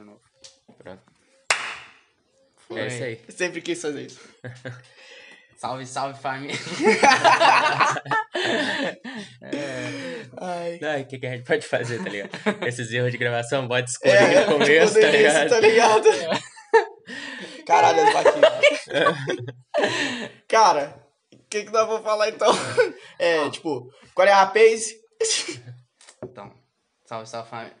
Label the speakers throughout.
Speaker 1: de novo.
Speaker 2: Pronto.
Speaker 1: Foi.
Speaker 2: É isso aí.
Speaker 1: Sempre quis fazer isso.
Speaker 2: Salve, salve, família.
Speaker 1: Ai.
Speaker 2: Não, o que, que a gente pode fazer, tá ligado? Esses erros de gravação, bota escolher
Speaker 1: É,
Speaker 2: no começo, tá ligado?
Speaker 1: tá ligado? É. Caralho, as batidas. Cara, o que que nós vamos falar então? É, tipo, qual é a rapaz?
Speaker 2: Então, salve, salve, família.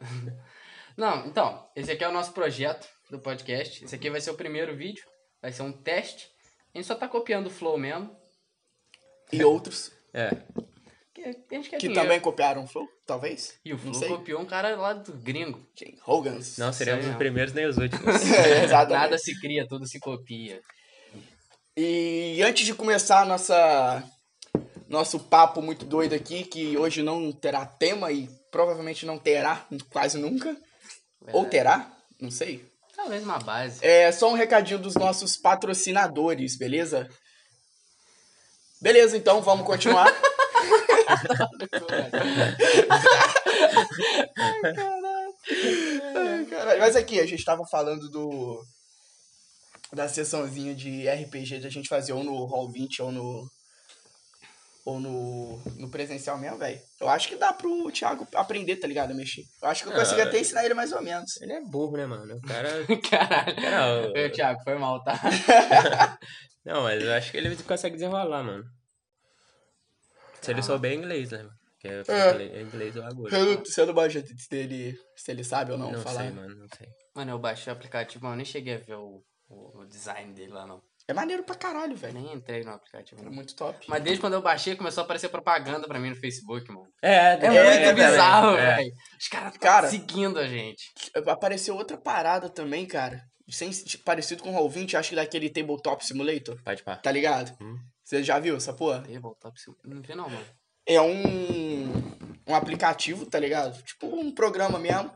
Speaker 2: Não, então, esse aqui é o nosso projeto do podcast. Esse aqui vai ser o primeiro vídeo, vai ser um teste. A gente só tá copiando o Flow mesmo.
Speaker 1: E outros
Speaker 2: É. Que, a gente quer
Speaker 1: que
Speaker 2: dinheiro.
Speaker 1: também copiaram o Flow, talvez?
Speaker 2: E o Flow
Speaker 1: sei.
Speaker 2: copiou um cara lá do gringo.
Speaker 1: Jane Hogans.
Speaker 3: Não seremos
Speaker 2: Sei
Speaker 3: os
Speaker 2: não.
Speaker 3: primeiros nem os últimos.
Speaker 1: É, exatamente.
Speaker 2: Nada se cria, tudo se copia.
Speaker 1: E antes de começar a nossa nosso papo muito doido aqui, que hoje não terá tema e provavelmente não terá quase nunca, ou É.
Speaker 2: Verdade.
Speaker 1: terá, não sei.
Speaker 2: Talvez uma base.
Speaker 1: É só um recadinho dos nossos patrocinadores, beleza? Beleza, então vamos continuar.
Speaker 3: É,
Speaker 1: Ai, caralho. Mas aqui, a gente tava falando do. Da sessãozinha de RPG da gente fazer ou no Hall 20 ou no. Ou no. no presencial mesmo, velho. Eu acho que dá pro Thiago aprender, tá ligado? a Mexer. Eu acho que eu consigo
Speaker 3: Ah.
Speaker 1: até ensinar ele mais ou menos.
Speaker 3: Ele é burro, né, mano? O cara.
Speaker 2: Caralho.
Speaker 3: Não,
Speaker 1: É.
Speaker 2: Ô, Thiago, foi mal, tá?
Speaker 3: Não, mas eu acho que ele consegue desenrolar, mano. Se ele souber inglês, né, mano? Porque eu falei, é inglês ou agulha.
Speaker 1: Eu não, você não manja se ele, se ele sabe ou não,
Speaker 3: Não
Speaker 1: falar.
Speaker 3: sei, mano, não sei.
Speaker 2: Mano, eu baixei o aplicativo, mas eu nem cheguei a ver o, o, o design dele lá, não.
Speaker 1: É maneiro pra caralho, velho.
Speaker 2: Nem entrei no aplicativo,
Speaker 1: É
Speaker 2: não.
Speaker 1: muito top.
Speaker 2: Mas desde quando eu baixei, começou a aparecer propaganda pra mim no Facebook, mano.
Speaker 3: É,
Speaker 2: É,
Speaker 1: é,
Speaker 2: muito bizarro,
Speaker 3: é.
Speaker 2: velho. Os caras
Speaker 1: Cara.
Speaker 2: tá seguindo a gente.
Speaker 1: Apareceu outra parada também, cara. Sem, tipo, parecido com o Roll 20, acho que daquele Tabletop Simulator.
Speaker 3: Pode pá.
Speaker 1: Tá ligado?
Speaker 3: Hum.
Speaker 1: Você já viu essa porra?
Speaker 2: Tabletop Sim- Não vi não, mano.
Speaker 1: É um, um aplicativo, tá ligado? Tipo um programa mesmo.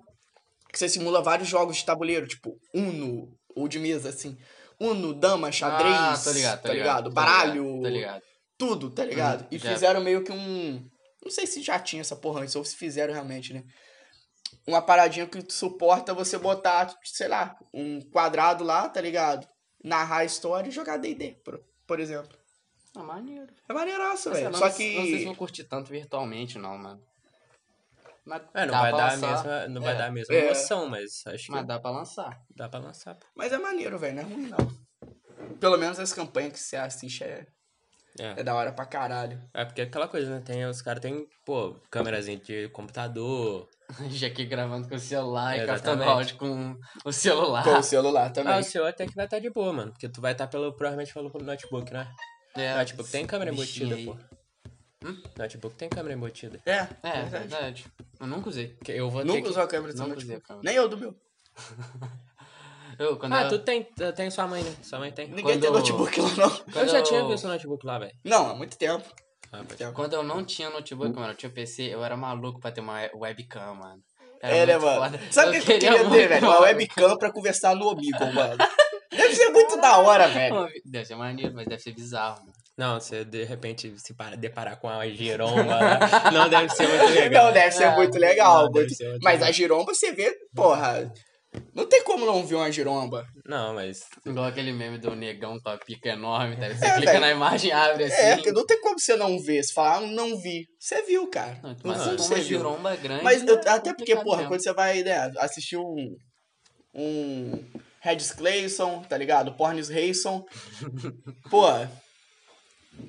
Speaker 1: Que você simula vários jogos de tabuleiro, tipo Uno, ou de mesa, assim. Uno, dama, xadrez,
Speaker 2: ah, tô ligado, tô
Speaker 1: tá ligado?
Speaker 2: ligado. tô
Speaker 1: Baralho,
Speaker 2: ligado, Tô ligado.
Speaker 1: tudo, tá ligado?
Speaker 2: Uhum,
Speaker 1: e
Speaker 2: já.
Speaker 1: fizeram meio que um. Não sei se já tinha essa porra antes, ou se fizeram realmente, né? Uma paradinha que suporta você botar, sei lá, um quadrado lá, tá ligado? Narrar a história e jogar DD, por, por exemplo.
Speaker 2: Ah, maneiro.
Speaker 1: É maneiraço,
Speaker 2: Mas
Speaker 1: velho.
Speaker 2: eu não,
Speaker 1: Só
Speaker 2: Não sei se eu
Speaker 1: que.
Speaker 2: vou curtir tanto virtualmente, não, mano. Mas
Speaker 3: É, não
Speaker 2: dá
Speaker 3: vai
Speaker 2: pra
Speaker 3: dar a
Speaker 2: lançar.
Speaker 3: mesma, não vai
Speaker 2: É,
Speaker 3: dar a mesma
Speaker 1: é.
Speaker 3: emoção, mas acho que
Speaker 2: Mas dá pra lançar.
Speaker 3: dá pra lançar. pô.
Speaker 1: Mas é maneiro, velho, não é ruim não. Pelo menos as campanhas que você assiste é,
Speaker 3: É.
Speaker 1: é da hora pra caralho.
Speaker 3: é porque é aquela coisa, né? Tem, os caras têm, pô, câmerazinha de computador.
Speaker 2: Já aqui gravando com o celular e captando
Speaker 3: Exatamente.
Speaker 2: áudio com o celular.
Speaker 1: Com o celular também.
Speaker 3: Ah, o seu até que vai estar de boa, mano. Porque tu vai estar pelo, provavelmente pelo notebook, né?
Speaker 2: É,
Speaker 3: Notebook tem câmera
Speaker 2: bichinho
Speaker 3: embutida,
Speaker 2: aí.
Speaker 3: pô. Hum? Notebook tem câmera embutida.
Speaker 1: É,
Speaker 2: É,
Speaker 1: verdade.
Speaker 2: verdade. Eu nunca usei.
Speaker 3: Que Eu vou ter
Speaker 1: Nunca
Speaker 3: que...
Speaker 1: usou a câmera do seu
Speaker 2: Nunca usei a
Speaker 1: notebook.
Speaker 2: câmera.
Speaker 1: Nem eu do meu.
Speaker 2: Eu, quando
Speaker 3: Ah,
Speaker 2: eu...
Speaker 3: tu tem, tu tem sua mãe, né? Sua mãe tem.
Speaker 1: Ninguém
Speaker 2: Quando-
Speaker 1: tem notebook lá, não.
Speaker 2: Quando
Speaker 3: Eu já tinha visto o notebook lá, velho.
Speaker 1: Não, há muito tempo.
Speaker 3: Ah, pode-
Speaker 1: tempo.
Speaker 2: Quando eu não tinha notebook,
Speaker 1: Hum.
Speaker 2: mano, eu tinha PC, eu era maluco pra ter uma we- webcam, mano. Era
Speaker 1: É, né,
Speaker 2: muito
Speaker 1: mano?
Speaker 2: foda.
Speaker 1: Sabe o que eu queria, ter,
Speaker 2: muito,
Speaker 1: velho? Uma
Speaker 2: mano.
Speaker 1: webcam pra conversar no amigo, mano. Deve ser muito da hora, velho.
Speaker 2: Uma- Deve ser maneiro, mas deve ser bizarro, mano.
Speaker 3: Não, você de repente se para, deparar com a giromba lá, não deve ser muito legal.
Speaker 1: Não, deve ser
Speaker 2: Ah,
Speaker 1: muito legal.
Speaker 3: não, deve
Speaker 1: muito-
Speaker 3: ser muito
Speaker 1: Mas
Speaker 3: legal.
Speaker 1: a giromba, você vê, porra. Não tem como não ver uma giromba.
Speaker 3: Não, mas.
Speaker 2: Igual aquele meme do negão com a pica enorme, tá? Você
Speaker 1: É,
Speaker 2: clica
Speaker 1: velho.
Speaker 2: na imagem, abre assim.
Speaker 1: É, porque não tem como você não ver. Você falar, ah, não vi. Você viu, cara.
Speaker 2: Não, tu
Speaker 1: Não
Speaker 2: mas
Speaker 1: sei
Speaker 2: uma
Speaker 1: se você viu.
Speaker 2: giromba grande.
Speaker 1: Mas eu-
Speaker 2: é
Speaker 1: até porque,
Speaker 2: complicado
Speaker 1: porra,
Speaker 2: mesmo.
Speaker 1: quando você vai né, assistir um. Um. Regis Clayson, tá ligado? Pornis Rayson. Pô.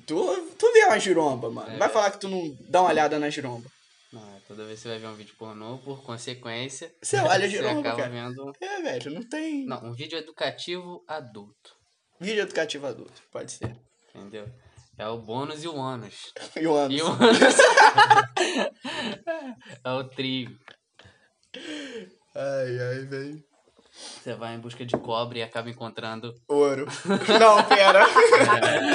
Speaker 1: Tu, tu vê uma giromba, mano.
Speaker 2: É.
Speaker 1: Vai falar que tu não dá uma olhada na giromba.
Speaker 2: Não, toda vez que você vai ver um vídeo pornô, por consequência,
Speaker 1: Você olha
Speaker 2: você
Speaker 1: giromba,
Speaker 2: acaba
Speaker 1: cara.
Speaker 2: vendo.
Speaker 1: É, velho, não tem.
Speaker 2: Não, um vídeo educativo adulto.
Speaker 1: Vídeo educativo adulto, pode ser.
Speaker 2: Entendeu? É o bônus e o ônus.
Speaker 1: E o ano.
Speaker 2: E o ônus. é o trigo.
Speaker 1: Ai, ai, velho.
Speaker 2: Você vai em busca de cobre e acaba encontrando.
Speaker 1: Ouro. Não, pera.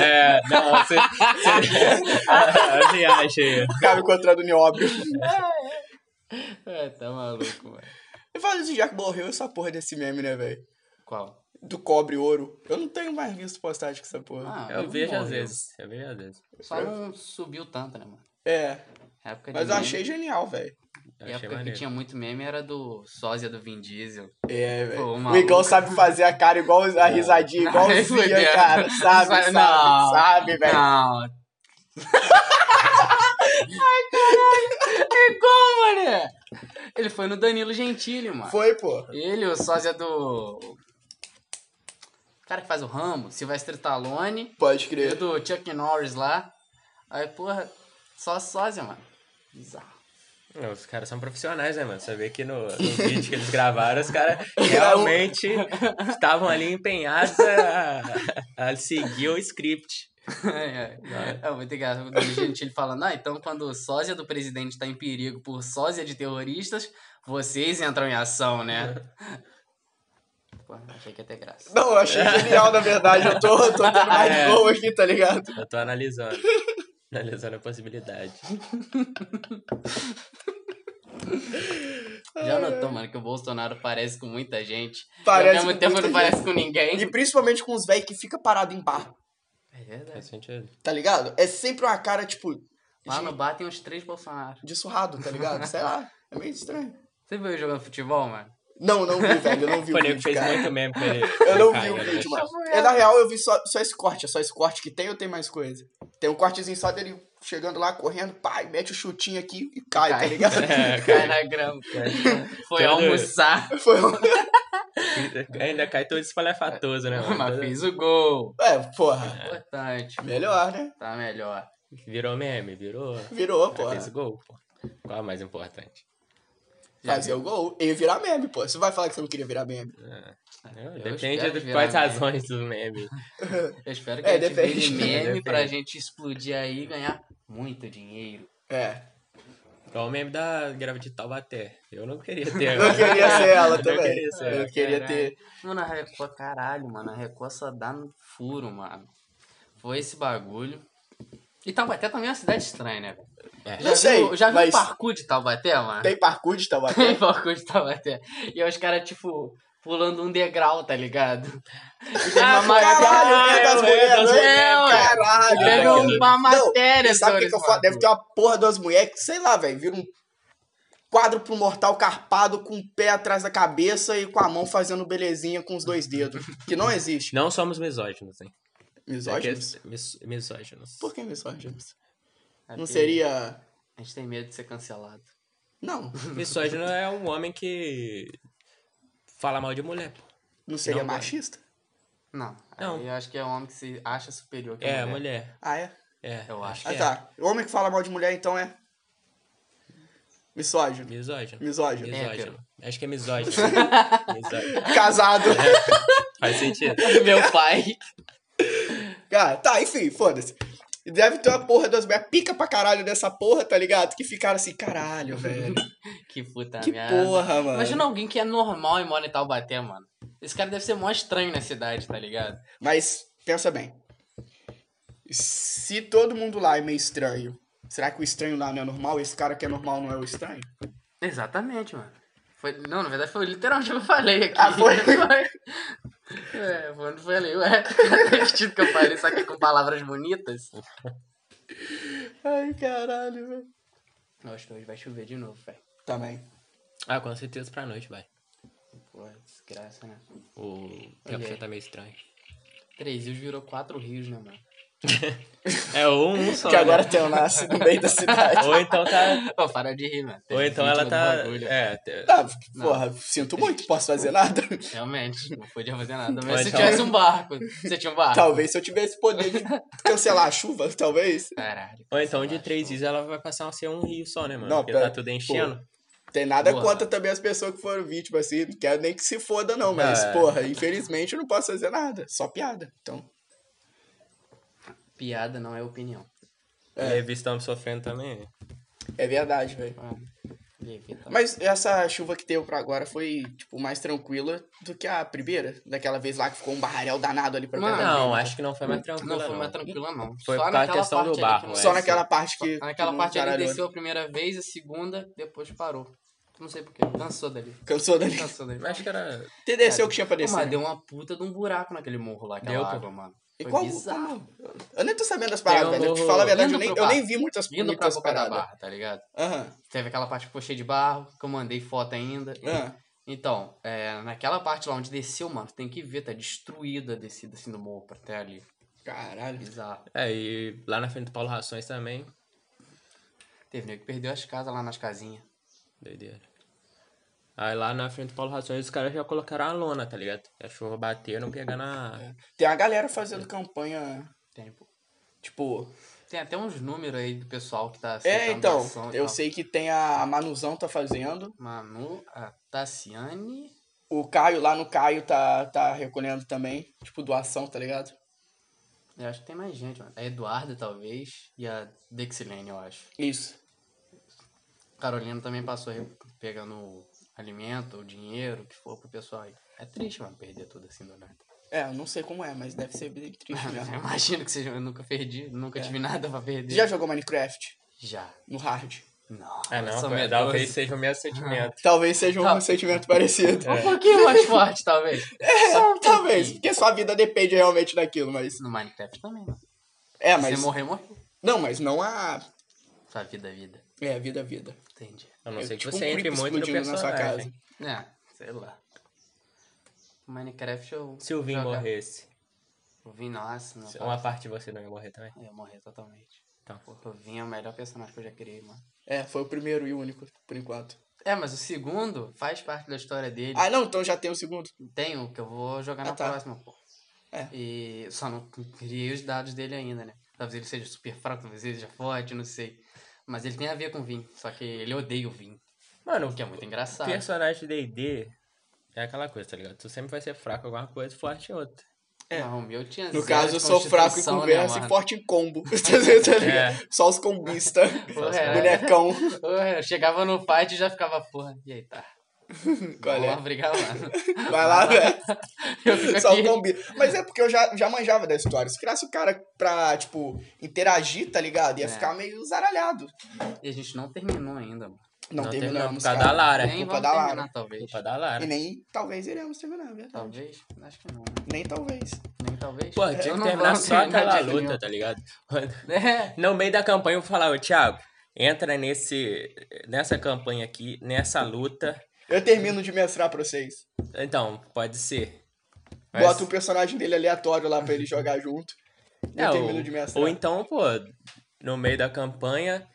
Speaker 3: É, não, você. você viagem aí.
Speaker 1: Acaba encontrando o nióbio.
Speaker 2: É, tá maluco, mano.
Speaker 1: Eu falo assim, já que morreu essa porra desse meme, né, velho?
Speaker 2: Qual?
Speaker 1: Do cobre e ouro. Eu não tenho mais visto postagem com essa porra.
Speaker 2: Ah,
Speaker 3: Eu
Speaker 2: não
Speaker 3: vejo às
Speaker 2: morreu.
Speaker 3: vezes. Eu vejo às vezes.
Speaker 2: Só não subiu tanto, né, mano?
Speaker 1: É.
Speaker 2: A época de
Speaker 1: Mas eu
Speaker 2: meme-
Speaker 1: achei genial, velho.
Speaker 2: E
Speaker 3: achei
Speaker 2: a época que
Speaker 3: maneiro.
Speaker 2: É, tinha muito meme era do sósia do Vin Diesel.
Speaker 1: É, velho.
Speaker 2: Pô, o
Speaker 1: O
Speaker 2: maluco.
Speaker 1: Igão sabe fazer a cara igual
Speaker 3: É.
Speaker 1: a risadinha,
Speaker 2: Não,
Speaker 1: igualzinha,
Speaker 2: fudeu.
Speaker 1: cara. Sabe, sabe,
Speaker 2: Não.
Speaker 1: sabe, velho.
Speaker 2: Não. Ai, caralho. É igual, mané. Ele foi no Danilo Gentili, mano.
Speaker 1: Foi, pô.
Speaker 2: Ele, o sósia do... O cara que faz o Rambo, Sylvester Stallone.
Speaker 1: Pode
Speaker 2: E o
Speaker 1: crer.
Speaker 2: do Chuck Norris lá. Aí, porra, só sósia, mano. Bizarro.
Speaker 3: Não, Os caras são profissionais, né, mano? Você vê que no, no vídeo que eles gravaram, os caras realmente estavam ali empenhados a, a seguir o script.
Speaker 2: É, é. É muito engraçado. O Gentili falando, ah, então quando o sósia do presidente tá em perigo por sósia de terroristas, vocês entram em ação,
Speaker 1: É.
Speaker 2: né? Pô, achei que ia ter graça.
Speaker 1: Não, eu achei genial, na verdade. Eu tô, tô tendo mais
Speaker 3: É.
Speaker 1: gol aqui, tá ligado?
Speaker 3: Eu tô analisando. analisando a possibilidade.
Speaker 2: Já notou, mano, que o Bolsonaro parece com muita gente.
Speaker 1: Parece
Speaker 2: e ao mesmo
Speaker 1: com
Speaker 2: tempo
Speaker 1: muita
Speaker 2: não
Speaker 1: gente.
Speaker 2: parece com ninguém.
Speaker 1: E principalmente com os velhos que fica parado em bar,
Speaker 2: É
Speaker 3: Faz
Speaker 2: verdade.
Speaker 3: sentido.
Speaker 1: tá ligado? É sempre uma cara, tipo,
Speaker 2: Lá
Speaker 1: de,
Speaker 2: no bar tem uns três Bolsonaro.
Speaker 1: de surrado, tá ligado? Sei lá, é meio estranho.
Speaker 2: Você viu ele jogando futebol, mano?
Speaker 1: Não, não vi, velho, eu não vi
Speaker 3: Foi
Speaker 1: o
Speaker 3: nego
Speaker 1: vídeo,
Speaker 3: que fez
Speaker 1: cara.
Speaker 3: muito meme com ele.
Speaker 1: Eu não vi
Speaker 3: caindo,
Speaker 1: o
Speaker 3: né?
Speaker 1: vídeo, mano. É, na real, eu vi só, só esse corte. É só esse corte que tem ou tem mais coisa? Tem um cortezinho só dele chegando lá, correndo, pai, mete o chutinho aqui e cai, tá
Speaker 2: Cai.
Speaker 1: ligado?
Speaker 3: É,
Speaker 2: Cai na grama.
Speaker 1: Tá
Speaker 2: Foi
Speaker 3: Todo-
Speaker 2: almoçar,
Speaker 1: Foi um...
Speaker 3: cara, Ainda cai todo espalhafatoso, né, mano?
Speaker 2: mas
Speaker 3: Todo-
Speaker 2: fez o gol.
Speaker 1: Tá É, porra.
Speaker 2: Importante.
Speaker 1: Melhor, né?
Speaker 2: Tá melhor.
Speaker 3: Virou meme, virou.
Speaker 1: Virou,
Speaker 3: Ah,
Speaker 1: porra.
Speaker 3: Fez gol, pô. Qual é o mais importante?
Speaker 1: Fazer o gol e virar meme, pô. Você vai falar que você não queria virar meme.
Speaker 3: Ah,
Speaker 2: eu
Speaker 3: Depende
Speaker 2: espero
Speaker 3: de
Speaker 2: virar
Speaker 3: quais
Speaker 2: meme.
Speaker 3: razões do meme.
Speaker 2: Eu espero que
Speaker 1: É,
Speaker 2: a gente
Speaker 1: depende.
Speaker 2: vire meme
Speaker 3: Depende.
Speaker 2: pra gente explodir aí e ganhar muito dinheiro.
Speaker 1: É.
Speaker 3: Igual o meme da é grava de Taubaté. Eu não queria ter.
Speaker 1: Eu queria ser ela também. É. Eu
Speaker 3: queria ser ela.
Speaker 1: queria
Speaker 2: Caralho.
Speaker 1: ter.
Speaker 2: Mano, a Record, caralho, mano. A Record só dá no furo, mano. Foi esse bagulho. E Taubaté também é uma cidade estranha, né? velho?
Speaker 3: É.
Speaker 1: Eu sei,
Speaker 2: viu, já viu
Speaker 1: mas-
Speaker 2: o parkour de Taubaté, mano?
Speaker 1: Tem parkour de Taubaté?
Speaker 2: Tem parkour de Taubaté. E aí os caras, tipo, pulando um degrau, tá ligado? E tem uma
Speaker 1: Ah, Caralho,
Speaker 2: matéria-
Speaker 1: é
Speaker 3: é, é
Speaker 1: das mulheres,
Speaker 3: das
Speaker 1: né?
Speaker 2: mulheres, ué.
Speaker 1: Caralho,
Speaker 2: Pega um
Speaker 1: velho.
Speaker 2: uma matéria,
Speaker 1: Não, e sabe o que,
Speaker 2: sobre
Speaker 1: que eu
Speaker 2: esse
Speaker 1: falo? Deve
Speaker 2: bagulho.
Speaker 1: ter uma porra das mulheres que, sei lá, velho, vira um quadro pro mortal carpado com o pé atrás da cabeça e com a mão fazendo belezinha com os dois dedos. Que não existe.
Speaker 3: Não somos misóginos, hein?
Speaker 1: Misóginos?
Speaker 3: É que- mis- misóginos.
Speaker 1: Por que misóginos? Não
Speaker 3: É
Speaker 2: Aqui,
Speaker 1: seria.
Speaker 2: A gente tem medo de ser cancelado.
Speaker 1: Não.
Speaker 3: Misógino é um homem que fala mal de mulher, pô.
Speaker 1: Não seria
Speaker 3: Não,
Speaker 1: machista?
Speaker 2: Não.
Speaker 3: Não.
Speaker 2: Aí eu acho que é um homem que se acha superior que a
Speaker 3: É,
Speaker 2: mulher.
Speaker 3: mulher.
Speaker 1: Ah, é?
Speaker 3: É.
Speaker 2: Eu acho
Speaker 1: Ah,
Speaker 3: que
Speaker 1: tá. Homem que fala mal de mulher, então é.
Speaker 3: é.
Speaker 1: Misógino.
Speaker 3: Misógino. É,
Speaker 1: Misógino.
Speaker 3: Misógino. Acho que é misógino. misógino.
Speaker 1: Casado.
Speaker 3: É. Faz sentido.
Speaker 2: Meu pai.
Speaker 1: Cara, tá, enfim, foda-se. Deve ter uma porra das mulheres pica pra caralho dessa porra, tá ligado? Que ficaram assim, caralho, velho.
Speaker 2: Que puta
Speaker 1: Que
Speaker 2: merda.
Speaker 1: porra, mano.
Speaker 2: tá Imagina alguém que é normal e mora em Taubaté, mano. Esse cara deve ser mó estranho na cidade, tá ligado?
Speaker 1: Mas, pensa bem. Se todo mundo lá é meio estranho, será que o estranho lá não é normal? Esse cara que é normal não é o estranho?
Speaker 2: Exatamente, mano. Foi... Não, na verdade foi literalmente o que eu falei aqui.
Speaker 1: Ah, foi?
Speaker 2: Foi. é, foi onde eu falei, ué. Divertido que eu falei, só que com palavras bonitas.
Speaker 1: Ai, caralho, velho.
Speaker 2: Eu acho que hoje vai chover de novo, velho.
Speaker 1: Também.
Speaker 3: Ah, com certeza pra noite, vai.
Speaker 2: Pô, desgraça, né?
Speaker 3: O
Speaker 2: aí.
Speaker 3: capitão tá meio estranho.
Speaker 2: Três rios virou quatro rios, né, mano?
Speaker 3: É ou um só.
Speaker 1: Que
Speaker 3: né?
Speaker 1: agora tem o Nasce no meio da cidade.
Speaker 3: Ou então tá.
Speaker 2: Pô, para de rir, mano.
Speaker 3: Ou então ela tá. É, te-
Speaker 1: Tá, porra, sinto muito, posso fazer nada?
Speaker 2: Realmente, não podia fazer nada.
Speaker 3: Mas
Speaker 2: Mas se
Speaker 3: então-
Speaker 2: tivesse um barco, você tinha um barco.
Speaker 1: Talvez se eu tivesse poder de cancelar a chuva, talvez.
Speaker 2: Caralho.
Speaker 3: Ou então de
Speaker 2: sei lá,
Speaker 3: três dias ela vai passar a ser um rio só, né, mano?
Speaker 1: Não,
Speaker 3: Porque
Speaker 1: pera-
Speaker 3: tá tudo enchendo.
Speaker 1: Tem nada
Speaker 2: Porra.
Speaker 1: contra também as pessoas que foram vítimas, assim. Não quero nem que se foda, não, mas,
Speaker 3: É.
Speaker 1: porra, infelizmente eu não posso fazer nada. Só piada. Então,
Speaker 2: Piada não é opinião.
Speaker 1: É.
Speaker 3: E aí, visto que estamos sofrendo também.
Speaker 1: é verdade, velho.
Speaker 2: Ah, levita.
Speaker 1: Mas essa chuva que teve pra agora foi, tipo, mais tranquila do que a primeira. Daquela vez lá que ficou um barralhau danado ali pra
Speaker 2: Não,
Speaker 1: pegar.
Speaker 3: Não, acho que não foi mais tranquilo.
Speaker 2: Não foi mais tranquila, não.
Speaker 3: Foi
Speaker 2: Só
Speaker 3: por causa da
Speaker 2: naquela
Speaker 3: questão do
Speaker 2: parte ali
Speaker 3: barro,
Speaker 2: que-
Speaker 3: é.
Speaker 1: Só
Speaker 3: sim.
Speaker 1: naquela parte que. todo
Speaker 2: Naquela
Speaker 1: mundo
Speaker 2: parte ele
Speaker 1: caralhou.
Speaker 2: desceu a primeira vez, a segunda, depois parou. Não sei porquê. Cansou dali.
Speaker 1: Cansou dali.
Speaker 2: Cansou dali.
Speaker 3: Acho que era.
Speaker 1: Você desceu o que tinha pra
Speaker 2: Pô,
Speaker 1: descer.
Speaker 2: mas
Speaker 1: né?
Speaker 2: deu uma puta de um buraco naquele morro lá, aquela
Speaker 3: Deu, pô.
Speaker 2: água, mano.
Speaker 1: E
Speaker 2: Foi
Speaker 1: qual,
Speaker 2: bizarro.
Speaker 1: como- Eu nem tô sabendo das
Speaker 3: Tem
Speaker 1: paradas,
Speaker 3: um
Speaker 1: velho. Eu te
Speaker 3: do-
Speaker 1: falo a verdade, eu
Speaker 2: Indo
Speaker 1: nem,
Speaker 2: pro
Speaker 1: eu
Speaker 2: bar.
Speaker 1: nem vi muitas,
Speaker 2: Indo pra
Speaker 1: muitas
Speaker 2: boca da
Speaker 1: paradas.
Speaker 2: barra, tá ligado?
Speaker 1: Aham.
Speaker 2: Teve aquela parte que ficou cheia de barro, que eu mandei foto ainda.
Speaker 1: aham.
Speaker 2: Então, é, naquela parte lá onde desceu, mano, tem que ver, tá destruída a descida assim do morro pra até ali.
Speaker 1: Caralho.
Speaker 2: Bizarro.
Speaker 3: É, e lá na frente do Paulo Rações também.
Speaker 2: Teve nego que perdeu as casas lá nas casinhas.
Speaker 3: Doideira. Aí lá na frente do Paulo Rações os caras já colocaram a lona, tá ligado? A chuva bater, não pegar na.
Speaker 1: Tem uma galera fazendo campanha,
Speaker 2: Tem, pô.
Speaker 1: tipo...
Speaker 2: Tem até uns números aí do pessoal que tá
Speaker 1: É,
Speaker 2: aceitando
Speaker 1: então,
Speaker 2: ação e
Speaker 1: eu
Speaker 2: tal.
Speaker 1: sei que tem a, a Manuzão tá fazendo,
Speaker 2: Manu, a Tassiane.
Speaker 1: o Caio lá no Caio tá, tá recolhendo também, tipo, doação, tá ligado?
Speaker 2: Eu acho que tem mais gente, mano. A Eduarda, talvez. E a Dexilene, eu acho.
Speaker 1: Isso.
Speaker 2: Carolina também passou aí pegando alimento, o dinheiro, o que for pro pessoal aí. É triste, mano, perder tudo assim do nada.
Speaker 1: É, eu não sei como é, mas deve ser bem triste
Speaker 2: Eu
Speaker 1: mesmo.
Speaker 2: imagino que seja. Eu nunca perdi, nunca
Speaker 1: É.
Speaker 2: tive nada pra perder.
Speaker 1: Você já jogou Minecraft
Speaker 2: Já.
Speaker 1: no hard?
Speaker 2: Não.
Speaker 3: É,
Speaker 2: eu
Speaker 3: não,
Speaker 2: sou
Speaker 3: pô,
Speaker 2: medroso.
Speaker 3: talvez seja o mesmo sentimento.
Speaker 1: Talvez seja um
Speaker 2: Tá.
Speaker 1: sentimento parecido.
Speaker 2: Um pouquinho mais forte, talvez.
Speaker 1: É,
Speaker 2: Só um
Speaker 1: talvez,
Speaker 2: pouquinho.
Speaker 1: porque sua vida depende realmente daquilo, mas...
Speaker 2: No Minecraft também, mano.
Speaker 1: É,
Speaker 2: Se
Speaker 1: mas...
Speaker 2: você morrer, morreu.
Speaker 1: Não, mas não a...
Speaker 2: Sua vida, vida.
Speaker 1: É, vida, vida.
Speaker 2: Entendi.
Speaker 3: A não
Speaker 1: É,
Speaker 3: ser que
Speaker 1: tipo
Speaker 3: você
Speaker 1: um
Speaker 3: entre
Speaker 1: creep
Speaker 3: muito no
Speaker 1: explodindo na sua
Speaker 3: personagem.
Speaker 2: É, sei lá. Minecraft eu.
Speaker 3: Se o Vin
Speaker 2: jogar-
Speaker 3: morresse,
Speaker 2: O Vin, nossa, não.
Speaker 3: se- uma parte de você não ia morrer também.
Speaker 2: Eu ia morrer totalmente.
Speaker 3: Tá.
Speaker 2: Porque o Vin é o melhor personagem que eu já criei, mano.
Speaker 1: É, foi o primeiro e único, por enquanto.
Speaker 2: É, mas o segundo faz parte da história dele.
Speaker 1: Ah, não, então já tem o segundo.
Speaker 2: Tem o que eu vou jogar
Speaker 1: Ah,
Speaker 2: na
Speaker 1: tá.
Speaker 2: próxima, pô.
Speaker 1: É.
Speaker 2: E só não criei os dados dele ainda, né? Talvez ele seja super fraco, talvez ele seja forte, não sei. Mas ele tem a ver com o Vin. Só que ele odeia o Vin.
Speaker 3: Mano,
Speaker 2: O que é muito engraçado.
Speaker 3: personagem de D&D é aquela coisa, tá ligado? Tu sempre vai ser fraco em alguma coisa e forte em outra.
Speaker 1: É.
Speaker 2: Não, o meu tinha
Speaker 1: No
Speaker 2: zero
Speaker 1: caso, eu
Speaker 2: de
Speaker 1: sou fraco em
Speaker 2: constituição, né,
Speaker 1: conversa e
Speaker 2: mano?
Speaker 1: forte em combo. Tá ligado?
Speaker 3: É.
Speaker 1: Só os combistas.
Speaker 2: Porra,
Speaker 3: É.
Speaker 1: Bonecão.
Speaker 2: Porra, eu chegava no fight e já ficava, porra, e aí tá.
Speaker 1: Qual
Speaker 2: Vamos
Speaker 1: é?
Speaker 2: lá brigar, mano.
Speaker 1: Vai lá, velho.
Speaker 2: Eu fico
Speaker 1: Só o
Speaker 2: aqui.
Speaker 1: combi. Mas é porque eu já, já manjava da história. Se criasse o cara pra, tipo, interagir, tá ligado? Ia
Speaker 2: É.
Speaker 1: ficar meio zaralhado.
Speaker 2: E a gente não terminou ainda, mano.
Speaker 1: Não,
Speaker 3: por
Speaker 1: terminamos,
Speaker 3: causa da
Speaker 1: cara.
Speaker 3: Lara.
Speaker 2: Nem
Speaker 1: culpa
Speaker 2: vamos
Speaker 1: da Lara.
Speaker 2: terminar, talvez.
Speaker 3: Culpa da
Speaker 1: É. E
Speaker 3: Lara.
Speaker 1: nem talvez iremos terminar, é verdade.
Speaker 2: Talvez? Acho que não, né?
Speaker 1: Nem talvez.
Speaker 2: Nem talvez.
Speaker 3: Pô,
Speaker 2: Eu
Speaker 3: tinha que
Speaker 2: não
Speaker 3: terminar
Speaker 2: vou
Speaker 3: só
Speaker 2: terminar de
Speaker 3: aquela
Speaker 2: jeito
Speaker 3: luta, tá ligado?
Speaker 2: nenhum. É.
Speaker 3: No meio da campanha eu vou falar, ô Thiago, entra nesse, nessa campanha aqui, nessa luta.
Speaker 1: Eu termino de mestrar pra vocês.
Speaker 3: Então, pode ser. Mas-
Speaker 1: Bota um personagem dele aleatório lá pra ele jogar junto.
Speaker 3: É,
Speaker 1: eu
Speaker 3: ou-
Speaker 1: termino de mestrar.
Speaker 3: Ou então, pô, no meio da campanha,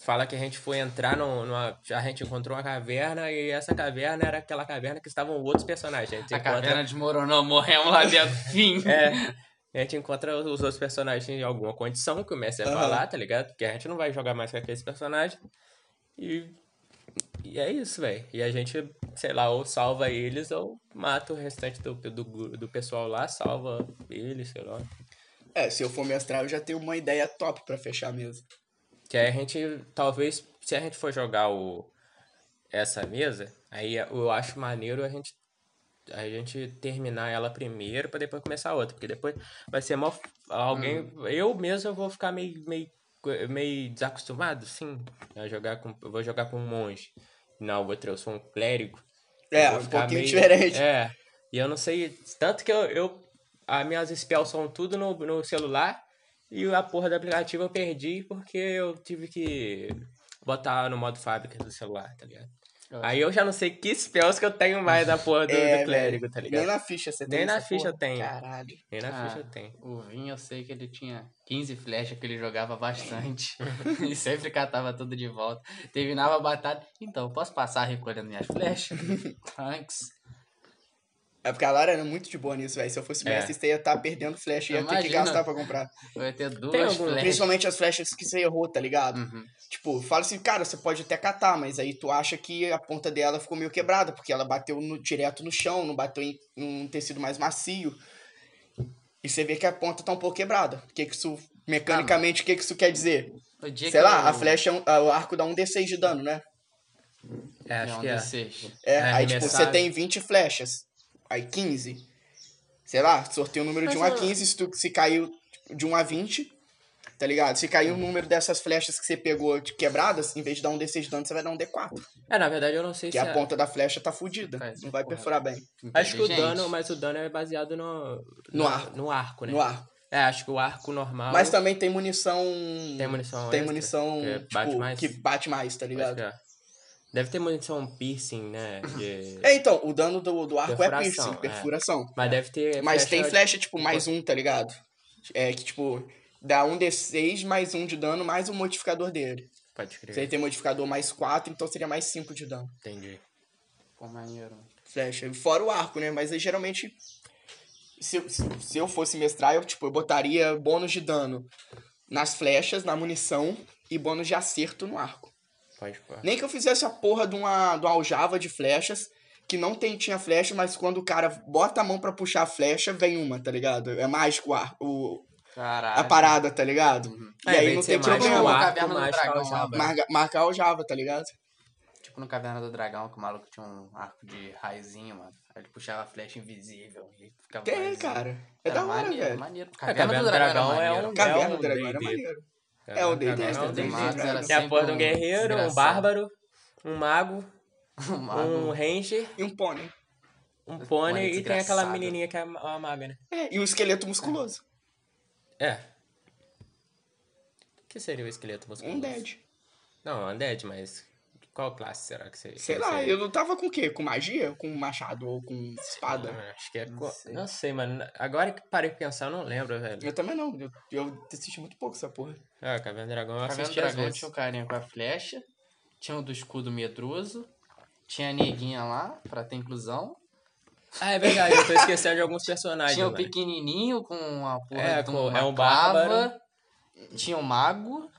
Speaker 3: fala que a gente foi entrar no- numa. A gente encontrou uma caverna e essa caverna era aquela caverna que estavam outros personagens. A gente
Speaker 2: A
Speaker 3: encontra.
Speaker 2: caverna desmoronou, morremos lá dentro. Fim.
Speaker 3: É. A gente encontra os os outros personagens em alguma condição que o mestre ia
Speaker 1: Aham.
Speaker 3: falar, tá ligado? Porque a gente não vai jogar mais com aqueles personagens. E. E é isso, velho. E a gente, sei lá, ou salva eles ou mata o restante do, do, gru- do pessoal lá, salva eles, sei lá.
Speaker 1: É, se eu for mestrar, eu já tenho uma ideia top pra fechar mesmo.
Speaker 3: Que aí a gente, talvez, se a gente for jogar o, essa mesa, aí eu acho maneiro a gente, a gente terminar ela primeiro pra depois começar outra. Porque depois vai ser mó. Alguém. Eu mesmo eu vou ficar meio, meio, meio desacostumado, sim. A jogar com, eu vou jogar com um monge. Na outra eu sou um clérigo. Eu
Speaker 1: É,
Speaker 3: vou
Speaker 1: um
Speaker 3: ficar
Speaker 1: pouquinho
Speaker 3: meio-
Speaker 1: diferente.
Speaker 3: É. E eu não sei. Tanto que eu. eu as minhas spells são tudo no, no celular. E a porra do aplicativo eu perdi porque eu tive que botar no modo fábrica do celular, tá ligado? Aí eu já não sei que spells que eu tenho mais da porra do, do
Speaker 1: É,
Speaker 3: clérigo, tá
Speaker 1: Nem
Speaker 3: ligado?
Speaker 1: na ficha você tem
Speaker 3: Nem na
Speaker 1: essa
Speaker 3: ficha
Speaker 1: porra?
Speaker 3: eu tenho.
Speaker 1: Caralho.
Speaker 3: Nem na
Speaker 2: Ah,
Speaker 3: ficha eu tenho.
Speaker 2: O Vinho, eu sei que ele tinha 15 flechas que ele jogava bastante. e sempre catava tudo de volta. Terminava a batalha. Então, posso passar recolhendo minhas flechas? Thanks.
Speaker 1: É porque a Lara era muito de boa nisso, velho. Se eu fosse
Speaker 3: É.
Speaker 1: mestre, você ia estar perdendo flecha, ia ter que
Speaker 2: Imagina.
Speaker 1: gastar pra comprar.
Speaker 2: Eu ia ter duas
Speaker 3: Tem algum-
Speaker 2: flechas.
Speaker 1: Principalmente as flechas que você errou, tá ligado?
Speaker 2: Uhum.
Speaker 1: Tipo, fala assim, cara, você pode até catar, mas aí tu acha que a ponta dela ficou meio quebrada, porque ela bateu no- direto no chão, não bateu em um tecido mais macio. E você vê que a ponta tá um pouco quebrada. O que que isso, mecanicamente, o que que isso quer dizer?
Speaker 2: Ah, O dia
Speaker 1: Sei
Speaker 2: que
Speaker 1: lá,
Speaker 2: eu-
Speaker 1: a flecha, é um- a- o arco dá um D6 de dano, né?
Speaker 3: É,
Speaker 2: É,
Speaker 3: acho
Speaker 2: um
Speaker 3: que é.
Speaker 2: D6.
Speaker 1: É,
Speaker 3: É,
Speaker 1: aí tipo, você
Speaker 3: arremessado.
Speaker 1: tem 20 flechas, aí 15. Sei lá, sorteia o número de
Speaker 3: Mas
Speaker 1: 1
Speaker 3: eu-
Speaker 1: a 15, se, tu, se caiu de 1 a 20, um Tá ligado? Se cair o número dessas flechas que você pegou de quebradas, em vez de dar um D6 de dano, você vai dar um D4.
Speaker 3: É, na verdade eu não sei
Speaker 1: Porque
Speaker 3: se.
Speaker 1: a
Speaker 3: é-
Speaker 1: ponta da flecha tá fudida.
Speaker 2: Faz,
Speaker 1: Não vai
Speaker 2: porra.
Speaker 1: perfurar bem.
Speaker 3: Acho que o
Speaker 2: Inteligente.
Speaker 3: dano, mas o dano é baseado no.
Speaker 1: No
Speaker 3: na-
Speaker 1: arco.
Speaker 3: No arco, né?
Speaker 1: No ar.
Speaker 3: É, acho que o arco normal.
Speaker 1: Mas também tem munição.
Speaker 3: Tem munição.
Speaker 1: Tem
Speaker 3: extra,
Speaker 1: munição
Speaker 3: que
Speaker 1: tipo,
Speaker 3: bate mais.
Speaker 1: que bate mais, tá
Speaker 3: Pode
Speaker 1: ligado?
Speaker 3: ficar. Deve ter munição piercing, né? de-
Speaker 1: É, então, o dano do, do arco é
Speaker 3: Perfuração,
Speaker 1: piercing,
Speaker 3: é.
Speaker 1: perfuração.
Speaker 3: Mas deve ter.
Speaker 1: Mas tem flecha, tipo, mais um, tá ligado? É que, tipo, dá um D6 mais um de dano, mais o modificador dele.
Speaker 3: Pode
Speaker 1: Se ele
Speaker 3: crer.
Speaker 1: tem modificador mais 4, então seria mais 5 de dano.
Speaker 3: Entendi.
Speaker 2: Pô, maneiro.
Speaker 1: Flecha. Fora o arco, né? Mas aí geralmente. Se, eu- se, se eu fosse mestrar, eu, tipo, eu botaria bônus de dano nas flechas, na munição e bônus de acerto no arco.
Speaker 3: Pode pôr.
Speaker 1: Nem que eu fizesse a porra de uma, de uma aljava de flechas, que não tem, tinha flecha, mas quando o cara bota a mão pra puxar a flecha, vem uma, tá ligado? É mágico o, ar- o,
Speaker 2: Caralho.
Speaker 1: a parada, tá ligado?
Speaker 3: É,
Speaker 1: e
Speaker 3: em vez
Speaker 1: aí não
Speaker 3: de
Speaker 1: tem
Speaker 3: ser mágico,
Speaker 2: Uma
Speaker 3: o
Speaker 1: problema.
Speaker 3: arco,
Speaker 2: caverna do
Speaker 3: mágico,
Speaker 2: dragão,
Speaker 3: aljava.
Speaker 2: né?
Speaker 1: Marga- marcar o Java, tá ligado?
Speaker 2: Tipo no Caverna do Dragão, que o maluco tinha um arco de raizinho, mano. Aí ele puxava a flecha invisível e ficava.
Speaker 1: Que é,
Speaker 2: raizinho.
Speaker 1: cara. É
Speaker 2: Era
Speaker 1: da hora,
Speaker 2: tá maneiro,
Speaker 1: velho.
Speaker 2: Maneiro.
Speaker 3: É, Caverna do Dragão é um-
Speaker 1: Caverna do
Speaker 3: um
Speaker 1: Dragão era
Speaker 3: D&D.
Speaker 1: maneiro. É o D&D,
Speaker 3: Caverna
Speaker 1: é o
Speaker 3: do
Speaker 1: D&D.
Speaker 3: Dragão.
Speaker 1: era
Speaker 3: Tem a porra de
Speaker 2: sempre
Speaker 3: um
Speaker 2: um
Speaker 3: guerreiro, um
Speaker 2: desgraçado.
Speaker 3: bárbaro, um mago,
Speaker 2: Um
Speaker 3: um
Speaker 2: mago.
Speaker 3: ranger,
Speaker 1: E um pônei.
Speaker 3: um
Speaker 2: pônei
Speaker 3: pônei e tem aquela
Speaker 2: desgraçado.
Speaker 3: menininha que é a a maga, né?
Speaker 1: É, e o esqueleto musculoso.
Speaker 3: É. O que seria o esqueleto musculoso?
Speaker 1: Um dead.
Speaker 3: Não, um undead, mas qual classe será que seria?
Speaker 1: Sei lá, eu não tava com o quê? Com magia? Com machado ou com espada?
Speaker 3: Acho que é.
Speaker 2: Não
Speaker 3: co-
Speaker 2: sei.
Speaker 3: Não sei, mano. Agora que parei pra pensar, eu não lembro, velho.
Speaker 1: Eu também não. Eu, eu assisti muito pouco essa porra.
Speaker 3: Ah, Caverna do Dragão eu
Speaker 2: Caverna do
Speaker 3: assisti às
Speaker 2: Dragão
Speaker 3: vezes.
Speaker 2: tinha um- o carinha com a flecha. Tinha o do escudo medroso. Tinha a neguinha lá, pra ter inclusão.
Speaker 3: Ah, é verdade, eu tô esquecendo de alguns personagens.
Speaker 2: tinha o
Speaker 3: mano.
Speaker 2: pequenininho com uma porra
Speaker 3: É,
Speaker 2: de
Speaker 3: com-
Speaker 2: uma
Speaker 3: é um
Speaker 2: clava.
Speaker 3: bárbaro.
Speaker 2: Tinha o mago.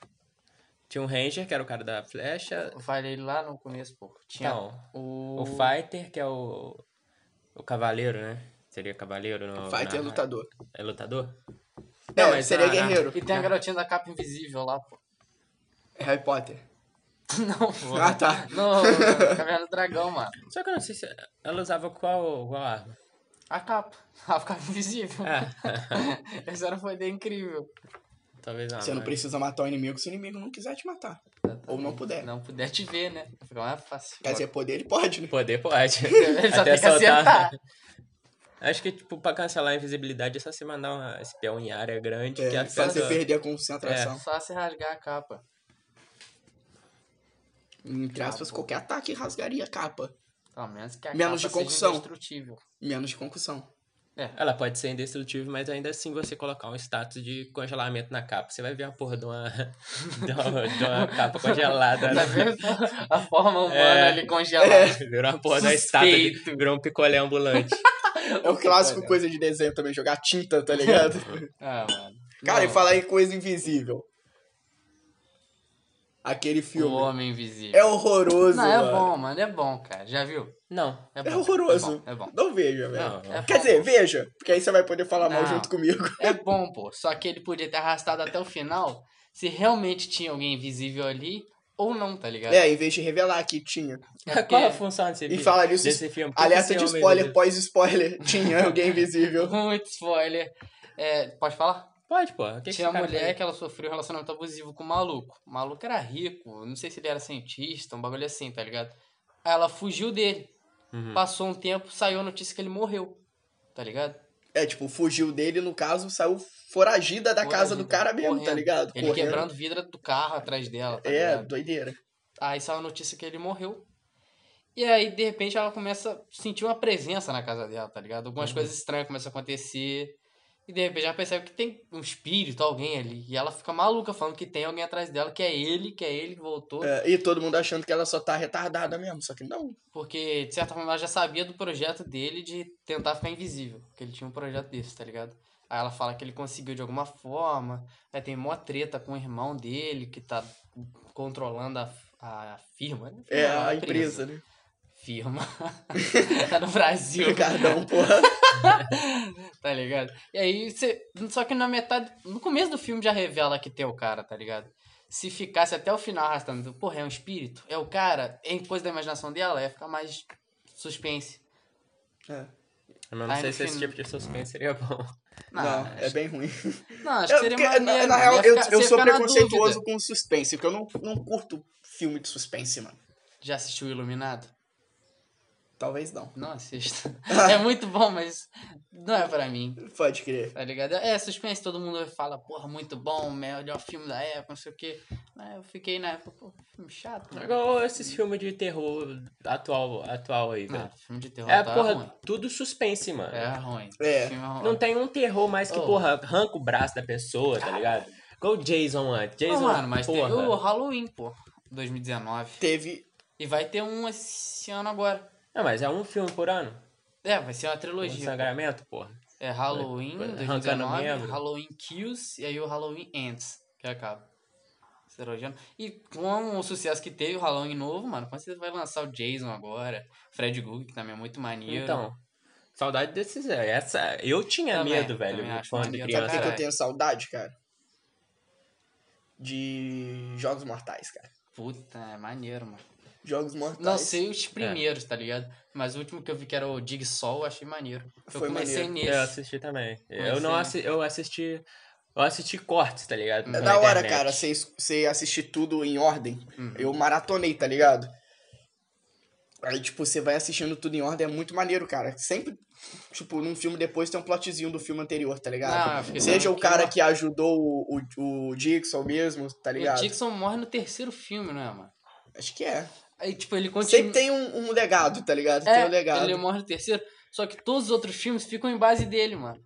Speaker 3: Tinha um Ranger, que era o cara da flecha.
Speaker 2: Eu falei lá no começo, pô. Tinha
Speaker 3: Não.
Speaker 2: o...
Speaker 3: Então, O Fighter, que é o. O Cavaleiro, né? Seria Cavaleiro no.
Speaker 1: Fighter é
Speaker 3: na-
Speaker 1: lutador.
Speaker 3: É lutador?
Speaker 1: É,
Speaker 3: Não, mas
Speaker 1: seria
Speaker 3: na- na-
Speaker 1: guerreiro.
Speaker 2: E tem
Speaker 3: né?
Speaker 2: a garotinha da capa invisível lá, pô.
Speaker 1: É Harry Potter.
Speaker 2: Não, pô.
Speaker 1: Ah, tá.
Speaker 2: No no Caverna do Dragão, mano.
Speaker 3: Só que eu não sei se ela usava qual, qual arma.
Speaker 2: A capa. Ela ficava invisível.
Speaker 3: Ah,
Speaker 2: Essa era uma ideia incrível.
Speaker 3: talvez não.
Speaker 1: Você não precisa matar o inimigo se o inimigo não quiser te matar. Ou não puder.
Speaker 2: Não puder te ver, né? Fica mais fácil.
Speaker 1: Quer dizer, poder ele pode, né?
Speaker 3: Poder pode.
Speaker 2: Ele só tem que acertar.
Speaker 3: Acho que, tipo, pra cancelar a invisibilidade é só você mandar uma espião em área grande que
Speaker 1: É, faz
Speaker 3: afeta.
Speaker 1: você perder a concentração.
Speaker 2: Só se rasgar a capa.
Speaker 1: Entre aspas, qualquer ataque rasgaria a capa.
Speaker 2: Pelo menos que a
Speaker 1: Menos
Speaker 2: capa
Speaker 1: de
Speaker 2: seja
Speaker 1: concussão.
Speaker 2: indestrutível.
Speaker 1: Menos de concussão.
Speaker 3: Ela pode ser indestrutível, mas ainda assim você colocar um status de congelamento na capa. Você vai ver a porra de uma, de uma, de uma capa congelada. né?
Speaker 2: Tá vendo? A forma humana
Speaker 3: É.
Speaker 2: ali congelada.
Speaker 3: Virou uma porra da estátua, de- virou um picolé ambulante.
Speaker 1: É o clássico coisa de desenho também, jogar tinta, tá ligado?
Speaker 2: Ah, mano.
Speaker 1: Cara,
Speaker 2: Não,
Speaker 1: e falar em coisa invisível. Aquele
Speaker 2: O
Speaker 1: filme.
Speaker 2: Homem Invisível.
Speaker 1: É horroroso,
Speaker 2: Não, é
Speaker 1: mano.
Speaker 2: bom, mano. É bom, cara. Já viu?
Speaker 3: Não.
Speaker 2: É, bom.
Speaker 1: É horroroso.
Speaker 2: É bom.
Speaker 1: Não veja, velho.
Speaker 3: Não,
Speaker 2: É bom.
Speaker 1: Quer dizer, veja, porque aí você vai poder falar mal
Speaker 2: Não.
Speaker 1: junto comigo.
Speaker 2: É bom, pô. Só que ele podia ter arrastado até o final se realmente tinha alguém invisível ali ou não, tá ligado?
Speaker 1: É, em vez de revelar que tinha.
Speaker 2: É
Speaker 3: Qual a
Speaker 2: porque-
Speaker 3: função desse,
Speaker 1: E
Speaker 3: vi-
Speaker 1: fala disso,
Speaker 3: desse filme? Por que
Speaker 1: Alerta
Speaker 3: esse
Speaker 1: de
Speaker 3: homem- é
Speaker 1: spoiler, pós-spoiler, tinha alguém invisível.
Speaker 2: Muito spoiler. É, pode falar?
Speaker 3: Pode, pô. O que que
Speaker 2: Tinha
Speaker 3: esse
Speaker 2: uma
Speaker 3: cara
Speaker 2: mulher
Speaker 3: fez?
Speaker 2: que ela sofreu um relacionamento abusivo com o maluco. O maluco era rico, não sei se ele era cientista, um bagulho assim, tá ligado? Aí ela fugiu dele.
Speaker 3: Uhum.
Speaker 2: Passou um tempo, saiu a notícia que ele morreu. Tá ligado?
Speaker 1: É, tipo, fugiu dele, no caso, saiu foragida da casa do
Speaker 2: Coragida,
Speaker 1: cara mesmo, tá
Speaker 2: correndo.
Speaker 1: ligado?
Speaker 2: Ele quebrando vidra do carro atrás dela, tá
Speaker 1: É,
Speaker 2: ligado?
Speaker 1: doideira.
Speaker 2: Aí saiu a notícia que ele morreu. E aí, de repente, ela começa a sentir uma presença na casa dela, tá ligado?
Speaker 1: Uhum.
Speaker 2: Algumas coisas estranhas começam a acontecer. E de repente ela percebe que tem um espírito, alguém ali. E ela fica maluca falando que tem alguém atrás dela, que é ele, que é ele que voltou.
Speaker 1: É, e todo mundo achando que ela só tá retardada mesmo, só que não.
Speaker 2: Porque, de certa forma, ela já sabia do projeto dele de tentar ficar invisível. Porque ele tinha um projeto desse, tá ligado? Aí ela fala que ele conseguiu de alguma forma. Aí tem mó treta com o irmão dele, que tá controlando a, a firma, né?
Speaker 1: É
Speaker 2: Não,
Speaker 1: a empresa, né?
Speaker 2: firma tá no Brasil,
Speaker 1: Ricardão, porra.
Speaker 2: tá ligado? E aí, você... só que na metade, no começo do filme já revela que tem o cara, tá ligado? Se ficasse até o final arrastando, porra, é um espírito? É o cara? É coisa da imaginação dela? Ia ficar mais suspense.
Speaker 1: É.
Speaker 3: Mas eu não
Speaker 2: Aí
Speaker 3: sei
Speaker 2: no
Speaker 3: se esse
Speaker 2: fim-
Speaker 3: tipo de suspense seria bom.
Speaker 2: Não,
Speaker 1: não,
Speaker 2: Ah, acho-
Speaker 1: é bem ruim.
Speaker 2: não, acho que
Speaker 1: É,
Speaker 2: seria
Speaker 1: porque, na-
Speaker 2: maneiro. né?
Speaker 1: na,
Speaker 2: ia
Speaker 1: real, eu,
Speaker 2: ficar-
Speaker 1: eu
Speaker 2: você ia
Speaker 1: sou
Speaker 2: ficar na
Speaker 1: preconceituoso
Speaker 2: dúvida.
Speaker 1: com suspense, porque eu não, não curto filme de suspense, mano.
Speaker 2: Já assistiu Iluminado?
Speaker 1: Talvez não.
Speaker 2: Não assista. é muito bom, mas não é pra mim.
Speaker 1: Pode crer.
Speaker 2: Tá ligado? É suspense, todo mundo fala, porra, muito bom, melhor filme da época, não sei o quê. Aí Eu fiquei na época, pô, filme chato. né?"
Speaker 3: É
Speaker 2: mano.
Speaker 3: Igual esses filmes de terror atual, atual aí,
Speaker 2: Não,
Speaker 3: velho.
Speaker 2: filme de terror
Speaker 3: É,
Speaker 2: tá
Speaker 3: porra,
Speaker 2: ruim.
Speaker 3: tudo suspense, mano.
Speaker 2: É ruim.
Speaker 1: É.
Speaker 2: Filme ruim.
Speaker 3: Não tem um terror mais que,
Speaker 2: Oh.
Speaker 3: porra, arranca o braço da pessoa, tá ligado? Igual o Jason antes.
Speaker 2: Não,
Speaker 3: Jason,
Speaker 2: mano, mas
Speaker 3: porra.
Speaker 2: teve o Halloween, pô, 2019.
Speaker 1: Teve.
Speaker 2: E vai ter um esse ano agora.
Speaker 3: Não, mas é um filme por ano.
Speaker 2: É, vai ser uma
Speaker 3: Um
Speaker 2: trilogia. pô.
Speaker 3: sangramento, porra.
Speaker 2: É Halloween,
Speaker 3: Vai- vai-
Speaker 2: 2019,
Speaker 3: arrancando membro.
Speaker 2: Halloween Kills e aí o Halloween Ends, que acaba. Serojano. E com o sucesso que teve o Halloween novo, mano, quando você vai lançar o Jason agora, Fred Goog, que também é muito maneiro.
Speaker 3: Então, saudade desses. é, Essa, eu tinha
Speaker 2: Também,
Speaker 3: medo, velho,
Speaker 2: também acho
Speaker 3: quando
Speaker 2: maneiro
Speaker 1: Sabe
Speaker 3: criança.
Speaker 1: o que, que eu
Speaker 2: Caralho.
Speaker 1: tenho saudade, cara? De Jogos Mortais, cara.
Speaker 2: Puta, é maneiro, mano.
Speaker 1: Jogos Mortais.
Speaker 2: Não sei os
Speaker 1: é.
Speaker 2: primeiros, tá ligado? Mas o último que eu vi que era o Dig Sol, eu achei maneiro. Eu
Speaker 1: Foi
Speaker 2: comecei
Speaker 1: maneiro.
Speaker 2: nesse.
Speaker 3: Eu assisti também. eu
Speaker 2: Mas
Speaker 3: não
Speaker 2: é-
Speaker 3: assi eu assisti. Eu assisti cortes, tá ligado?
Speaker 1: É
Speaker 3: Na
Speaker 1: da hora,
Speaker 3: internet.
Speaker 1: cara, você- você assistir tudo em ordem.
Speaker 2: Uhum.
Speaker 1: Eu maratonei, tá ligado? Aí, tipo, você vai assistindo tudo em ordem, é muito maneiro, cara. Sempre, tipo, num filme depois tem um plotzinho do filme anterior, tá ligado?
Speaker 2: Não, Ah, eu fiquei
Speaker 1: Seja
Speaker 2: sabendo
Speaker 1: o cara
Speaker 2: uma-
Speaker 1: que ajudou o, o, o Dixon mesmo, tá
Speaker 2: O
Speaker 1: ligado?
Speaker 2: Dixon morre no terceiro filme, né, mano?
Speaker 1: Acho que é.
Speaker 2: Aí, tipo, ele
Speaker 1: Sempre
Speaker 2: continua.
Speaker 1: tem um, um legado, tá ligado?
Speaker 2: É,
Speaker 1: tem um legado.
Speaker 2: ele morre no terceiro. Só que todos os outros filmes ficam em base dele, mano.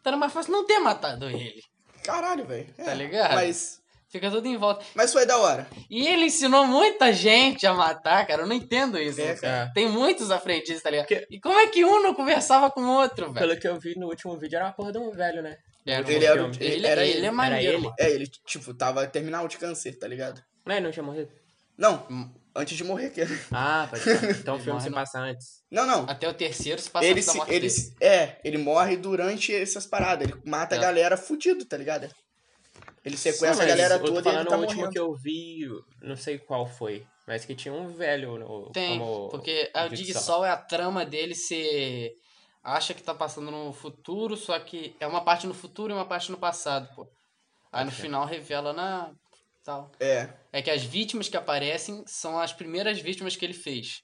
Speaker 2: Então era mais fácil não ter matado ele.
Speaker 1: Caralho, velho.
Speaker 2: um-
Speaker 1: É.
Speaker 2: Tá ligado?
Speaker 1: Mas,
Speaker 2: Fica tudo em volta.
Speaker 1: mas foi da hora.
Speaker 2: E ele ensinou muita gente a matar, cara. Eu não entendo isso.
Speaker 1: É,
Speaker 2: cara.
Speaker 3: cara.
Speaker 2: Tem muitos aprendizes, tá ligado?
Speaker 3: Porque-
Speaker 2: E como é que um não conversava com o outro, velho?
Speaker 3: Pelo que eu vi no último vídeo, era uma porra de um velho, né?
Speaker 2: Era um
Speaker 1: Ele era, o-
Speaker 3: filme.
Speaker 2: Ele,
Speaker 1: ele, era ele.
Speaker 2: ele é maneiro,
Speaker 3: ele.
Speaker 2: mano.
Speaker 1: É, ele, tipo, tava terminal de câncer, tá ligado?
Speaker 3: Não, ele não tinha morrido.
Speaker 1: Não,
Speaker 2: Hum.
Speaker 1: antes de morrer. Que...
Speaker 3: Ah, pode ser. Então o
Speaker 2: Ele
Speaker 3: filme
Speaker 2: morre
Speaker 3: se
Speaker 2: no-
Speaker 3: passa antes.
Speaker 1: Não, não.
Speaker 2: Até o terceiro se passa
Speaker 1: ele
Speaker 2: antes da
Speaker 1: se,
Speaker 2: morte
Speaker 1: ele
Speaker 2: dele.
Speaker 1: se- é, ele morre durante essas paradas. Ele mata a
Speaker 2: É.
Speaker 1: galera fudido, tá ligado? Ele
Speaker 3: Não,
Speaker 1: sequestra
Speaker 3: mas
Speaker 1: a galera
Speaker 3: eu tô
Speaker 1: toda e
Speaker 3: falando
Speaker 1: ele tá
Speaker 3: o último
Speaker 1: morrendo.
Speaker 3: que eu vi, não sei qual foi, mas que tinha um velho no,
Speaker 2: Tem,
Speaker 3: como...
Speaker 2: porque a
Speaker 3: Dig
Speaker 2: Dig
Speaker 3: Sol.
Speaker 2: Sol é a trama dele ser. Acha que tá passando no futuro, só que é uma parte no futuro e uma parte no passado, pô. Aí no
Speaker 3: Ok.
Speaker 2: final revela na. Tal.
Speaker 1: É.
Speaker 2: É que as vítimas que aparecem são as primeiras vítimas que ele fez.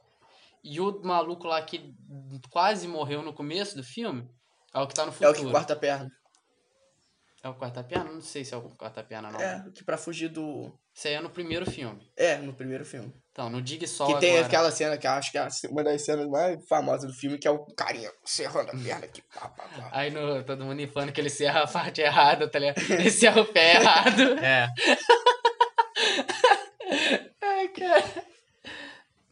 Speaker 2: E o maluco lá que quase morreu no começo do filme é o que tá no
Speaker 1: É
Speaker 2: futuro.
Speaker 1: o que corta a perna.
Speaker 2: É o quarta-piano? Não sei se é o quarta-piano, não.
Speaker 1: É, o que pra fugir do.
Speaker 2: Isso aí é no primeiro filme.
Speaker 1: É, no primeiro filme.
Speaker 2: Então, no Dig Sol
Speaker 1: que tem
Speaker 2: agora.
Speaker 1: aquela cena que eu acho que é uma das cenas mais famosas do filme, que é o carinha serrando a
Speaker 2: Hum.
Speaker 1: perna aqui. Pá, pá, pá.
Speaker 2: Aí no, todo mundo infando que ele serra a parte errada, tá ligado? Ele serra o pé errado.
Speaker 3: É,
Speaker 2: Ai, cara.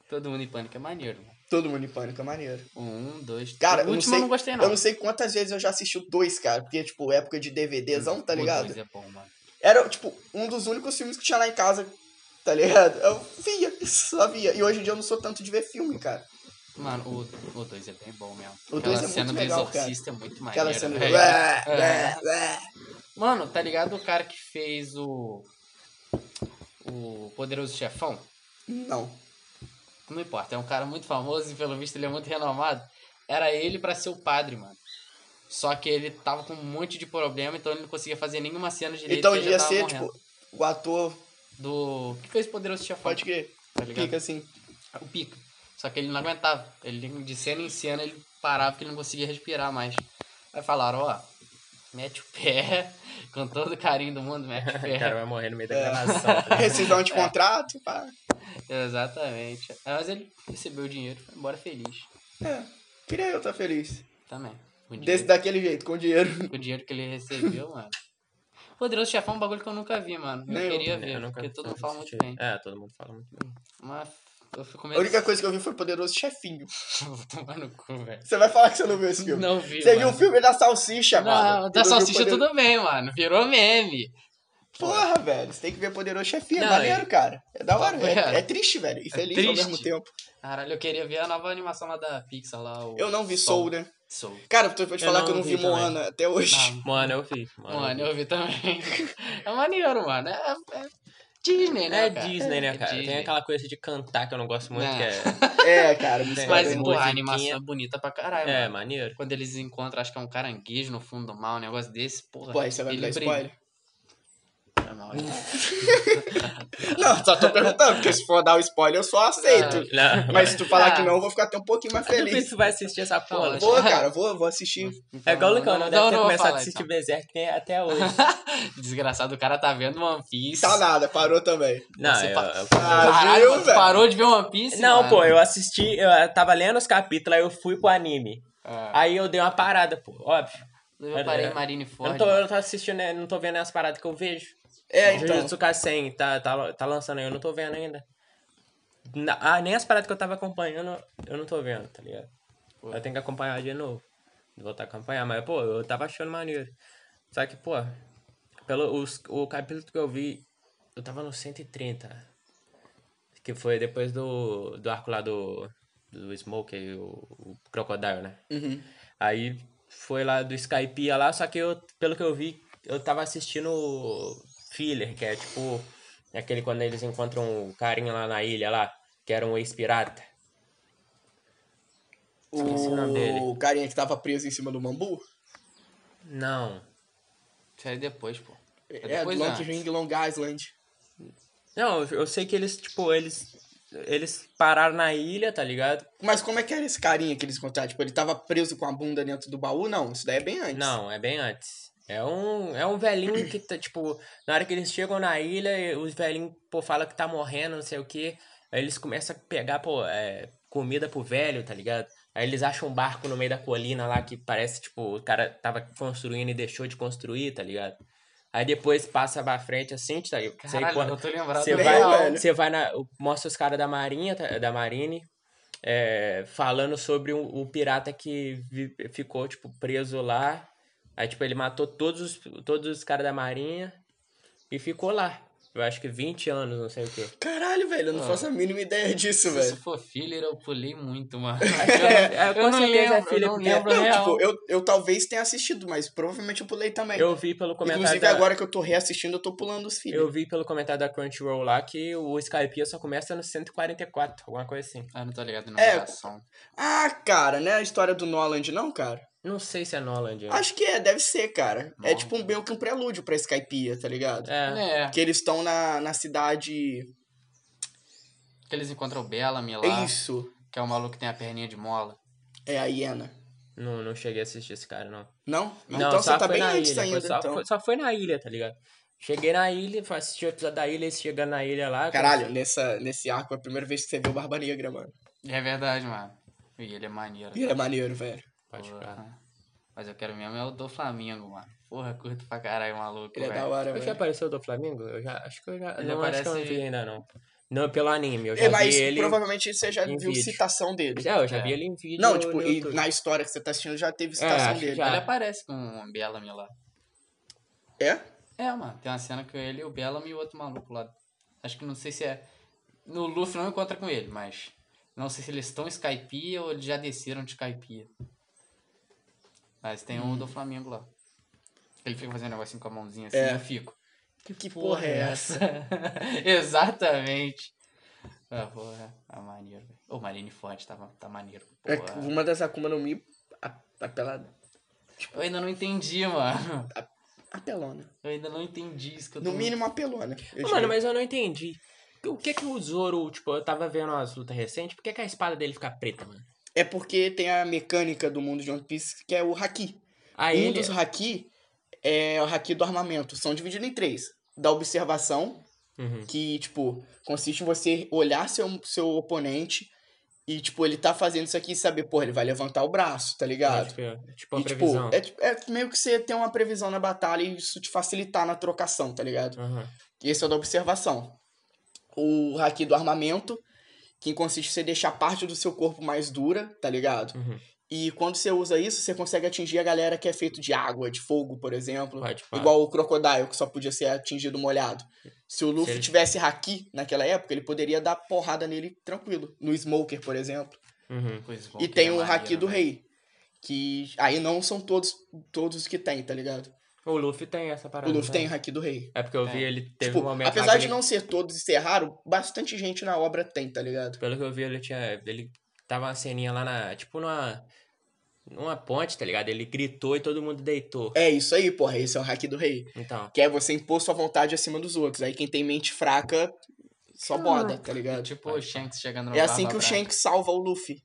Speaker 2: Todo mundo em pânico é maneiro. mano.
Speaker 1: Todo mundo em pânico, é maneiro.
Speaker 2: Um, dois, três.
Speaker 1: Cara,
Speaker 2: o
Speaker 1: eu não,
Speaker 2: último
Speaker 1: sei,
Speaker 2: eu não gostei, É não.
Speaker 1: eu não sei quantas vezes eu já assisti o dois, cara. Porque, tipo, época de DVDzão, tá
Speaker 2: O
Speaker 1: ligado?
Speaker 2: dois é bom, mano.
Speaker 1: Era, tipo, um dos únicos filmes que tinha lá em casa, tá ligado? Eu via, só via. E hoje em dia eu não sou tanto de ver filme, cara.
Speaker 2: Mano, o, o dois é bem bom mesmo.
Speaker 1: O
Speaker 2: Aquela
Speaker 1: dois é
Speaker 2: cena
Speaker 1: muito
Speaker 2: do
Speaker 1: legal, cara.
Speaker 2: exorcista é muito maneira.
Speaker 1: Aquela cena.
Speaker 2: velho.
Speaker 1: Ué,
Speaker 2: É.
Speaker 1: ué, ué.
Speaker 2: Mano, tá ligado o cara que fez o. O Poderoso Chefão?
Speaker 1: Não.
Speaker 2: Não importa, é um cara muito famoso e pelo visto ele é muito renomado. Era ele pra ser o padre, mano. Só que ele tava com um monte de problema, então ele não conseguia fazer nenhuma cena direito.
Speaker 1: Então
Speaker 2: ele
Speaker 1: ia ser, tipo, o ator
Speaker 2: Do. que fez o Poderoso Chefão?
Speaker 1: pode crer.
Speaker 2: tá ligado?
Speaker 1: Fica assim.
Speaker 2: O pica. Só que ele não aguentava. Ele, de cena em cena, ele parava porque ele não conseguia respirar mais. Aí falaram, ó, mete o pé, com todo o carinho do mundo, mete o
Speaker 3: o cara
Speaker 2: pé.
Speaker 3: vai morrer no meio da
Speaker 1: É.
Speaker 3: gravação. tá ligado?
Speaker 1: Rescisão de contrato, pá.
Speaker 2: Exatamente. Aí, Mas ele recebeu o dinheiro, foi embora feliz.
Speaker 1: É. Queria eu estar feliz.
Speaker 2: Também. Com o dinheiro,
Speaker 1: Desse daquele jeito, com dinheiro.
Speaker 2: com o dinheiro que ele recebeu, mano. Poderoso Chefão é um bagulho que eu nunca vi, mano. Eu
Speaker 1: Nem eu.
Speaker 2: queria
Speaker 3: Eu
Speaker 2: ver,
Speaker 3: nunca
Speaker 2: porque todo mundo fala muito
Speaker 3: assisti.
Speaker 2: bem.
Speaker 3: É, todo mundo fala muito bem.
Speaker 2: Mas eu fico com
Speaker 1: A
Speaker 2: medo
Speaker 1: única coisa que eu vi foi Poderoso Chefinho.
Speaker 2: Vou tomar no cu, velho.
Speaker 1: Você vai falar que você não viu esse filme.
Speaker 2: Não vi,
Speaker 1: Você viu
Speaker 2: mano.
Speaker 1: o filme da Salsicha, mano.
Speaker 2: Não,
Speaker 1: Você
Speaker 2: da
Speaker 1: não viu
Speaker 2: salsicha
Speaker 1: Poder-
Speaker 2: tudo bem, mano. Virou meme.
Speaker 1: Porra, velho. Você tem que ver Poderoso Chefinho. É
Speaker 3: Não,
Speaker 1: maneiro, cara. É da hora.
Speaker 2: Tá vendo?
Speaker 1: É, é triste, velho. E feliz ao
Speaker 2: triste.
Speaker 1: mesmo tempo.
Speaker 2: Caralho, eu queria ver a nova animação lá da Pixar lá. O
Speaker 1: Eu não vi
Speaker 2: Soul.
Speaker 1: Soul, né?
Speaker 2: Soul.
Speaker 1: Cara, eu tô pra te
Speaker 3: Eu
Speaker 1: falar
Speaker 3: não
Speaker 1: que eu não
Speaker 3: vi
Speaker 1: vi Moana até hoje.
Speaker 2: Não,
Speaker 3: Mano, eu vi.
Speaker 2: mano, eu vi também. É maneiro, mano. É, é- Disney, né?
Speaker 3: É
Speaker 2: cara?
Speaker 3: Disney, né,
Speaker 2: É
Speaker 3: cara?
Speaker 2: Disney.
Speaker 3: Tem aquela coisa de cantar que eu não gosto muito,
Speaker 2: Não.
Speaker 3: que é,
Speaker 1: É, cara, música
Speaker 2: Mas,
Speaker 1: bem
Speaker 3: tem
Speaker 2: porra, a
Speaker 1: boa.
Speaker 3: musiquinha.
Speaker 2: animação é bonita pra caralho,
Speaker 3: é
Speaker 2: mano.
Speaker 3: maneiro.
Speaker 2: Quando eles encontram, acho que é um caranguejo no fundo do mar, um negócio desse, porra.
Speaker 1: Pô, aí você vai me
Speaker 2: ele
Speaker 1: dar
Speaker 2: brilha.
Speaker 1: spoiler?
Speaker 2: É mal, então.
Speaker 1: Não, só tô perguntando, porque se for dar o spoiler, eu só aceito.
Speaker 3: Não,
Speaker 1: Mas se tu falar
Speaker 2: Ah.
Speaker 1: que não, eu vou ficar até um pouquinho mais
Speaker 3: mas depois
Speaker 1: feliz.
Speaker 3: tu vai assistir essa porra.
Speaker 2: Não,
Speaker 1: Vou, cara, vou, vou assistir.
Speaker 3: É igual o Lucão, não, deve ter
Speaker 2: vou
Speaker 3: começado a
Speaker 2: falar,
Speaker 3: assistir tipo- Berserk nem até hoje.
Speaker 2: então. Desgraçado, o cara tá vendo One Piece.
Speaker 1: Tá nada, parou também.
Speaker 3: Não,
Speaker 2: Você
Speaker 3: eu-
Speaker 2: pa-
Speaker 3: eu-
Speaker 1: Ah,
Speaker 2: Caralho,
Speaker 1: viu,
Speaker 2: mano, tu
Speaker 1: velho?
Speaker 2: parou de ver One Piece?
Speaker 3: Não,
Speaker 2: mano?
Speaker 3: pô, eu assisti, eu tava lendo os capítulos, aí eu fui pro anime.
Speaker 2: Ah,
Speaker 3: Aí eu dei uma parada, pô, óbvio.
Speaker 2: eu parei
Speaker 3: é.
Speaker 2: em
Speaker 3: Eu não
Speaker 2: Marineford.
Speaker 3: tô, eu
Speaker 2: mano.
Speaker 3: não tô assistindo, né, não tô vendo as paradas que eu vejo.
Speaker 1: É, então.
Speaker 3: Jujutsu Kaisen tá, tá, tá lançando aí, eu não tô vendo ainda. Na- ah, nem as paradas que eu tava acompanhando, eu não tô vendo, tá ligado? Eu tenho que acompanhar de novo. Voltar a acompanhar, mas, pô, eu tava achando maneiro. Só que, pô, pelo, os, o capítulo que eu vi, eu tava no 130. Que foi depois do, do arco lá do, do Smoke e o, o Crocodile, né?
Speaker 1: Uhum.
Speaker 3: Aí foi lá do Skypiea lá, só que eu, pelo que eu vi, eu tava assistindo o Filler, que é tipo aquele quando eles encontram o carinha lá na ilha lá, que era um ex-pirata. Esqueci o nome dele.
Speaker 1: O carinha que tava preso em cima do mambu?
Speaker 3: Não.
Speaker 2: Isso aí é depois, pô. É
Speaker 1: É,
Speaker 2: depois
Speaker 1: do
Speaker 2: não.
Speaker 1: Long Ring Long Island.
Speaker 3: Não, eu- eu sei que eles, tipo, eles eles pararam na ilha, tá ligado?
Speaker 1: Mas como é que era esse carinha que eles encontraram? Tipo, ele tava preso com a bunda dentro do baú? Não, isso daí é bem antes.
Speaker 3: Não, é bem antes. É um, é um velhinho que tá, tipo, na hora que eles chegam na ilha, e os velhinhos, pô, falam que tá morrendo, não sei o quê. Aí eles começam a pegar, pô, é, comida pro velho, tá ligado? Aí eles acham um barco no meio da colina lá que parece, tipo, o cara tava construindo e deixou de construir, tá ligado? Aí depois passa pra frente assim, tá ligado? Sei
Speaker 2: Caralho,
Speaker 3: quando-
Speaker 2: eu tô lembrado.
Speaker 3: você
Speaker 1: bem,
Speaker 2: do
Speaker 3: vai,
Speaker 2: real.
Speaker 1: velho.
Speaker 3: você vai na, mostra os caras da Marinha, tá- da Marine, é, falando sobre o, o pirata que vi- ficou tipo preso lá. Aí tipo ele matou todos os todos os caras da Marinha e ficou lá. Eu acho que 20 anos, não sei o quê.
Speaker 1: Caralho, velho, eu não
Speaker 2: Ah.
Speaker 1: faço a mínima ideia disso,
Speaker 2: Se isso
Speaker 1: velho.
Speaker 2: for filler, eu pulei muito,
Speaker 3: É,
Speaker 2: mano. Eu
Speaker 3: com
Speaker 2: não
Speaker 3: certeza é
Speaker 2: lembro,
Speaker 3: filha,
Speaker 2: eu não
Speaker 3: porque
Speaker 2: lembro
Speaker 1: Não,
Speaker 2: real.
Speaker 1: tipo, eu, eu talvez tenha assistido, mas provavelmente eu pulei também.
Speaker 3: Eu vi pelo comentário
Speaker 1: Inclusive,
Speaker 3: da,
Speaker 1: agora que eu tô reassistindo, eu tô pulando os filhos.
Speaker 3: eu vi pelo comentário da Crunchyroll lá que o Skype só começa no 144, alguma coisa assim.
Speaker 2: Ah, não tô ligado na
Speaker 1: É,
Speaker 2: numeração.
Speaker 1: Ah, cara, não é a história do Noland, não, cara?
Speaker 3: Não sei se é Noland. né?
Speaker 1: Acho que é, deve ser, cara. É
Speaker 2: Noland.
Speaker 1: tipo um meio que um prelúdio pra Skypiea, tá ligado?
Speaker 3: É.
Speaker 2: É,
Speaker 1: Que eles estão na, na cidade.
Speaker 2: que eles encontram o Bella, Milá,
Speaker 1: É isso.
Speaker 2: que é o maluco que tem a perninha de mola.
Speaker 1: É a hiena.
Speaker 3: Não, não cheguei a assistir esse cara, não.
Speaker 1: Não?
Speaker 3: Não,
Speaker 1: então
Speaker 3: só
Speaker 1: você tá
Speaker 3: foi
Speaker 1: bem
Speaker 3: na
Speaker 1: antes
Speaker 3: ilha,
Speaker 1: ainda,
Speaker 3: foi só,
Speaker 1: então.
Speaker 3: foi, só foi na ilha, tá ligado? Cheguei na ilha, fui assistir o episódio da ilha, eles chegando na ilha lá.
Speaker 1: Caralho, nessa, nesse arco é a primeira vez que você vê o Barba Negra, mano.
Speaker 2: É verdade, mano. E ele é maneiro.
Speaker 1: E ele é maneiro, velho.
Speaker 3: Pode
Speaker 2: Porra.
Speaker 3: ficar.
Speaker 2: Mas eu quero mesmo é o do Flamengo, mano. Porra, curto pra caralho, maluco,
Speaker 1: Ele é da
Speaker 2: velho.
Speaker 1: hora,
Speaker 3: Eu já
Speaker 1: velho.
Speaker 3: apareceu do Flamengo? Eu já, acho que eu já.
Speaker 2: Ele
Speaker 3: não, acho que eu não
Speaker 2: aparece-
Speaker 3: vi ainda, não. Não, pelo anime, eu já
Speaker 1: É, mas
Speaker 3: vi ele.
Speaker 1: provavelmente você já
Speaker 3: em
Speaker 1: viu
Speaker 3: vídeo.
Speaker 1: citação dele.
Speaker 3: É, eu já
Speaker 2: É.
Speaker 3: vi ele em vídeo.
Speaker 1: Não,
Speaker 3: no
Speaker 1: tipo, e
Speaker 3: YouTube.
Speaker 1: na história que você tá assistindo já teve
Speaker 3: É,
Speaker 1: citação
Speaker 3: acho que
Speaker 1: dele.
Speaker 3: já.
Speaker 2: Ele aparece com o Bellamy lá.
Speaker 1: É?
Speaker 2: É, mano. Tem uma cena que ele, o Bellamy e o outro maluco lá. Acho que não sei se é. No Luffy não encontra com ele, mas. Não sei se eles estão em Skypiea ou eles já desceram de Skypiea. Mas tem
Speaker 1: Hum.
Speaker 2: um do Flamengo lá. Ele fica fazendo um negocinho com a mãozinha assim,
Speaker 1: É.
Speaker 2: eu fico.
Speaker 1: Que, porra é essa?
Speaker 2: Exatamente. Ah, porra. Ah, maneiro, velho. Ô, Marineford, tá, tá maneiro.
Speaker 1: É
Speaker 2: Porra.
Speaker 1: uma das Akuma no Mi. a- Apela, tipo,
Speaker 2: Eu ainda não entendi, mano.
Speaker 1: apelona.
Speaker 2: Eu ainda não entendi isso que eu tô...
Speaker 1: No mínimo, apelona. eu
Speaker 3: Ah, Mano,
Speaker 1: diria.
Speaker 3: mas eu não entendi. O que que o Zoro, tipo, eu tava vendo umas lutas recentes, por que que a espada dele fica preta, mano?
Speaker 1: É porque tem a mecânica do mundo de One Piece que é o Haki.
Speaker 3: Aí
Speaker 1: um
Speaker 3: ele.
Speaker 1: dos Haki é o Haki do armamento. São divididos em três. Da observação,
Speaker 3: Uhum.
Speaker 1: que, tipo, consiste em você olhar seu, seu oponente e, tipo, ele tá fazendo isso aqui e saber, porra, ele vai levantar o braço, tá ligado?
Speaker 3: Tipo, tipo, a
Speaker 1: e,
Speaker 3: previsão.
Speaker 1: tipo, é tipo- é, meio que você ter uma previsão na batalha e isso te facilitar na trocação, tá ligado?
Speaker 3: Aham.
Speaker 1: Esse é o da observação. O haki do armamento, que consiste em você deixar parte do seu corpo mais dura, tá ligado?
Speaker 3: Uhum.
Speaker 1: E quando você usa isso, você consegue atingir a galera que é feito de água, de fogo, por exemplo.
Speaker 3: Pode, pode.
Speaker 1: Igual o Crocodile, que só podia ser atingido molhado. Se o Luffy
Speaker 3: ele-
Speaker 1: tivesse Haki naquela época, ele poderia dar porrada nele tranquilo. No Smoker, por exemplo.
Speaker 3: Uhum.
Speaker 2: Coisa bom
Speaker 1: e
Speaker 2: que
Speaker 1: tem
Speaker 2: ele é
Speaker 3: né?
Speaker 1: o Haki
Speaker 2: maneiro,
Speaker 1: do
Speaker 2: velho.
Speaker 1: Rei. Que aí não são todos todos que tem, tá ligado?
Speaker 3: O Luffy tem essa parada.
Speaker 1: O Luffy
Speaker 3: né?
Speaker 1: tem o Haki do Rei.
Speaker 3: É porque eu vi,
Speaker 2: É.
Speaker 3: ele teve um
Speaker 1: tipo,
Speaker 3: momento. lá
Speaker 1: apesar
Speaker 3: que
Speaker 1: de
Speaker 3: ele-
Speaker 1: não ser todos e ser raro, bastante gente na obra tem, tá ligado?
Speaker 3: Pelo que eu vi, ele tinha. Ele tava uma ceninha lá na. Tipo numa. Numa ponte, tá ligado? Ele gritou e todo mundo deitou.
Speaker 1: É isso aí, porra. Esse é o Haki do Rei.
Speaker 3: Então.
Speaker 1: Que é você impor sua vontade acima dos outros. Aí quem tem mente fraca
Speaker 3: Ah.
Speaker 1: só boda, tá
Speaker 2: É
Speaker 1: ligado?
Speaker 2: tipo o Shanks chegando no
Speaker 1: É assim
Speaker 2: Barba
Speaker 1: que o
Speaker 2: Branca.
Speaker 1: Shanks salva o Luffy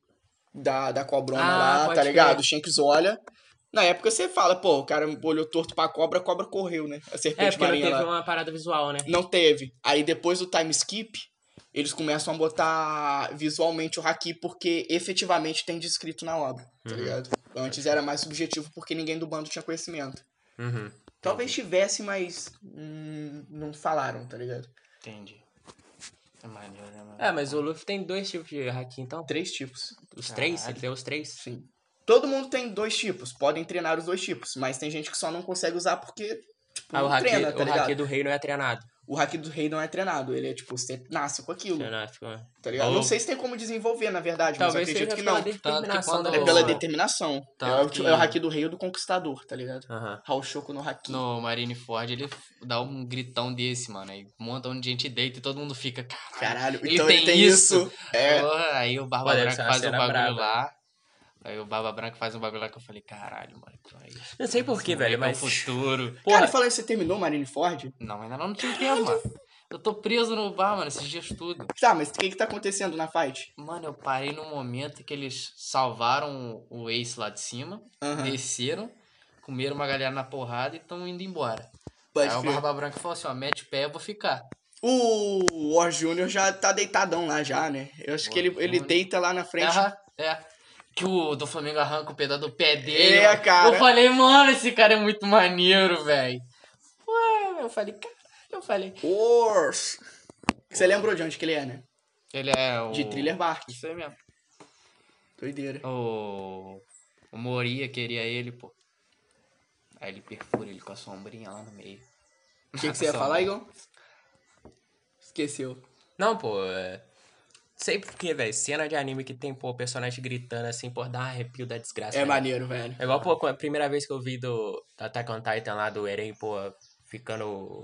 Speaker 1: da, da cobrona
Speaker 3: Ah,
Speaker 1: lá,
Speaker 3: pode
Speaker 1: tá
Speaker 3: crer.
Speaker 1: ligado? O Shanks olha. Na época você fala, pô, o cara olhou torto pra cobra, a cobra correu, né? A
Speaker 3: É,
Speaker 1: serpente
Speaker 3: porque não
Speaker 1: marinha
Speaker 3: teve
Speaker 1: lá.
Speaker 3: uma parada visual, né?
Speaker 1: Não teve. Aí depois do time skip, eles começam a botar visualmente o haki, porque efetivamente tem descrito na obra,
Speaker 3: Uhum.
Speaker 1: tá ligado? Antes era mais subjetivo porque ninguém do bando tinha conhecimento.
Speaker 3: Uhum.
Speaker 1: Talvez tivesse, mas hum, não falaram, tá ligado?
Speaker 2: Entendi. É maneiro, né, mano?
Speaker 3: É, mas o Luffy tem dois tipos de haki, então.
Speaker 1: Três tipos.
Speaker 3: Os três?
Speaker 2: Caralho.
Speaker 3: Ele tem os três?
Speaker 1: Sim. Todo mundo tem dois tipos, podem treinar os dois tipos, mas tem gente que só não consegue usar porque tipo,
Speaker 3: Ah, o
Speaker 1: não
Speaker 3: haki,
Speaker 1: treina, tá
Speaker 3: o
Speaker 1: ligado?
Speaker 3: haki do rei não é treinado.
Speaker 1: O hack do rei não é treinado, ele é tipo, você nasce com aquilo,
Speaker 3: Treinado, tipo, fica-
Speaker 1: tá ligado?
Speaker 3: Ou-
Speaker 1: Não sei se tem como desenvolver, na verdade,
Speaker 3: Talvez
Speaker 1: mas eu
Speaker 3: seja
Speaker 1: acredito que
Speaker 3: pela
Speaker 1: não.
Speaker 3: determinação
Speaker 2: quando-
Speaker 3: da
Speaker 1: É pela
Speaker 3: pessoa.
Speaker 1: determinação.
Speaker 2: Tá,
Speaker 1: é, o,
Speaker 2: que-
Speaker 1: é o haki do rei ou do conquistador, tá ligado?
Speaker 3: Aham.
Speaker 1: Raushoku no haki.
Speaker 2: No Marineford ele dá um gritão desse, mano. Aí um montão de gente deita e todo mundo fica, caralho.
Speaker 1: Caralho,
Speaker 2: Ele
Speaker 1: então
Speaker 2: tem
Speaker 1: ele tem isso. É.
Speaker 2: Porra, aí o Barba
Speaker 3: Pô, deve ser
Speaker 2: Branca
Speaker 3: uma
Speaker 2: faz um
Speaker 3: cena é
Speaker 2: bagulho
Speaker 3: braba.
Speaker 2: lá. Aí o Barba Branca faz um bagulho lá que eu falei, caralho, mano. Então é isso.
Speaker 3: Não sei porquê,
Speaker 2: Esse moleque
Speaker 3: velho,
Speaker 2: é o
Speaker 3: mas.
Speaker 2: futuro.
Speaker 1: Cara,
Speaker 3: Porra,
Speaker 1: falando isso, você terminou Marineford?
Speaker 2: Não, ainda não tive tempo, mano. Eu tô preso no bar, mano, esses dias tudo.
Speaker 1: Tá, mas o que que tá acontecendo na fight?
Speaker 2: Mano, eu parei no momento que eles salvaram o Ace lá de cima,
Speaker 3: Ah.
Speaker 1: Aham,
Speaker 2: desceram, comeram uma galera na porrada e estão indo embora.
Speaker 1: pode
Speaker 2: aí o
Speaker 1: crer.
Speaker 2: é Barba Branca falou assim, ó, mete o pé, eu vou ficar.
Speaker 1: O War Jr. já tá deitadão lá já, né? Eu acho
Speaker 2: War
Speaker 1: que ele, ele
Speaker 2: Jr.
Speaker 1: deita lá na frente.
Speaker 2: Aham, é. Que o do Flamengo arranca o pedaço do pé dele.
Speaker 1: É,
Speaker 2: mano.
Speaker 1: cara.
Speaker 2: Eu falei, mano, esse cara é muito maneiro, velho. Ué, eu falei, caralho, eu falei.
Speaker 1: Ors! Você lembrou de onde que ele é, né?
Speaker 2: Ele é o.
Speaker 1: De Thriller Bark.
Speaker 2: Isso aí mesmo.
Speaker 1: Doideira.
Speaker 2: O. O Moria queria ele, pô. Aí ele perfura ele com a sombrinha lá no meio.
Speaker 1: O que, que você ia falar, Igor? Esqueceu.
Speaker 2: Tá
Speaker 3: Não, pô. é- Sei porquê, velho. Cena de anime que tem, pô, o personagem gritando assim, pô, dá um arrepio da desgraça.
Speaker 1: É
Speaker 3: né?
Speaker 1: maneiro, velho.
Speaker 3: É igual, pô, a primeira vez que eu vi do do Attack on Titan lá do Eren, pô, ficando.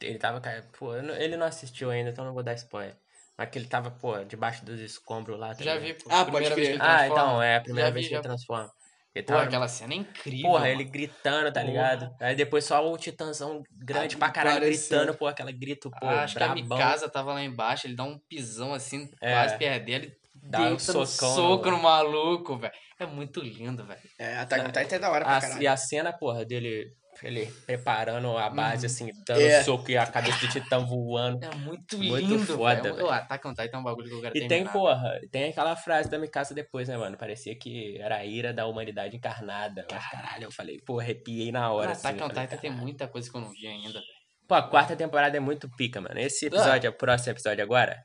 Speaker 3: Ele tava. ca- Pô, eu não- ele não assistiu ainda, então não vou dar spoiler. Mas que ele tava, pô, debaixo dos escombros lá. tá
Speaker 2: Já
Speaker 3: ligado?
Speaker 2: vi, pô.
Speaker 1: Ah,
Speaker 2: primeira
Speaker 1: pode
Speaker 2: vez
Speaker 1: crer.
Speaker 2: que ele
Speaker 3: Ah,
Speaker 2: transforma.
Speaker 3: então, é a primeira
Speaker 2: Já
Speaker 3: vez
Speaker 2: vi,
Speaker 3: que ele
Speaker 2: já.
Speaker 3: transforma. Ele
Speaker 2: Pô,
Speaker 3: tava,
Speaker 2: aquela cena é incrível.
Speaker 3: porra, ele
Speaker 2: mano.
Speaker 3: gritando, tá
Speaker 2: Porra.
Speaker 3: ligado? Aí depois só o titãzão grande pra caralho
Speaker 1: Apareceu.
Speaker 3: gritando, pô, aquela grito, pô,
Speaker 2: Ah, acho que a
Speaker 3: brabão.
Speaker 2: Mikasa tava lá embaixo, ele dá um pisão assim,
Speaker 3: É.
Speaker 2: quase perder, ele
Speaker 3: Dá
Speaker 2: deita
Speaker 3: um
Speaker 2: um
Speaker 3: socão no-
Speaker 2: soco no, maluco, velho. É muito lindo, velho.
Speaker 1: É, Attack on Titan é da hora
Speaker 3: A-
Speaker 2: Ah,
Speaker 1: pra
Speaker 3: e
Speaker 1: caralho.
Speaker 3: a cena, porra, dele ele preparando a base,
Speaker 2: Uhum.
Speaker 3: assim, dando
Speaker 1: É.
Speaker 3: soco e a cabeça do titã voando.
Speaker 2: É muito
Speaker 3: Muito
Speaker 2: lindo,
Speaker 3: foda,
Speaker 2: velho.
Speaker 3: velho.
Speaker 2: O Attack on Titan é um bagulho que eu quero
Speaker 3: E tem,
Speaker 2: terminar.
Speaker 3: porra, tem aquela frase da Mikasa depois, né, mano? Parecia que era a ira da humanidade encarnada. Mas, caralho, eu falei, pô, arrepiei na hora.
Speaker 2: Mano,
Speaker 3: assim,
Speaker 2: Ah, Attack
Speaker 3: eu
Speaker 2: on
Speaker 3: falei,
Speaker 2: Titan tem
Speaker 3: caralho.
Speaker 2: muita coisa que eu não vi ainda, velho.
Speaker 3: Pô, a quarta temporada é muito pica, mano. Esse episódio, o próximo episódio agora,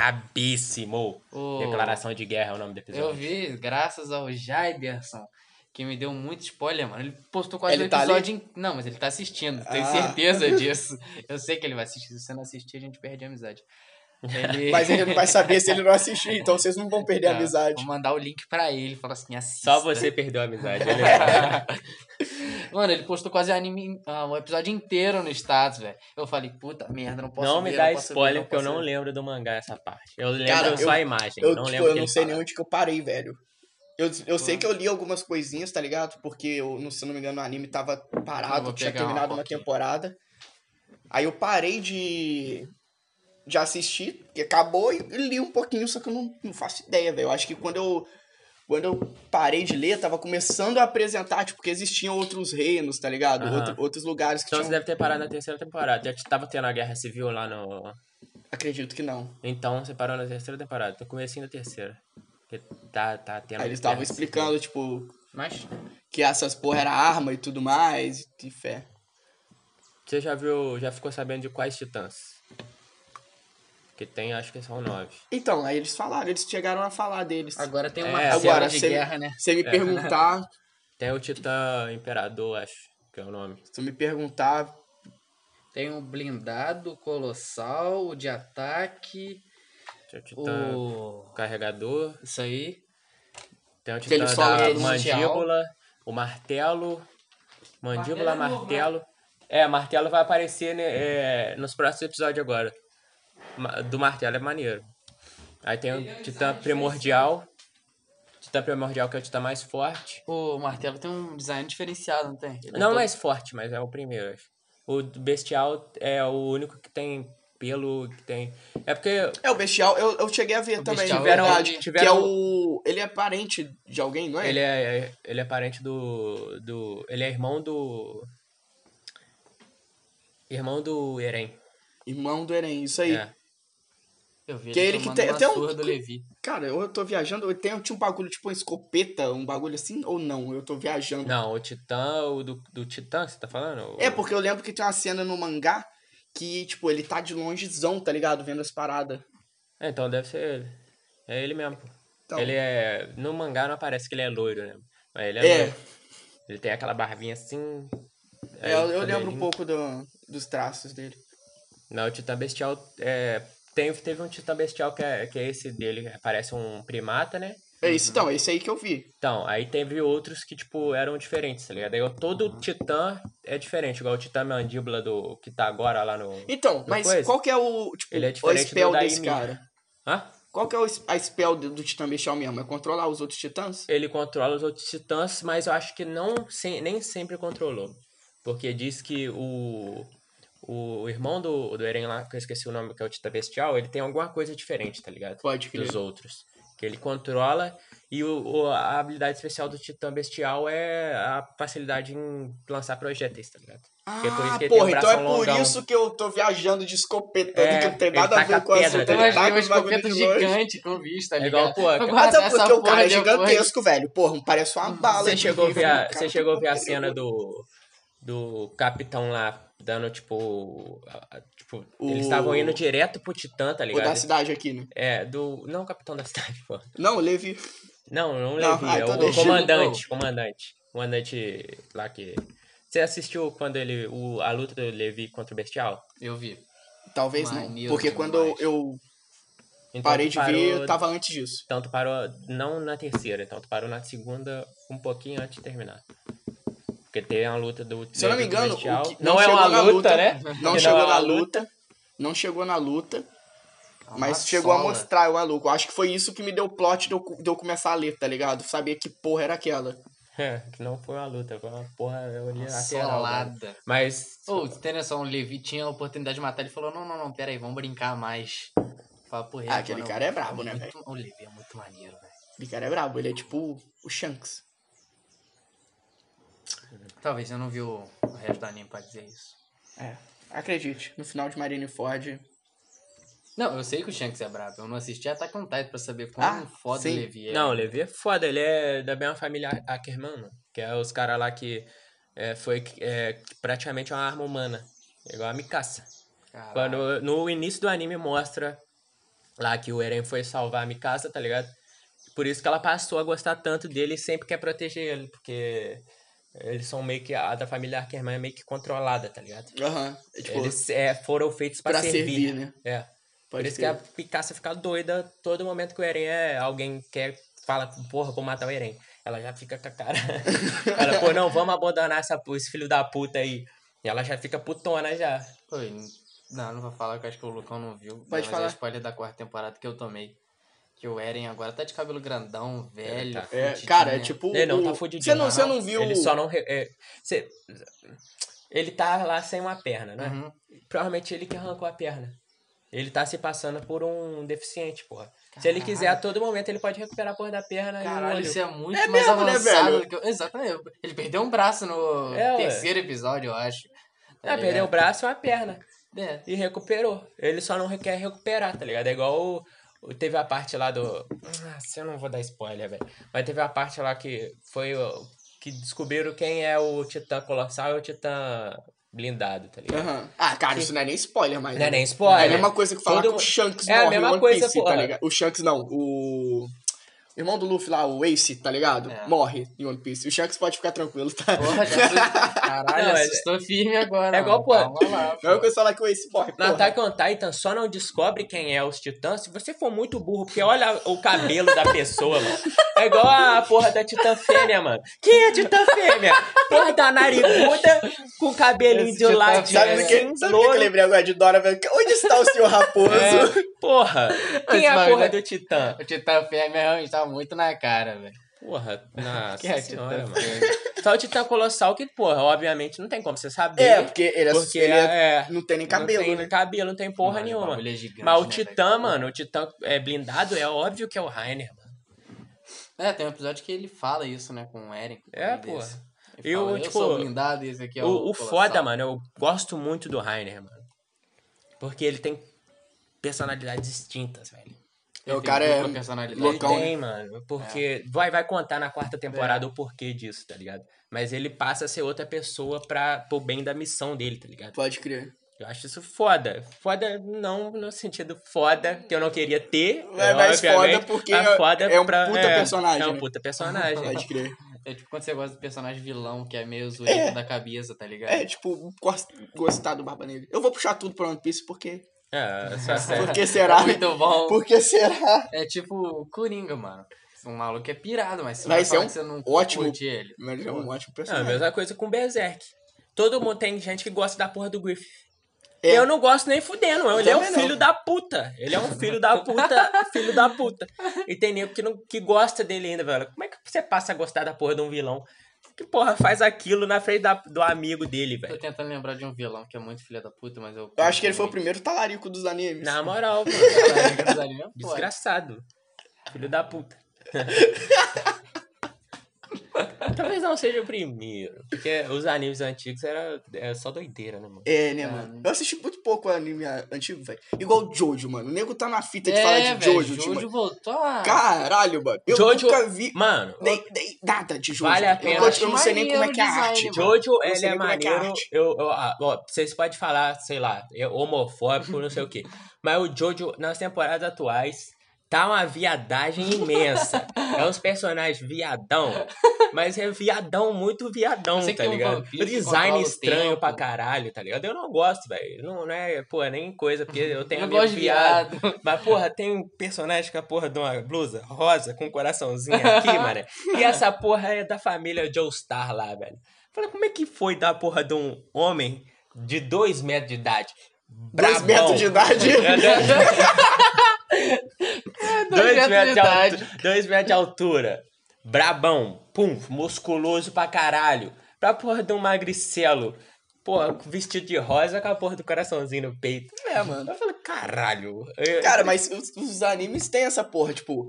Speaker 3: brabíssimo.
Speaker 2: Ô,
Speaker 3: Declaração de guerra é o nome do
Speaker 2: Eu
Speaker 3: episódio.
Speaker 2: vi, graças ao Jaiderson, que me deu muito spoiler, mano. Ele postou quase
Speaker 1: Ele
Speaker 2: o
Speaker 1: tá
Speaker 2: episódio em... Não, mas ele tá assistindo, tenho
Speaker 1: Ah.
Speaker 2: certeza disso. Eu sei que ele vai assistir. Se você não assistir, a gente perde a amizade. Ele...
Speaker 1: Mas ele não vai saber se ele não assistir, então vocês não vão perder a
Speaker 2: É,
Speaker 1: amizade.
Speaker 2: Vou
Speaker 3: assim?
Speaker 2: mandar o link pra ele, falar assim, assista.
Speaker 3: Só você perdeu a amizade, olha.
Speaker 2: Mano, ele postou quase anime, ah, um episódio inteiro no status, velho. Eu falei, puta merda, não posso
Speaker 3: Não
Speaker 2: ver,
Speaker 3: me dá
Speaker 2: posso ver,
Speaker 3: spoiler, porque eu
Speaker 2: posso
Speaker 3: não
Speaker 2: ver.
Speaker 3: lembro do mangá essa parte. Eu lembro
Speaker 1: Cara,
Speaker 3: só
Speaker 1: eu-
Speaker 3: a imagem,
Speaker 1: Eu,
Speaker 3: não
Speaker 1: tipo,
Speaker 3: lembro o
Speaker 1: eu
Speaker 3: que
Speaker 1: não
Speaker 3: ele
Speaker 1: sei
Speaker 3: fala.
Speaker 1: nem onde que eu parei, velho. Eu, eu sei que eu li algumas coisinhas, tá ligado? Porque, eu, não- se eu não me engano, o anime tava
Speaker 2: Eu
Speaker 1: parado,
Speaker 2: vou
Speaker 1: tinha
Speaker 2: pegar uma
Speaker 1: terminado uma
Speaker 2: coquinha.
Speaker 1: temporada. Aí eu parei de, de assistir, porque acabou, e li um pouquinho, só que eu não, não faço ideia, velho. Eu acho que quando eu, quando eu parei de ler, tava começando a apresentar, tipo, que existiam outros reinos, tá ligado?
Speaker 3: Aham.
Speaker 1: Outro- outros lugares que
Speaker 3: Então você
Speaker 1: tinham...
Speaker 3: deve ter parado na terceira temporada. Já tava tendo a guerra civil lá no.
Speaker 1: Acredito que não.
Speaker 3: Então você parou na terceira temporada. Tô comecinho da terceira. Porque tá, tá tendo.
Speaker 1: Aí eles
Speaker 3: guerra
Speaker 1: estavam explicando,
Speaker 3: né?
Speaker 1: tipo,
Speaker 2: Mas,
Speaker 1: que essas porra era arma e tudo mais, e fé.
Speaker 3: civil. Você já viu. Já ficou sabendo de quais titãs? Que tem, acho que são nove.
Speaker 1: Então, aí eles falaram, eles chegaram a falar deles.
Speaker 2: agora tem uma
Speaker 3: É,
Speaker 2: cena
Speaker 1: agora,
Speaker 2: de
Speaker 1: você-
Speaker 2: guerra, né?
Speaker 1: Se me
Speaker 3: É.
Speaker 1: perguntar,
Speaker 3: Tem o Titã Imperador, acho, que é o nome.
Speaker 1: se me perguntar,
Speaker 2: Tem o blindado, o colossal, o de ataque,
Speaker 3: Tem o Titã Tá.
Speaker 2: o...
Speaker 3: Carregador,
Speaker 2: Isso aí.
Speaker 3: tem o
Speaker 1: Que eles
Speaker 3: Titã
Speaker 1: falam
Speaker 3: da
Speaker 1: que eles-
Speaker 3: Mandíbula, o Martelo, Mandíbula,
Speaker 2: Martelo é novo,
Speaker 3: martelo. É, martelo vai aparecer né, é, nos próximos episódios agora. Ma- Do martelo é maneiro. Aí tem
Speaker 4: Ele é um
Speaker 3: o Titã
Speaker 4: design
Speaker 3: primordial. Titã primordial que é o Titã mais forte.
Speaker 2: O martelo tem um design diferenciado, não tem? Ele é
Speaker 3: Não
Speaker 2: todo-
Speaker 3: mais forte, mas é o primeiro, acho. O bestial é o único que tem pelo, que tem. É porque.
Speaker 1: É, o Bestial, eu, eu cheguei a ver
Speaker 2: O
Speaker 1: também,
Speaker 2: Bestial,
Speaker 1: na verdade.
Speaker 2: ele-
Speaker 1: Que é
Speaker 3: tiveram-
Speaker 1: o... Ele é parente de alguém, não é?
Speaker 3: Ele é, ele é parente do, do. Ele é irmão do. Irmão do Eren.
Speaker 1: Irmão do Eren, isso aí.
Speaker 3: É.
Speaker 2: Eu vi
Speaker 1: Que é ele que
Speaker 2: tomando
Speaker 1: tem-
Speaker 2: uma
Speaker 1: tem um-
Speaker 2: surra do Levi.
Speaker 1: Cara, eu tô viajando, eu tenho, tinha um bagulho tipo uma escopeta, um bagulho assim, ou não? Eu tô viajando.
Speaker 3: Não, o Titã, o do, do Titã, que você tá falando?
Speaker 1: É, porque eu lembro que tem uma cena no mangá que, tipo, ele tá de longezão, tá ligado? Vendo as paradas.
Speaker 3: É, Então deve ser ele. É ele mesmo. pô.
Speaker 1: Então,
Speaker 3: Ele é. No mangá não aparece que ele é loiro, né? Mas ele é,
Speaker 1: É.
Speaker 3: loiro. Ele tem aquela barbinha assim.
Speaker 1: é,
Speaker 3: aí
Speaker 1: eu, eu
Speaker 3: cabelinho.
Speaker 1: lembro um pouco do- dos traços dele.
Speaker 3: Não, o Titã Bestial. É, tem, teve um Titã Bestial que é, que é esse dele, que parece um primata, né?
Speaker 1: É isso, então, é isso aí que eu vi.
Speaker 3: Então, aí teve outros que, tipo, eram diferentes, tá ligado? Aí todo Titã é diferente, igual o Titã Mandíbula do que tá agora lá no.
Speaker 1: Então,
Speaker 3: Uma
Speaker 1: mas
Speaker 3: coisa.
Speaker 1: qual que é o, tipo,
Speaker 3: Ele é
Speaker 1: o
Speaker 3: diferente do
Speaker 1: spell
Speaker 3: da
Speaker 1: desse
Speaker 3: Ymir.
Speaker 1: cara?
Speaker 3: Hã?
Speaker 1: Qual que é o, s- a spell do, do Titã Bestial mesmo? É controlar os outros titãs?
Speaker 3: Ele controla os outros titãs, mas eu acho que não sem- nem sempre controlou. Porque diz que o, o irmão do, do Eren lá, que eu esqueci o nome, que é o Titã Bestial, ele tem alguma coisa diferente, tá ligado?
Speaker 1: Pode crer.
Speaker 3: Dos outros. Que ele controla. E o, o- a habilidade especial do Titã Bestial é a facilidade em lançar projéteis, tá ligado?
Speaker 1: Ah,
Speaker 3: Que é por isso que ele tem um
Speaker 1: porra, então é
Speaker 3: bração
Speaker 1: por
Speaker 3: longão.
Speaker 1: isso que eu tô viajando de escopeta,
Speaker 3: É,
Speaker 1: que não tem
Speaker 3: ele
Speaker 1: nada a
Speaker 3: taca
Speaker 1: ver com a
Speaker 3: pedra, né?
Speaker 2: Eu
Speaker 3: Ele
Speaker 2: imaginei
Speaker 1: taca
Speaker 2: uma
Speaker 1: os bagulho
Speaker 2: um escopeta
Speaker 1: de longe.
Speaker 2: gigante com vista,
Speaker 3: É
Speaker 2: tá
Speaker 3: igual,
Speaker 2: ligado?
Speaker 3: pô, cara.
Speaker 1: Mas é
Speaker 2: Guardar essa
Speaker 1: porque o cara
Speaker 2: porra
Speaker 1: é
Speaker 2: depois.
Speaker 1: gigantesco, velho. Porra, parece
Speaker 2: Uhum.
Speaker 1: uma bala.
Speaker 3: Você
Speaker 1: de
Speaker 3: chegou a ver a,
Speaker 1: rifle,
Speaker 3: você
Speaker 1: cara.
Speaker 3: chegou a ver a cena tá do, do capitão lá dando tipo, a- a- tipo
Speaker 1: O-
Speaker 3: eles estavam indo direto pro Titã, tá
Speaker 1: O
Speaker 3: ligado?
Speaker 1: da cidade aqui, né?
Speaker 3: É, do não capitão da cidade, pô.
Speaker 1: Não, o Levi.
Speaker 3: Não, não
Speaker 1: Não,
Speaker 3: Levi,
Speaker 1: ah,
Speaker 3: é
Speaker 1: então
Speaker 3: o
Speaker 1: deixa.
Speaker 3: comandante, comandante. Comandante lá que você assistiu quando ele o, a luta do Levi contra o Bestial?
Speaker 2: Eu vi.
Speaker 1: Talvez
Speaker 2: Maneiro
Speaker 1: não. Porque
Speaker 2: demais.
Speaker 1: quando eu, eu
Speaker 3: Então,
Speaker 1: parei
Speaker 3: tu
Speaker 1: de
Speaker 3: parou-
Speaker 1: ver, tava antes disso.
Speaker 3: Então tu parou não na terceira, então tu parou na segunda um pouquinho antes de terminar. Porque tem a luta do
Speaker 1: Se eu não me
Speaker 3: do
Speaker 1: engano, o
Speaker 3: Bestial.
Speaker 1: que
Speaker 3: não,
Speaker 1: não
Speaker 3: é
Speaker 1: chegou
Speaker 3: uma
Speaker 1: na
Speaker 3: luta,
Speaker 1: luta,
Speaker 3: né?
Speaker 1: Não
Speaker 3: Que é
Speaker 1: chegou
Speaker 3: uma
Speaker 1: na luta. Não chegou na luta,
Speaker 2: É uma
Speaker 1: mas chegou a
Speaker 2: sola.
Speaker 1: mostrar o maluco. Acho que foi isso que me deu o plot de eu, de eu começar a ler, tá ligado? Sabia que porra era aquela.
Speaker 3: É, que não foi uma luta, foi uma porra
Speaker 2: Uma
Speaker 3: unilateral. mano.
Speaker 2: Solada.
Speaker 3: Mas
Speaker 2: Ô, você tem noção, o Levi tinha a oportunidade de matar ele falou: não, não, não, pera aí, vamos brincar mais. Papo reto,
Speaker 1: Ah, aquele
Speaker 2: mano,
Speaker 1: cara é brabo, né,
Speaker 2: muito-
Speaker 1: velho?
Speaker 2: O Levi é muito maneiro, velho.
Speaker 1: Ele cara é brabo, ele é tipo o Shanks.
Speaker 2: Talvez eu não vi o, o resto do anime pra dizer isso.
Speaker 1: É. Acredite, no final de Marineford.
Speaker 2: Não, eu sei que o Shanks é brabo. Eu não assisti Attack on Titan pra saber quão
Speaker 1: Ah,
Speaker 2: foda
Speaker 1: sim.
Speaker 2: o Levi é.
Speaker 3: não, o Levi é foda, ele é da mesma família Ackerman, mano, que é os caras lá que é, foi é, que praticamente é uma arma humana, é igual a Mikasa.
Speaker 2: Caralho.
Speaker 3: Quando no início do anime mostra lá que o Eren foi salvar a Mikasa, tá ligado? Por isso que ela passou a gostar tanto dele e sempre quer proteger ele, porque eles são meio que a da família Ackerman é meio que controlada, tá ligado?
Speaker 1: Aham. É tipo,
Speaker 3: eles é, foram feitos pra,
Speaker 1: pra
Speaker 3: servir.
Speaker 1: servir, né?
Speaker 3: É. Por
Speaker 1: Pode
Speaker 3: isso
Speaker 1: crer.
Speaker 3: que a Picaça fica doida todo momento que o Eren é. Alguém quer. Fala, porra, vou matar o Eren. Ela já fica com a cara. Ela, pô, não, vamos abandonar essa, pu- esse filho da puta aí. E ela já fica putona já.
Speaker 2: Oi, não, não vou falar que eu acho que o Lucão não viu. Não, mas
Speaker 1: falar.
Speaker 2: É spoiler da quarta temporada que eu tomei. Que o Eren agora tá de cabelo grandão, velho. né?
Speaker 3: tá.
Speaker 1: É,
Speaker 2: fudidinho.
Speaker 1: cara, é tipo.
Speaker 3: Ele não tá
Speaker 1: o-
Speaker 3: fudidinho,
Speaker 1: Você não,
Speaker 3: mas
Speaker 1: você não viu.
Speaker 3: Ele só não. re- é, cê- ele tá lá sem uma perna, né?
Speaker 2: Uhum.
Speaker 3: Provavelmente ele que arrancou a perna. Ele tá se passando por um deficiente, porra. Se ele quiser, a todo momento ele pode recuperar a porra da perna e o
Speaker 2: Caralho,
Speaker 3: olho.
Speaker 2: isso é muito
Speaker 1: É
Speaker 2: mais
Speaker 1: mesmo, né,
Speaker 2: avançado
Speaker 1: velho?
Speaker 2: do que eu... Exatamente. Ele perdeu um braço no
Speaker 3: É, ué.
Speaker 2: terceiro episódio, eu acho.
Speaker 1: é
Speaker 3: Ah, perdeu o braço e uma perna.
Speaker 2: perdeu. É.
Speaker 3: e recuperou. Ele só não re- quer recuperar, tá ligado? É igual o, o- teve a parte lá do. Ah, se eu não vou dar spoiler, velho. Mas teve a parte lá que foi o- que descobriram quem é o Titã Colossal e o Titã blindado, tá ligado?
Speaker 1: Aham. Ah, cara, isso não é nem spoiler, mas.
Speaker 3: Não é nem
Speaker 1: É a
Speaker 3: spoiler.
Speaker 1: mesma coisa que falar
Speaker 3: Todo
Speaker 1: que o
Speaker 3: mu-
Speaker 1: Shanks
Speaker 3: É a
Speaker 1: morre
Speaker 3: mesma
Speaker 1: no One
Speaker 3: coisa,
Speaker 1: Piece, tá
Speaker 3: porra.
Speaker 1: ligado? O Shanks não, o. irmão do Luffy lá, o Ace, tá ligado?
Speaker 2: É.
Speaker 1: Morre em One Piece. O Shanks pode ficar tranquilo, tá?
Speaker 2: Porra, já assustou. Caralho,
Speaker 3: Não, é-
Speaker 2: assustou firme agora.
Speaker 3: é igual,
Speaker 2: mano.
Speaker 3: pô,
Speaker 2: Calma lá, pô.
Speaker 1: Não é o que eu falar que o Ace morre,
Speaker 3: Na
Speaker 1: porra.
Speaker 3: Attack on Titan só não descobre quem é os titãs se você for muito burro, porque olha o cabelo da pessoa, mano. É igual a porra da titã fêmea, mano. Quem é a titã fêmea? Porra da nariguda com cabelinho
Speaker 2: Esse
Speaker 3: de assim,
Speaker 2: titã
Speaker 3: lado.
Speaker 2: fêmea.
Speaker 1: Sabe o que, sabe o que eu lembrei agora de Dora? velho? Onde está o senhor Raposo?
Speaker 3: É, Porra, quem
Speaker 2: Esse
Speaker 3: é a
Speaker 2: bagulho
Speaker 3: porra
Speaker 2: é-
Speaker 3: do titã?
Speaker 2: O Titã Fêmea realmente tava muito na cara, velho.
Speaker 3: Porra, nossa
Speaker 2: Quem é o
Speaker 3: senhora,
Speaker 2: Titã
Speaker 3: mano.
Speaker 2: Fêmea?
Speaker 3: Só o titã colossal que, porra, obviamente não tem como você saber.
Speaker 1: É, porque ele, é,
Speaker 3: porque
Speaker 1: ele é-
Speaker 3: é,
Speaker 1: não tem nem
Speaker 3: não
Speaker 1: cabelo,
Speaker 3: tem
Speaker 1: né?
Speaker 3: cabelo, não tem porra
Speaker 2: Mano,
Speaker 3: nenhuma.
Speaker 2: o bagulho é gigante,
Speaker 3: Mas o
Speaker 2: né,
Speaker 3: Titã,
Speaker 2: velho?
Speaker 3: mano, o Titã é blindado, é óbvio que é o Rainer, mano.
Speaker 2: É, tem um episódio que ele fala isso, né, com o Eric.
Speaker 3: É,
Speaker 2: um desse.
Speaker 3: porra.
Speaker 2: Ele
Speaker 3: Eu,
Speaker 2: fala, eu
Speaker 3: tipo,
Speaker 2: sou blindado e esse aqui é o.
Speaker 3: O, o
Speaker 2: Colossal."
Speaker 3: foda, mano, eu gosto muito do Rainer, mano. Porque ele tem personalidades distintas, velho.
Speaker 2: Ele
Speaker 1: O
Speaker 2: tem
Speaker 1: cara é
Speaker 2: dupla personalidade.
Speaker 3: Ele
Speaker 1: Loucão,
Speaker 3: tem, mano. Porque
Speaker 1: É.
Speaker 3: vai, vai contar na quarta temporada o porquê disso, tá ligado? Mas ele passa a ser outra pessoa pra, pro bem da missão dele, tá ligado?
Speaker 1: Pode crer.
Speaker 3: Eu acho isso foda. Foda não no sentido foda, que eu não queria ter.
Speaker 1: É, mas
Speaker 3: obviamente,
Speaker 1: foda porque
Speaker 3: mas
Speaker 1: é- é um puta
Speaker 3: é,
Speaker 1: personagem,
Speaker 3: É um
Speaker 1: né?
Speaker 3: puta personagem.
Speaker 1: Pode crer.
Speaker 2: É tipo quando você gosta do personagem vilão, que é meio zoeiro
Speaker 1: É.
Speaker 2: da cabeça, tá ligado?
Speaker 1: É, tipo, gost- gostar do Barba Negra. Eu vou puxar tudo pra One Piece porque. um
Speaker 3: é, só sério.
Speaker 1: Por que será?
Speaker 2: Muito bom.
Speaker 1: Por que será?
Speaker 2: É tipo o Coringa, mano. Um maluco é pirado, mas se
Speaker 1: Vai
Speaker 2: não
Speaker 1: ser
Speaker 2: falar
Speaker 1: um
Speaker 2: que você não
Speaker 1: ótimo-
Speaker 2: curte ele.
Speaker 1: Mas ele é um ótimo
Speaker 3: Não, a
Speaker 1: personagem.
Speaker 3: mesma coisa com Berserk. Todo mundo tem gente que gosta da porra do Griffith.
Speaker 1: É.
Speaker 3: Eu não gosto nem fudendo. eu- Ele é um
Speaker 1: Também não.
Speaker 3: filho da puta. Ele é um filho da puta, filho da puta. E tem nego que, não, que gosta dele ainda, velho. Como é que você passa a gostar da porra de um vilão? Que porra faz aquilo na frente da- do amigo dele,
Speaker 2: Tô
Speaker 3: velho?
Speaker 2: tentando lembrar de um vilão que é muito filha da puta, mas eu.
Speaker 1: Eu acho que ele foi o primeiro talarico dos animes.
Speaker 3: Na moral, mano.
Speaker 2: primeiro.
Speaker 3: Desgraçado. Filho da puta. Talvez não seja o primeiro. Porque os animes antigos era, era só doideira, né, mano?
Speaker 1: É, né,
Speaker 2: É,
Speaker 1: mano?
Speaker 2: né?
Speaker 1: Eu assisti muito pouco anime a- antigo, velho. Igual o Jojo, mano. O nego tá na fita de
Speaker 2: É,
Speaker 1: falar de
Speaker 2: velho,
Speaker 1: Jojo,
Speaker 2: Jojo
Speaker 1: tipo.
Speaker 2: voltou a...
Speaker 1: Caralho, mano. Eu
Speaker 3: Jojo-
Speaker 1: nunca vi
Speaker 3: Mano,
Speaker 1: nem, nem nada de Jojo.
Speaker 3: Vale a
Speaker 1: Eu
Speaker 3: pena.
Speaker 1: tô- Eu, não sei nem como é
Speaker 2: Maneiro
Speaker 1: que é a
Speaker 2: design,
Speaker 1: arte.
Speaker 2: mano.
Speaker 3: Jojo,
Speaker 1: Eu não
Speaker 3: ele
Speaker 1: sei
Speaker 3: é
Speaker 1: nem como é que é a
Speaker 3: maneiro.
Speaker 1: arte.
Speaker 3: eu, eu- ah, ó, vocês podem falar, sei lá, é homofóbico, não sei o quê. Mas o Jojo, nas temporadas atuais, tá uma viadagem imensa. É uns personagens viadão, mas é viadão, muito viadão,
Speaker 2: Eu sei que
Speaker 3: tá
Speaker 2: tem um
Speaker 3: ligado?
Speaker 2: vampiro
Speaker 3: o
Speaker 2: que
Speaker 3: design
Speaker 2: controla o
Speaker 3: estranho
Speaker 2: tempo.
Speaker 3: pra caralho, tá ligado? Eu não gosto, velho. Não, não é, pô, nem coisa, porque eu tenho
Speaker 2: Eu
Speaker 3: amigo
Speaker 2: gosto de viado.
Speaker 3: mas, porra, tem um personagem com a porra de uma blusa rosa com um coraçãozinho aqui, mano. E essa porra é da família Joestar lá, velho. Fala, como é que foi da porra de um homem de dois metros de idade?
Speaker 1: Dois
Speaker 3: brabão,
Speaker 1: metros de idade.
Speaker 3: É, né? dois, metros de
Speaker 2: idade.
Speaker 3: altura, dois metros de altura. Brabão. Pum, musculoso pra caralho. Pra porra de um magricelo. Porra, vestido de rosa com a porra do coraçãozinho no peito.
Speaker 1: É, mano.
Speaker 3: Eu falo, caralho. eu-
Speaker 1: Cara, mas os, os animes têm essa porra, tipo.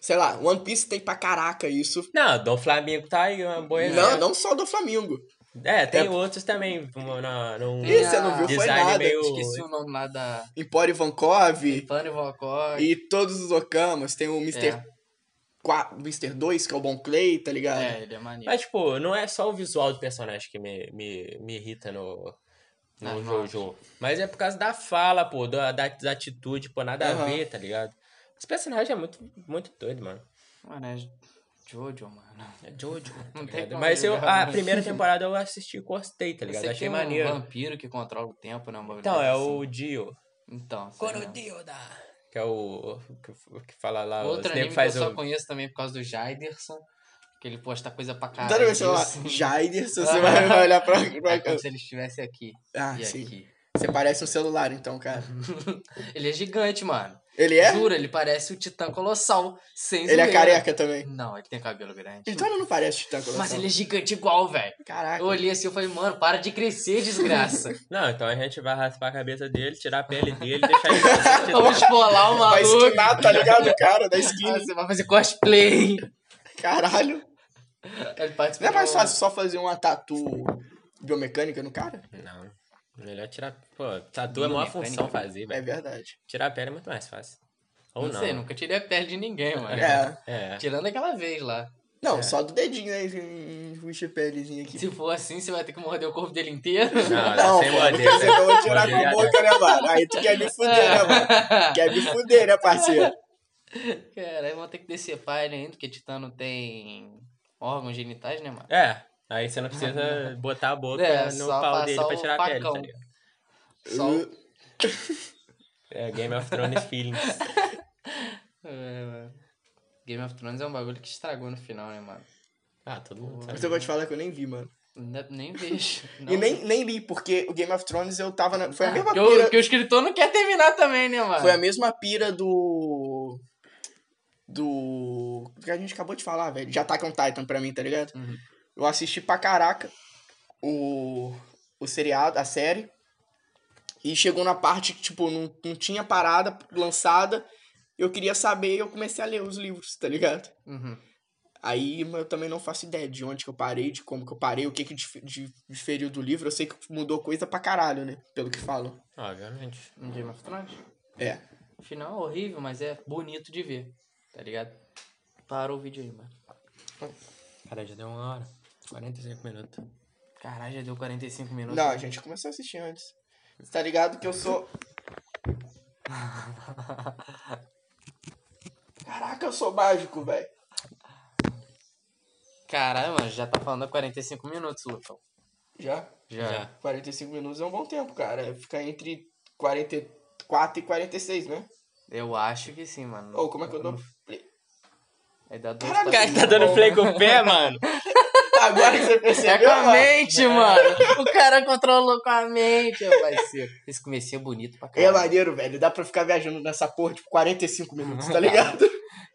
Speaker 1: Sei lá, One Piece tem pra caraca isso.
Speaker 3: Não, Dom Flamengo tá aí, uma boa
Speaker 1: Não,
Speaker 3: exemplo.
Speaker 1: não só do Flamingo.
Speaker 3: É, tem
Speaker 1: É.
Speaker 3: outros também. No, no,
Speaker 2: É.
Speaker 3: no-
Speaker 1: Ih, você não viu, foi
Speaker 3: Design
Speaker 1: nada.
Speaker 3: meio-
Speaker 2: Esqueci o nome lá da...
Speaker 1: Empório Vankov
Speaker 2: Fanny Volcó.
Speaker 1: e todos os Okamas. Tem o Mr.
Speaker 2: É.
Speaker 1: 4, Mr. 2, que é o Bon Clay, tá ligado?
Speaker 2: É, ele é maneiro.
Speaker 3: Mas, tipo, não é só o visual do personagem que me, me, me irrita no,
Speaker 2: Ah,
Speaker 3: no
Speaker 2: não.
Speaker 3: Jojo. Mas é por causa da fala, pô, da, da, da atitude, pô, nada a
Speaker 1: Aham.
Speaker 3: ver, tá ligado? Esse personagem é muito, muito doido, mano.
Speaker 2: Mano, é Jojo, mano.
Speaker 3: É Jojo. tá
Speaker 2: Não tem
Speaker 3: ligado?
Speaker 2: como
Speaker 3: Mas eu,
Speaker 2: julgar,
Speaker 3: a
Speaker 2: né?
Speaker 3: primeira temporada eu assisti e gostei, tá
Speaker 2: Eu
Speaker 3: ligado?
Speaker 2: sei que
Speaker 3: Achei
Speaker 2: tem
Speaker 3: maneiro.
Speaker 2: um vampiro que controla o tempo, né? um bagulho
Speaker 3: Então, é
Speaker 2: assim.
Speaker 3: o Dio.
Speaker 2: Então, sei lá.
Speaker 3: Corodioda. Que é o. que- Que fala lá. os nego
Speaker 2: Outro anime que eu
Speaker 3: Ah, faz um-
Speaker 2: só
Speaker 3: o-
Speaker 2: conheço também por causa do Jaiderson, que ele posta coisa pra caralho.
Speaker 1: Toda vez que você
Speaker 2: disso.
Speaker 1: falar Jaider, se você vai, vai olhar pra.
Speaker 2: É
Speaker 1: pra-
Speaker 2: como se ele estivesse aqui
Speaker 1: Ah,
Speaker 2: e
Speaker 1: sim.
Speaker 2: aqui.
Speaker 1: Você parece um celular, então, cara.
Speaker 2: Ele é gigante, mano.
Speaker 1: Ele é?
Speaker 2: Jura, ele parece o Titã Colossal, sem
Speaker 1: Ele é
Speaker 2: zoeira.
Speaker 1: careca também.
Speaker 2: Não, ele tem cabelo grande.
Speaker 1: Então ele não parece Titã Colossal.
Speaker 2: Mas ele é gigante igual, velho.
Speaker 1: Caraca.
Speaker 2: Eu olhei assim e falei, mano, para de crescer, desgraça.
Speaker 3: Não, então a gente vai raspar a cabeça dele, tirar a pele dele, deixar ele assistir.
Speaker 2: Vamos espolar o
Speaker 1: Vai
Speaker 2: maluco.
Speaker 1: esquinar, tá ligado, cara? Da
Speaker 2: Ah,
Speaker 1: skin.
Speaker 2: Você vai fazer cosplay.
Speaker 1: Caralho.
Speaker 2: Ele participa um-
Speaker 1: Não é mais
Speaker 2: do-
Speaker 1: fácil só fazer uma tatu biomecânica no cara?
Speaker 3: Não. Melhor tirar. Pô, tatu é a maior
Speaker 2: Biomecânica.
Speaker 3: função fazer,
Speaker 1: É
Speaker 3: velho.
Speaker 1: verdade.
Speaker 3: Tirar a pele é muito mais fácil. Ou
Speaker 2: Não,
Speaker 3: não.
Speaker 2: sei, nunca tirei a pele de ninguém, mano.
Speaker 1: É.
Speaker 3: É.
Speaker 2: Tirando aquela vez lá.
Speaker 1: Não,
Speaker 3: É.
Speaker 1: só do dedinho, né? Um um pelezinho aqui.
Speaker 2: Se for assim, você vai ter que morder o corpo dele inteiro.
Speaker 3: Não,
Speaker 1: Não,
Speaker 3: Ah, sem
Speaker 1: mano,
Speaker 3: morder.
Speaker 1: porque eu vou tirar com a
Speaker 3: Morder,
Speaker 1: boca, né, mano? Aí tu quer me fuder, né, mano? Quer me fuder, né, parceiro?
Speaker 2: Caralho, vão ter que decepar ele ainda, porque titano tem órgãos genitais, né, mano?
Speaker 3: É, aí você não precisa botar a boca
Speaker 2: É,
Speaker 3: no
Speaker 2: só
Speaker 3: pau
Speaker 2: passar
Speaker 3: dele pra
Speaker 2: o
Speaker 3: tirar a pele, tá
Speaker 2: facão.
Speaker 3: ligado?
Speaker 2: Só o-
Speaker 3: É, Game of Thrones feelings.
Speaker 2: É, mano. Game of Thrones é um bagulho que estragou no final, né, mano?
Speaker 3: Ah, todo mundo
Speaker 1: Mas
Speaker 3: sabe.
Speaker 1: eu vou te falar que eu nem vi, mano.
Speaker 2: Ne- Nem vejo.
Speaker 1: E nem, nem li, porque o Game of Thrones eu tava na. Foi a mesma
Speaker 2: que,
Speaker 1: pira.
Speaker 2: o, que o escritor não quer terminar também, né, mano?
Speaker 1: Foi a mesma pira do. Do. Que a gente acabou de falar, velho. De Attack on Titan pra mim, tá ligado?
Speaker 2: Uhum.
Speaker 1: Eu assisti pra caraca o. O seriado, a série. E chegou na parte que, tipo, não, não tinha parada lançada. Eu queria saber e eu comecei a ler os livros, tá ligado?
Speaker 2: Uhum.
Speaker 1: Aí mas eu também não faço ideia de onde que eu parei, de como que eu parei, o que que dif- di- diferiu do livro. Eu sei que mudou coisa pra caralho, né? Pelo que falam.
Speaker 3: Obviamente.
Speaker 2: Um Game of Thrones.
Speaker 1: É.
Speaker 2: Final horrível, mas é bonito de ver. Tá ligado? Para o vídeo aí, mano.
Speaker 3: Cara, já deu uma hora. 45 minutos.
Speaker 2: Caralho, já deu 45 minutos.
Speaker 1: Não, a gente começou a assistir antes. Você tá ligado que eu sou. Caraca, eu sou mágico, velho.
Speaker 2: Caralho, mano, já tá falando há 45 minutos, Lucão.
Speaker 1: Já?
Speaker 2: Já.
Speaker 3: Já.
Speaker 1: 45 minutos é um bom tempo, cara. Fica entre 44 e 46, né?
Speaker 2: Eu acho que sim, mano.
Speaker 1: Ou como é que eu dou. play?
Speaker 2: É da dois
Speaker 1: Caralho,
Speaker 2: pra-
Speaker 3: Tá dando play com o pé, mano?
Speaker 1: Agora que você
Speaker 2: É
Speaker 1: percebeu,
Speaker 2: com a
Speaker 1: mano.
Speaker 2: mente, mano. O cara controlou com a mente, ô, parceiro. Esse comecinho é bonito pra
Speaker 1: É
Speaker 2: caralho.
Speaker 1: maneiro, velho. Dá pra ficar viajando nessa porra, tipo, 45 minutos, tá ligado?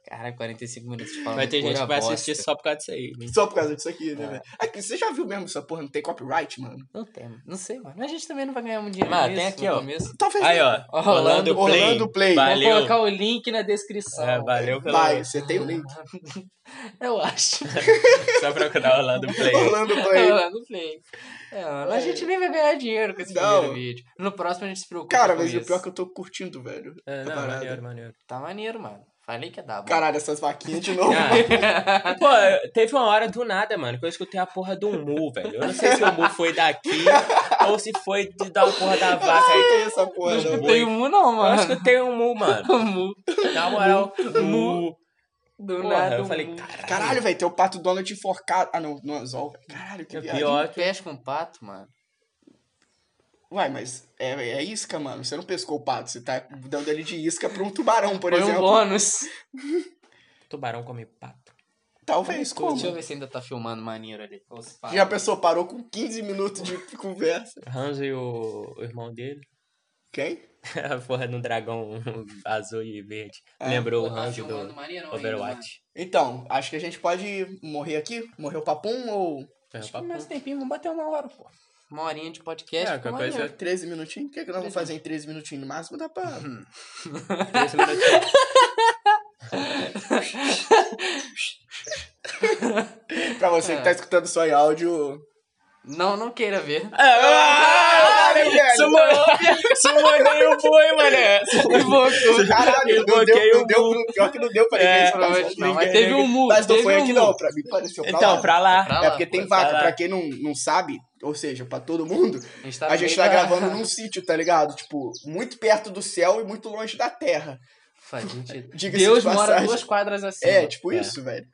Speaker 2: Caralho, 45 minutos de falando
Speaker 3: Vai ter gente
Speaker 2: pura
Speaker 3: que vai
Speaker 2: bosta.
Speaker 3: assistir só por causa disso aí.
Speaker 1: Só por causa disso aqui,
Speaker 3: É.
Speaker 1: né, velho? Aqui, você já viu mesmo essa porra? Não tem copyright, mano?
Speaker 2: Não tem, mano. Não sei, mano. A gente também não vai ganhar muito dinheiro
Speaker 3: Mano,
Speaker 2: nisso,
Speaker 3: tem aqui,
Speaker 2: no
Speaker 3: ó.
Speaker 2: começo.
Speaker 1: Talvez.
Speaker 3: Aí, ó.
Speaker 2: Orlando-
Speaker 3: Orlando, Play.
Speaker 1: Orlando Play.
Speaker 2: Vou
Speaker 3: Valeu.
Speaker 2: colocar o link na descrição.
Speaker 3: É, valeu pelo...
Speaker 1: Vai, você tem o link.
Speaker 2: Eu acho.
Speaker 3: Só procurar Orlando Play.
Speaker 1: Orlando Play.
Speaker 2: Orlando Play. É, mano, a gente nem vai ganhar dinheiro com esse
Speaker 1: Não.
Speaker 2: primeiro vídeo. No próximo a gente se preocupa
Speaker 1: Cara,
Speaker 2: com
Speaker 1: mas
Speaker 2: isso.
Speaker 1: o pior é que eu tô curtindo, velho.
Speaker 3: É,
Speaker 1: Tá
Speaker 3: não,
Speaker 1: parado.
Speaker 3: maneiro, maneiro.
Speaker 2: Tá maneiro, mano. Falei que ia dar, bom.
Speaker 1: Caralho, essas vaquinhas de novo.
Speaker 3: Ah, pô, eu- teve uma hora do nada, mano, que eu escutei a porra do Mu, velho. Eu não sei se o Mu foi daqui ou se foi de dar a porra da vaca aí.
Speaker 1: Tem essa porra,
Speaker 2: Não
Speaker 1: não.
Speaker 3: Mas-
Speaker 2: escutei o mu, não,
Speaker 3: Eu
Speaker 2: mano.
Speaker 3: escutei um Mu, mano.
Speaker 2: O mu.
Speaker 3: Na moral, Mu.
Speaker 2: Do
Speaker 3: Porra,
Speaker 2: nada. um.
Speaker 3: eu
Speaker 2: o
Speaker 3: falei, tá
Speaker 2: mu.
Speaker 3: caralho,
Speaker 1: Caralho, velho, tem o pato Donald enforcado. Ah, não, no anzol, velho. Caralho, que
Speaker 3: é
Speaker 1: viagem.
Speaker 3: pior que...
Speaker 2: Pesca um pato, mano.
Speaker 1: Uai, mas é, é isca, mano. Você não pescou o pato, você tá dando ele de isca pra um tubarão, por
Speaker 2: Foi um
Speaker 1: exemplo.
Speaker 2: bônus.
Speaker 3: Tubarão come pato.
Speaker 1: Talvez, como?
Speaker 3: um
Speaker 2: Deixa eu ver se ainda tá filmando maneiro ali. Ou se tá para.
Speaker 1: Já a pessoa parou com 15 minutos de conversa.
Speaker 3: Hans e o, o irmão dele.
Speaker 1: Quem?
Speaker 3: A porra no dragão azul e verde.
Speaker 1: É.
Speaker 3: Lembrou
Speaker 2: Pô,
Speaker 3: o
Speaker 2: tá
Speaker 3: Hans
Speaker 2: filmando
Speaker 3: do
Speaker 2: maneirão ainda, mano.
Speaker 3: Overwatch.
Speaker 1: Então, acho que a gente pode morrer aqui? Morrer o papum ou
Speaker 2: Acho que mais um tempinho, vamos bater uma hora, pô. Uma horinha de podcast.
Speaker 3: É,
Speaker 2: fica
Speaker 3: qualquer coisa-
Speaker 2: maneiro.
Speaker 1: 13 minutinhos? O que, é que nós vamos fazer em 13 minutinhos? No máximo dá pra.
Speaker 3: Uhum. é
Speaker 1: pra você
Speaker 3: É.
Speaker 1: que tá escutando só em áudio.
Speaker 2: Não, não queira ver.
Speaker 3: Ah,
Speaker 1: Caralho, velho!
Speaker 3: Sumou sumou o boi, mané.
Speaker 1: Caralho, não
Speaker 3: Invoquei
Speaker 1: deu, não
Speaker 3: o
Speaker 1: deu, pior que não deu pra ninguém.
Speaker 3: É,
Speaker 1: só pra
Speaker 2: Provavelmente
Speaker 1: gente.
Speaker 2: não, mas
Speaker 3: ninguém-
Speaker 2: teve um mu.
Speaker 1: Mas não
Speaker 2: teve
Speaker 1: foi
Speaker 2: um
Speaker 1: aqui
Speaker 2: mu.
Speaker 1: não, pra mim pareceu pra
Speaker 3: Então,
Speaker 1: lá.
Speaker 3: pra lá.
Speaker 2: Pra
Speaker 1: É
Speaker 2: lá,
Speaker 1: porque
Speaker 2: pô,
Speaker 1: tem
Speaker 2: tá
Speaker 1: vaca,
Speaker 3: lá.
Speaker 1: pra quem não, não sabe, ou seja, pra todo mundo,
Speaker 2: A gente,
Speaker 1: a
Speaker 2: no
Speaker 1: gente
Speaker 2: meio
Speaker 1: tá
Speaker 2: da-
Speaker 1: gravando num sítio, tá ligado? Tipo, muito perto do céu e muito longe da terra.
Speaker 2: Faz sentido.
Speaker 1: Diga-se
Speaker 2: Deus
Speaker 1: de
Speaker 2: mora
Speaker 1: passagem.
Speaker 2: duas quadras assim.
Speaker 1: É,
Speaker 2: mano.
Speaker 1: tipo
Speaker 3: É.
Speaker 1: isso, velho.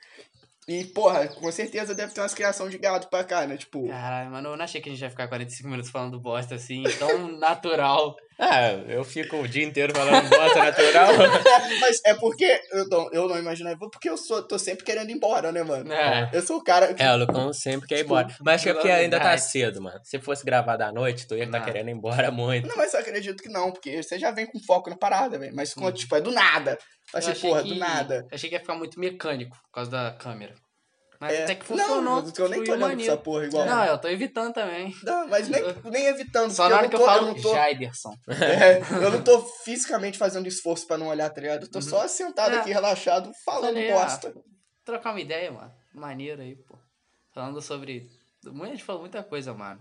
Speaker 1: E, porra, com certeza deve ter umas criação de gado pra cá, né? Tipo,
Speaker 2: Caralho, mano, eu não achei que a gente ia ficar 45 minutos falando bosta assim, tão natural.
Speaker 3: Ah, eu fico o dia inteiro falando bosta natural.
Speaker 1: Mas é porque eu não, eu não imaginava, porque eu sou, tô sempre querendo ir embora, né, mano?
Speaker 2: né?
Speaker 1: Eu sou o cara. que-
Speaker 3: É, o Lucão sempre quer ir
Speaker 1: Tipo,
Speaker 3: embora. Mas acho que é porque
Speaker 2: pela
Speaker 3: ainda tá
Speaker 2: idade.
Speaker 3: cedo, mano. Se fosse gravado à noite, tu ia estar
Speaker 2: Não.
Speaker 3: querendo ir embora muito.
Speaker 1: Não, mas eu acredito que não, porque você já vem com foco na parada, velho. Mas quando, tipo, é do nada.
Speaker 2: Uhum. Eu
Speaker 1: Assim,
Speaker 2: achei
Speaker 1: porra,
Speaker 2: que-
Speaker 1: do nada.
Speaker 2: Eu achei que ia ficar muito mecânico por causa da câmera. Mas
Speaker 1: É.
Speaker 2: até que funcionou.
Speaker 1: Não, eu nem tô
Speaker 2: fluiu
Speaker 1: olhando pra
Speaker 2: maneiro.
Speaker 1: essa porra igual.
Speaker 2: Não, eu tô evitando também.
Speaker 1: Não, mas nem, nem evitando.
Speaker 2: Só
Speaker 1: porque
Speaker 2: na hora que eu
Speaker 1: não tô-
Speaker 2: falo
Speaker 1: não tô,
Speaker 2: Jaiderson.
Speaker 1: É, eu não tô fisicamente fazendo esforço pra não olhar, tá ligado? Eu tô só sentado
Speaker 2: É.
Speaker 1: aqui, relaxado, falando
Speaker 2: Falei, ah,
Speaker 1: bosta.
Speaker 2: Trocar uma ideia, mano. Maneiro aí, pô. Falando sobre. A gente falou muita coisa, mano.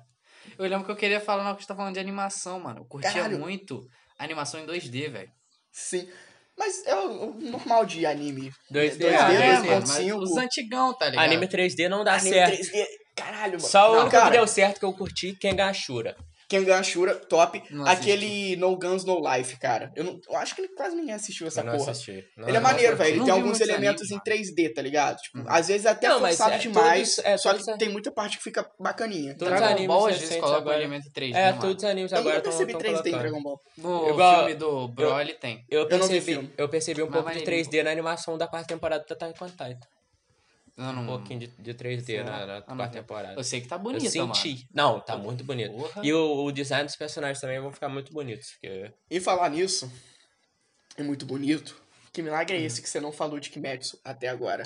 Speaker 2: Eu lembro que eu queria falar na hora que você tá falando de animação, mano. Eu curtia
Speaker 1: Caralho.
Speaker 2: muito animação em 2D, velho.
Speaker 1: Sim. Mas é o o normal de anime.
Speaker 3: 2D,
Speaker 1: É,
Speaker 2: Ah,
Speaker 1: é,
Speaker 2: mano, mas
Speaker 1: 1.5.
Speaker 2: os antigão, tá ligado?
Speaker 3: Anime 3D não dá
Speaker 1: anime
Speaker 3: certo.
Speaker 1: 3D. Caralho, mano.
Speaker 3: Só o
Speaker 1: Não,
Speaker 3: único que é
Speaker 1: cara,
Speaker 3: deu certo que eu curti, Kengashura.
Speaker 1: Kengashura, top.
Speaker 2: Não assisti.
Speaker 1: Aquele No Guns, No Life, cara. Eu, não, eu acho que ele quase ninguém assistiu essa
Speaker 3: Eu não
Speaker 1: porra.
Speaker 3: assisti. Não,
Speaker 1: ele é
Speaker 3: não,
Speaker 1: maneiro, velho. Ele
Speaker 2: não
Speaker 1: tem
Speaker 2: vi
Speaker 1: alguns
Speaker 2: muitos
Speaker 1: elementos em
Speaker 2: animes.
Speaker 1: 3D, tá ligado? Tipo,
Speaker 2: Uhum.
Speaker 1: às vezes até
Speaker 3: Não, mas
Speaker 1: forçado
Speaker 3: é,
Speaker 1: demais.
Speaker 3: todos- é,
Speaker 1: só que
Speaker 3: todos-
Speaker 1: tem muita parte que fica bacaninha.
Speaker 3: Todos
Speaker 2: Então, Dragon
Speaker 3: animes
Speaker 2: Ball às vezes
Speaker 3: recentes
Speaker 2: coloca o
Speaker 3: agora-
Speaker 2: elemento 3D,
Speaker 3: É,
Speaker 2: mano.
Speaker 3: todos os animes
Speaker 1: Eu
Speaker 3: agora
Speaker 1: nunca
Speaker 3: estão
Speaker 1: percebi 3D em
Speaker 3: colocando.
Speaker 1: Dragon Ball.
Speaker 2: No
Speaker 3: Igual-
Speaker 2: filme do Broly tem.
Speaker 3: Eu
Speaker 1: Eu não vi
Speaker 3: percebi,
Speaker 1: filme.
Speaker 3: eu percebi um
Speaker 2: Mas
Speaker 3: pouco de
Speaker 2: maneiro.
Speaker 3: 3D na animação da quarta temporada da Attack on Titan.
Speaker 2: Não,
Speaker 1: Hum.
Speaker 2: não,
Speaker 3: Um pouquinho de, de 3D
Speaker 2: sei
Speaker 3: na,
Speaker 2: lá.
Speaker 3: na
Speaker 2: Ah, não,
Speaker 3: quarta
Speaker 2: não.
Speaker 3: temporada.
Speaker 2: Eu sei que tá
Speaker 3: Eu
Speaker 2: bonito, mano.
Speaker 3: senti. Não, tá muito bonito.
Speaker 2: Porra.
Speaker 3: E o, o design dos personagens também vão ficar muito bonitos. Porque...
Speaker 1: E falar nisso, é muito bonito. Que milagre é esse que você não falou de Kimetsu até agora?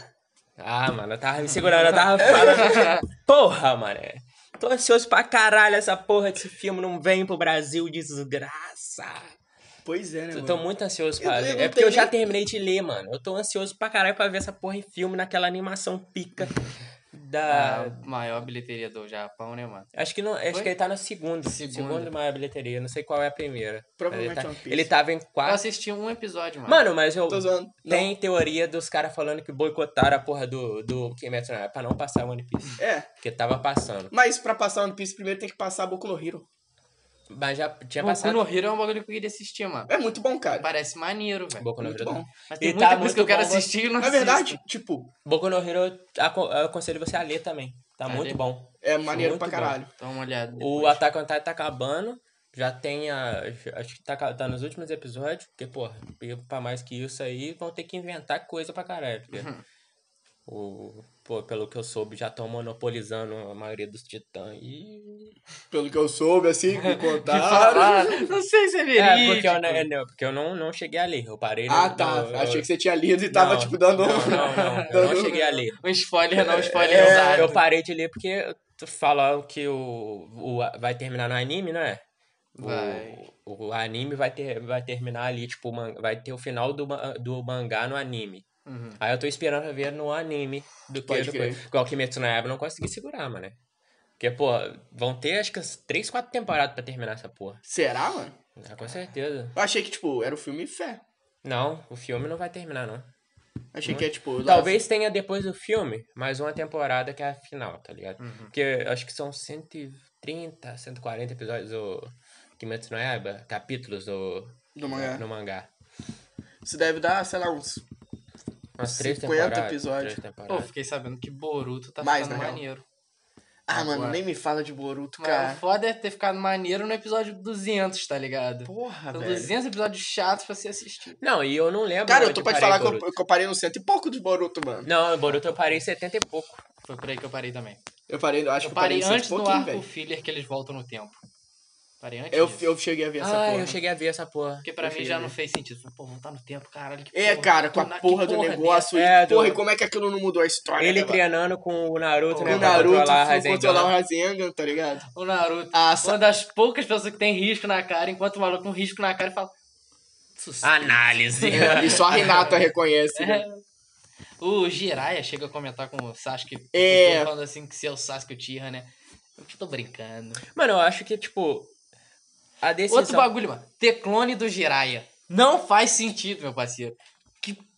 Speaker 3: Ah, mano, eu
Speaker 1: Uhum.
Speaker 3: tava me segurando, eu tava falando. porra, mano. é, Tô ansioso pra caralho essa porra desse filme não vem pro Brasil, desgraça.
Speaker 1: Pois é, né,
Speaker 3: Eu
Speaker 1: mano?
Speaker 3: tô muito ansioso
Speaker 1: Eu-
Speaker 3: pra
Speaker 1: eu
Speaker 3: ver.
Speaker 1: não
Speaker 3: É porque eu
Speaker 1: tenho
Speaker 3: já
Speaker 1: nem-
Speaker 3: terminei de ler, mano. Eu tô ansioso pra caralho pra ver essa porra em filme naquela animação pica da.
Speaker 1: Ah.
Speaker 2: A maior bilheteria do Japão, né, mano?
Speaker 3: Acho que não, acho
Speaker 2: Foi?
Speaker 3: que ele tá na segunda,
Speaker 2: Segunda.
Speaker 3: segunda, maior bilheteria, não sei qual é a primeira.
Speaker 1: Provavelmente
Speaker 3: ele, tá-
Speaker 1: One Piece.
Speaker 3: ele tava em
Speaker 2: Eu
Speaker 3: quatro.
Speaker 2: assisti um episódio, mano.
Speaker 3: Mano, mas eu
Speaker 1: Tô zoando. Não.
Speaker 3: tem teoria dos caras falando que boicotaram a porra do do Kimetsu no Yaiba pra não passar o One Piece,
Speaker 1: É,
Speaker 3: porque tava passando.
Speaker 1: mas pra passar One Piece primeiro tem que passar a Boku no Hero.
Speaker 3: Mas já tinha
Speaker 2: Boku
Speaker 3: passado.
Speaker 2: no Hero é um bagulho que eu queria assistir, mano.
Speaker 1: É muito bom, cara.
Speaker 2: Parece maneiro, velho.
Speaker 3: Boku no
Speaker 1: Muito
Speaker 3: Hero.
Speaker 1: bom.
Speaker 2: Mas tem
Speaker 3: E tá
Speaker 2: muita coisa
Speaker 3: muito
Speaker 2: que eu quero
Speaker 3: bom, mano.
Speaker 2: assistir e não
Speaker 1: Na
Speaker 2: assisto.
Speaker 1: É verdade, tipo,
Speaker 3: Boku no Hero, eu aco- eu aconselho você a ler também. Tá
Speaker 2: A
Speaker 3: muito
Speaker 2: ler.
Speaker 3: bom.
Speaker 1: é maneiro
Speaker 3: Muito
Speaker 1: pra
Speaker 3: bom.
Speaker 1: caralho.
Speaker 2: Dá uma olhada.
Speaker 3: O
Speaker 2: depois.
Speaker 3: Attack on Titan tá acabando. Já tem a. Acho que tá, ca- tá nos últimos episódios. Porque, porra, e pra mais que isso aí, vão ter que inventar coisa pra caralho. Porque o, pô, pelo que eu soube, já estão monopolizando a maioria dos titãs. E...
Speaker 1: Pelo que eu soube, assim, me
Speaker 2: Que
Speaker 1: contaram.
Speaker 2: falaram, não sei se é
Speaker 3: É,
Speaker 2: verídico.
Speaker 3: porque eu, não- é, não, porque eu não, não cheguei a ler. Eu parei no-
Speaker 1: tipo. ah, tá.
Speaker 3: no- eu-
Speaker 1: Achei que você tinha lido e tava,
Speaker 3: Não,
Speaker 1: tipo, dando.
Speaker 3: Não, não, não. Eu não cheguei a ler.
Speaker 2: Um spoiler não, um spoiler
Speaker 3: É,
Speaker 2: usado.
Speaker 3: eu parei de ler porque falaram que o, o vai terminar no anime, não é? O-
Speaker 2: Vai.
Speaker 3: O, anime vai, ter, vai terminar ali, tipo, o man- vai ter o final do, ma- do mangá no anime.
Speaker 2: Uhum.
Speaker 3: Aí eu tô esperando pra ver no anime do que
Speaker 1: Tipo, Pode
Speaker 3: depois.
Speaker 1: crer.
Speaker 3: Igual o Kimetsu na Yaiba eu não consegui segurar, mano. Porque, pô, vão ter acho que as 3, 4 temporadas pra terminar essa porra.
Speaker 1: Será, mano?
Speaker 3: Ah, com certeza.
Speaker 1: Eu achei que, tipo, era o filme Fé.
Speaker 3: Não, o filme não vai terminar, não.
Speaker 1: Achei que é, tipo. lá-
Speaker 3: Talvez tenha depois do filme mais uma temporada que é a final, tá ligado?
Speaker 1: Uhum.
Speaker 3: Porque eu acho que são 130, 140 episódios do Kimetsu no Yaiba, capítulos do,
Speaker 1: Do mangá.
Speaker 3: no mangá.
Speaker 1: Isso deve dar, sei lá, uns.
Speaker 3: Umas três
Speaker 1: 50
Speaker 3: temporadas.
Speaker 1: episódios.
Speaker 3: Três
Speaker 2: Pô,
Speaker 3: temporadas.
Speaker 2: fiquei sabendo que Boruto tá
Speaker 1: Mais,
Speaker 2: ficando
Speaker 1: na real.
Speaker 2: maneiro.
Speaker 1: Ah, mano,
Speaker 2: Agora.
Speaker 1: nem me fala de Boruto,
Speaker 2: Mas
Speaker 1: cara.
Speaker 2: o foda é ter ficado maneiro no episódio 200, tá ligado?
Speaker 1: Porra,
Speaker 2: São
Speaker 1: velho.
Speaker 2: 200 episódios chatos pra se assistir.
Speaker 3: Não, e eu não lembro.
Speaker 1: Cara, eu
Speaker 3: onde
Speaker 1: tô pra
Speaker 3: parei
Speaker 1: te falar que
Speaker 3: Boruto.
Speaker 1: eu, que eu parei no cento e pouco de Boruto, mano.
Speaker 3: Não, o Boruto eu parei em 70 e pouco.
Speaker 2: Foi por aí que eu parei também.
Speaker 1: Eu parei, eu acho
Speaker 2: eu
Speaker 1: que eu parei
Speaker 2: parei
Speaker 1: no cento
Speaker 2: antes
Speaker 1: e
Speaker 2: do
Speaker 1: pouquinho,
Speaker 2: arco
Speaker 1: velho.
Speaker 2: filler que eles voltam no tempo. Parei antes
Speaker 1: Eu,
Speaker 2: disso.
Speaker 1: eu cheguei a ver essa
Speaker 3: ah,
Speaker 1: porra.
Speaker 3: eu cheguei a ver essa porra.
Speaker 2: Porque pra
Speaker 3: Eu
Speaker 2: mim
Speaker 3: cheguei
Speaker 2: já
Speaker 3: a
Speaker 2: não
Speaker 3: ver.
Speaker 2: fez sentido. Falei, Pô, voltar no tempo, caralho. Que
Speaker 1: É,
Speaker 2: porra,
Speaker 1: cara, com a
Speaker 2: tornar- que
Speaker 1: porra do negócio.
Speaker 3: dessa?
Speaker 1: e,
Speaker 3: É, do-
Speaker 1: porra, e como é que aquilo não mudou a história?
Speaker 3: Ele
Speaker 1: né, mano?
Speaker 3: treinando com o Naruto,
Speaker 2: Com
Speaker 3: né?
Speaker 1: o
Speaker 3: pra
Speaker 1: Naruto
Speaker 3: controlar a
Speaker 1: foi
Speaker 3: Rasengan.
Speaker 1: controlar o Rasengan, tá ligado?
Speaker 2: dessa? O Naruto. É
Speaker 1: Ah,
Speaker 2: Uma das poucas pessoas que tem risco na cara, enquanto o maluco com risco na cara fala.
Speaker 3: Ah.
Speaker 2: "Sucesso".
Speaker 3: Análise.
Speaker 1: é. e só a Renata reconhece. né?
Speaker 2: É. O Jiraiya chega a comentar com o Sasuke.
Speaker 1: É.
Speaker 2: Falando assim que se é o Sasuke o Tira, né? Eu que tô brincando.
Speaker 3: Mano, eu acho que, tipo. A decisão.
Speaker 2: Outro bagulho, mano. Ter clone do Jiraiya. Não faz sentido, meu parceiro.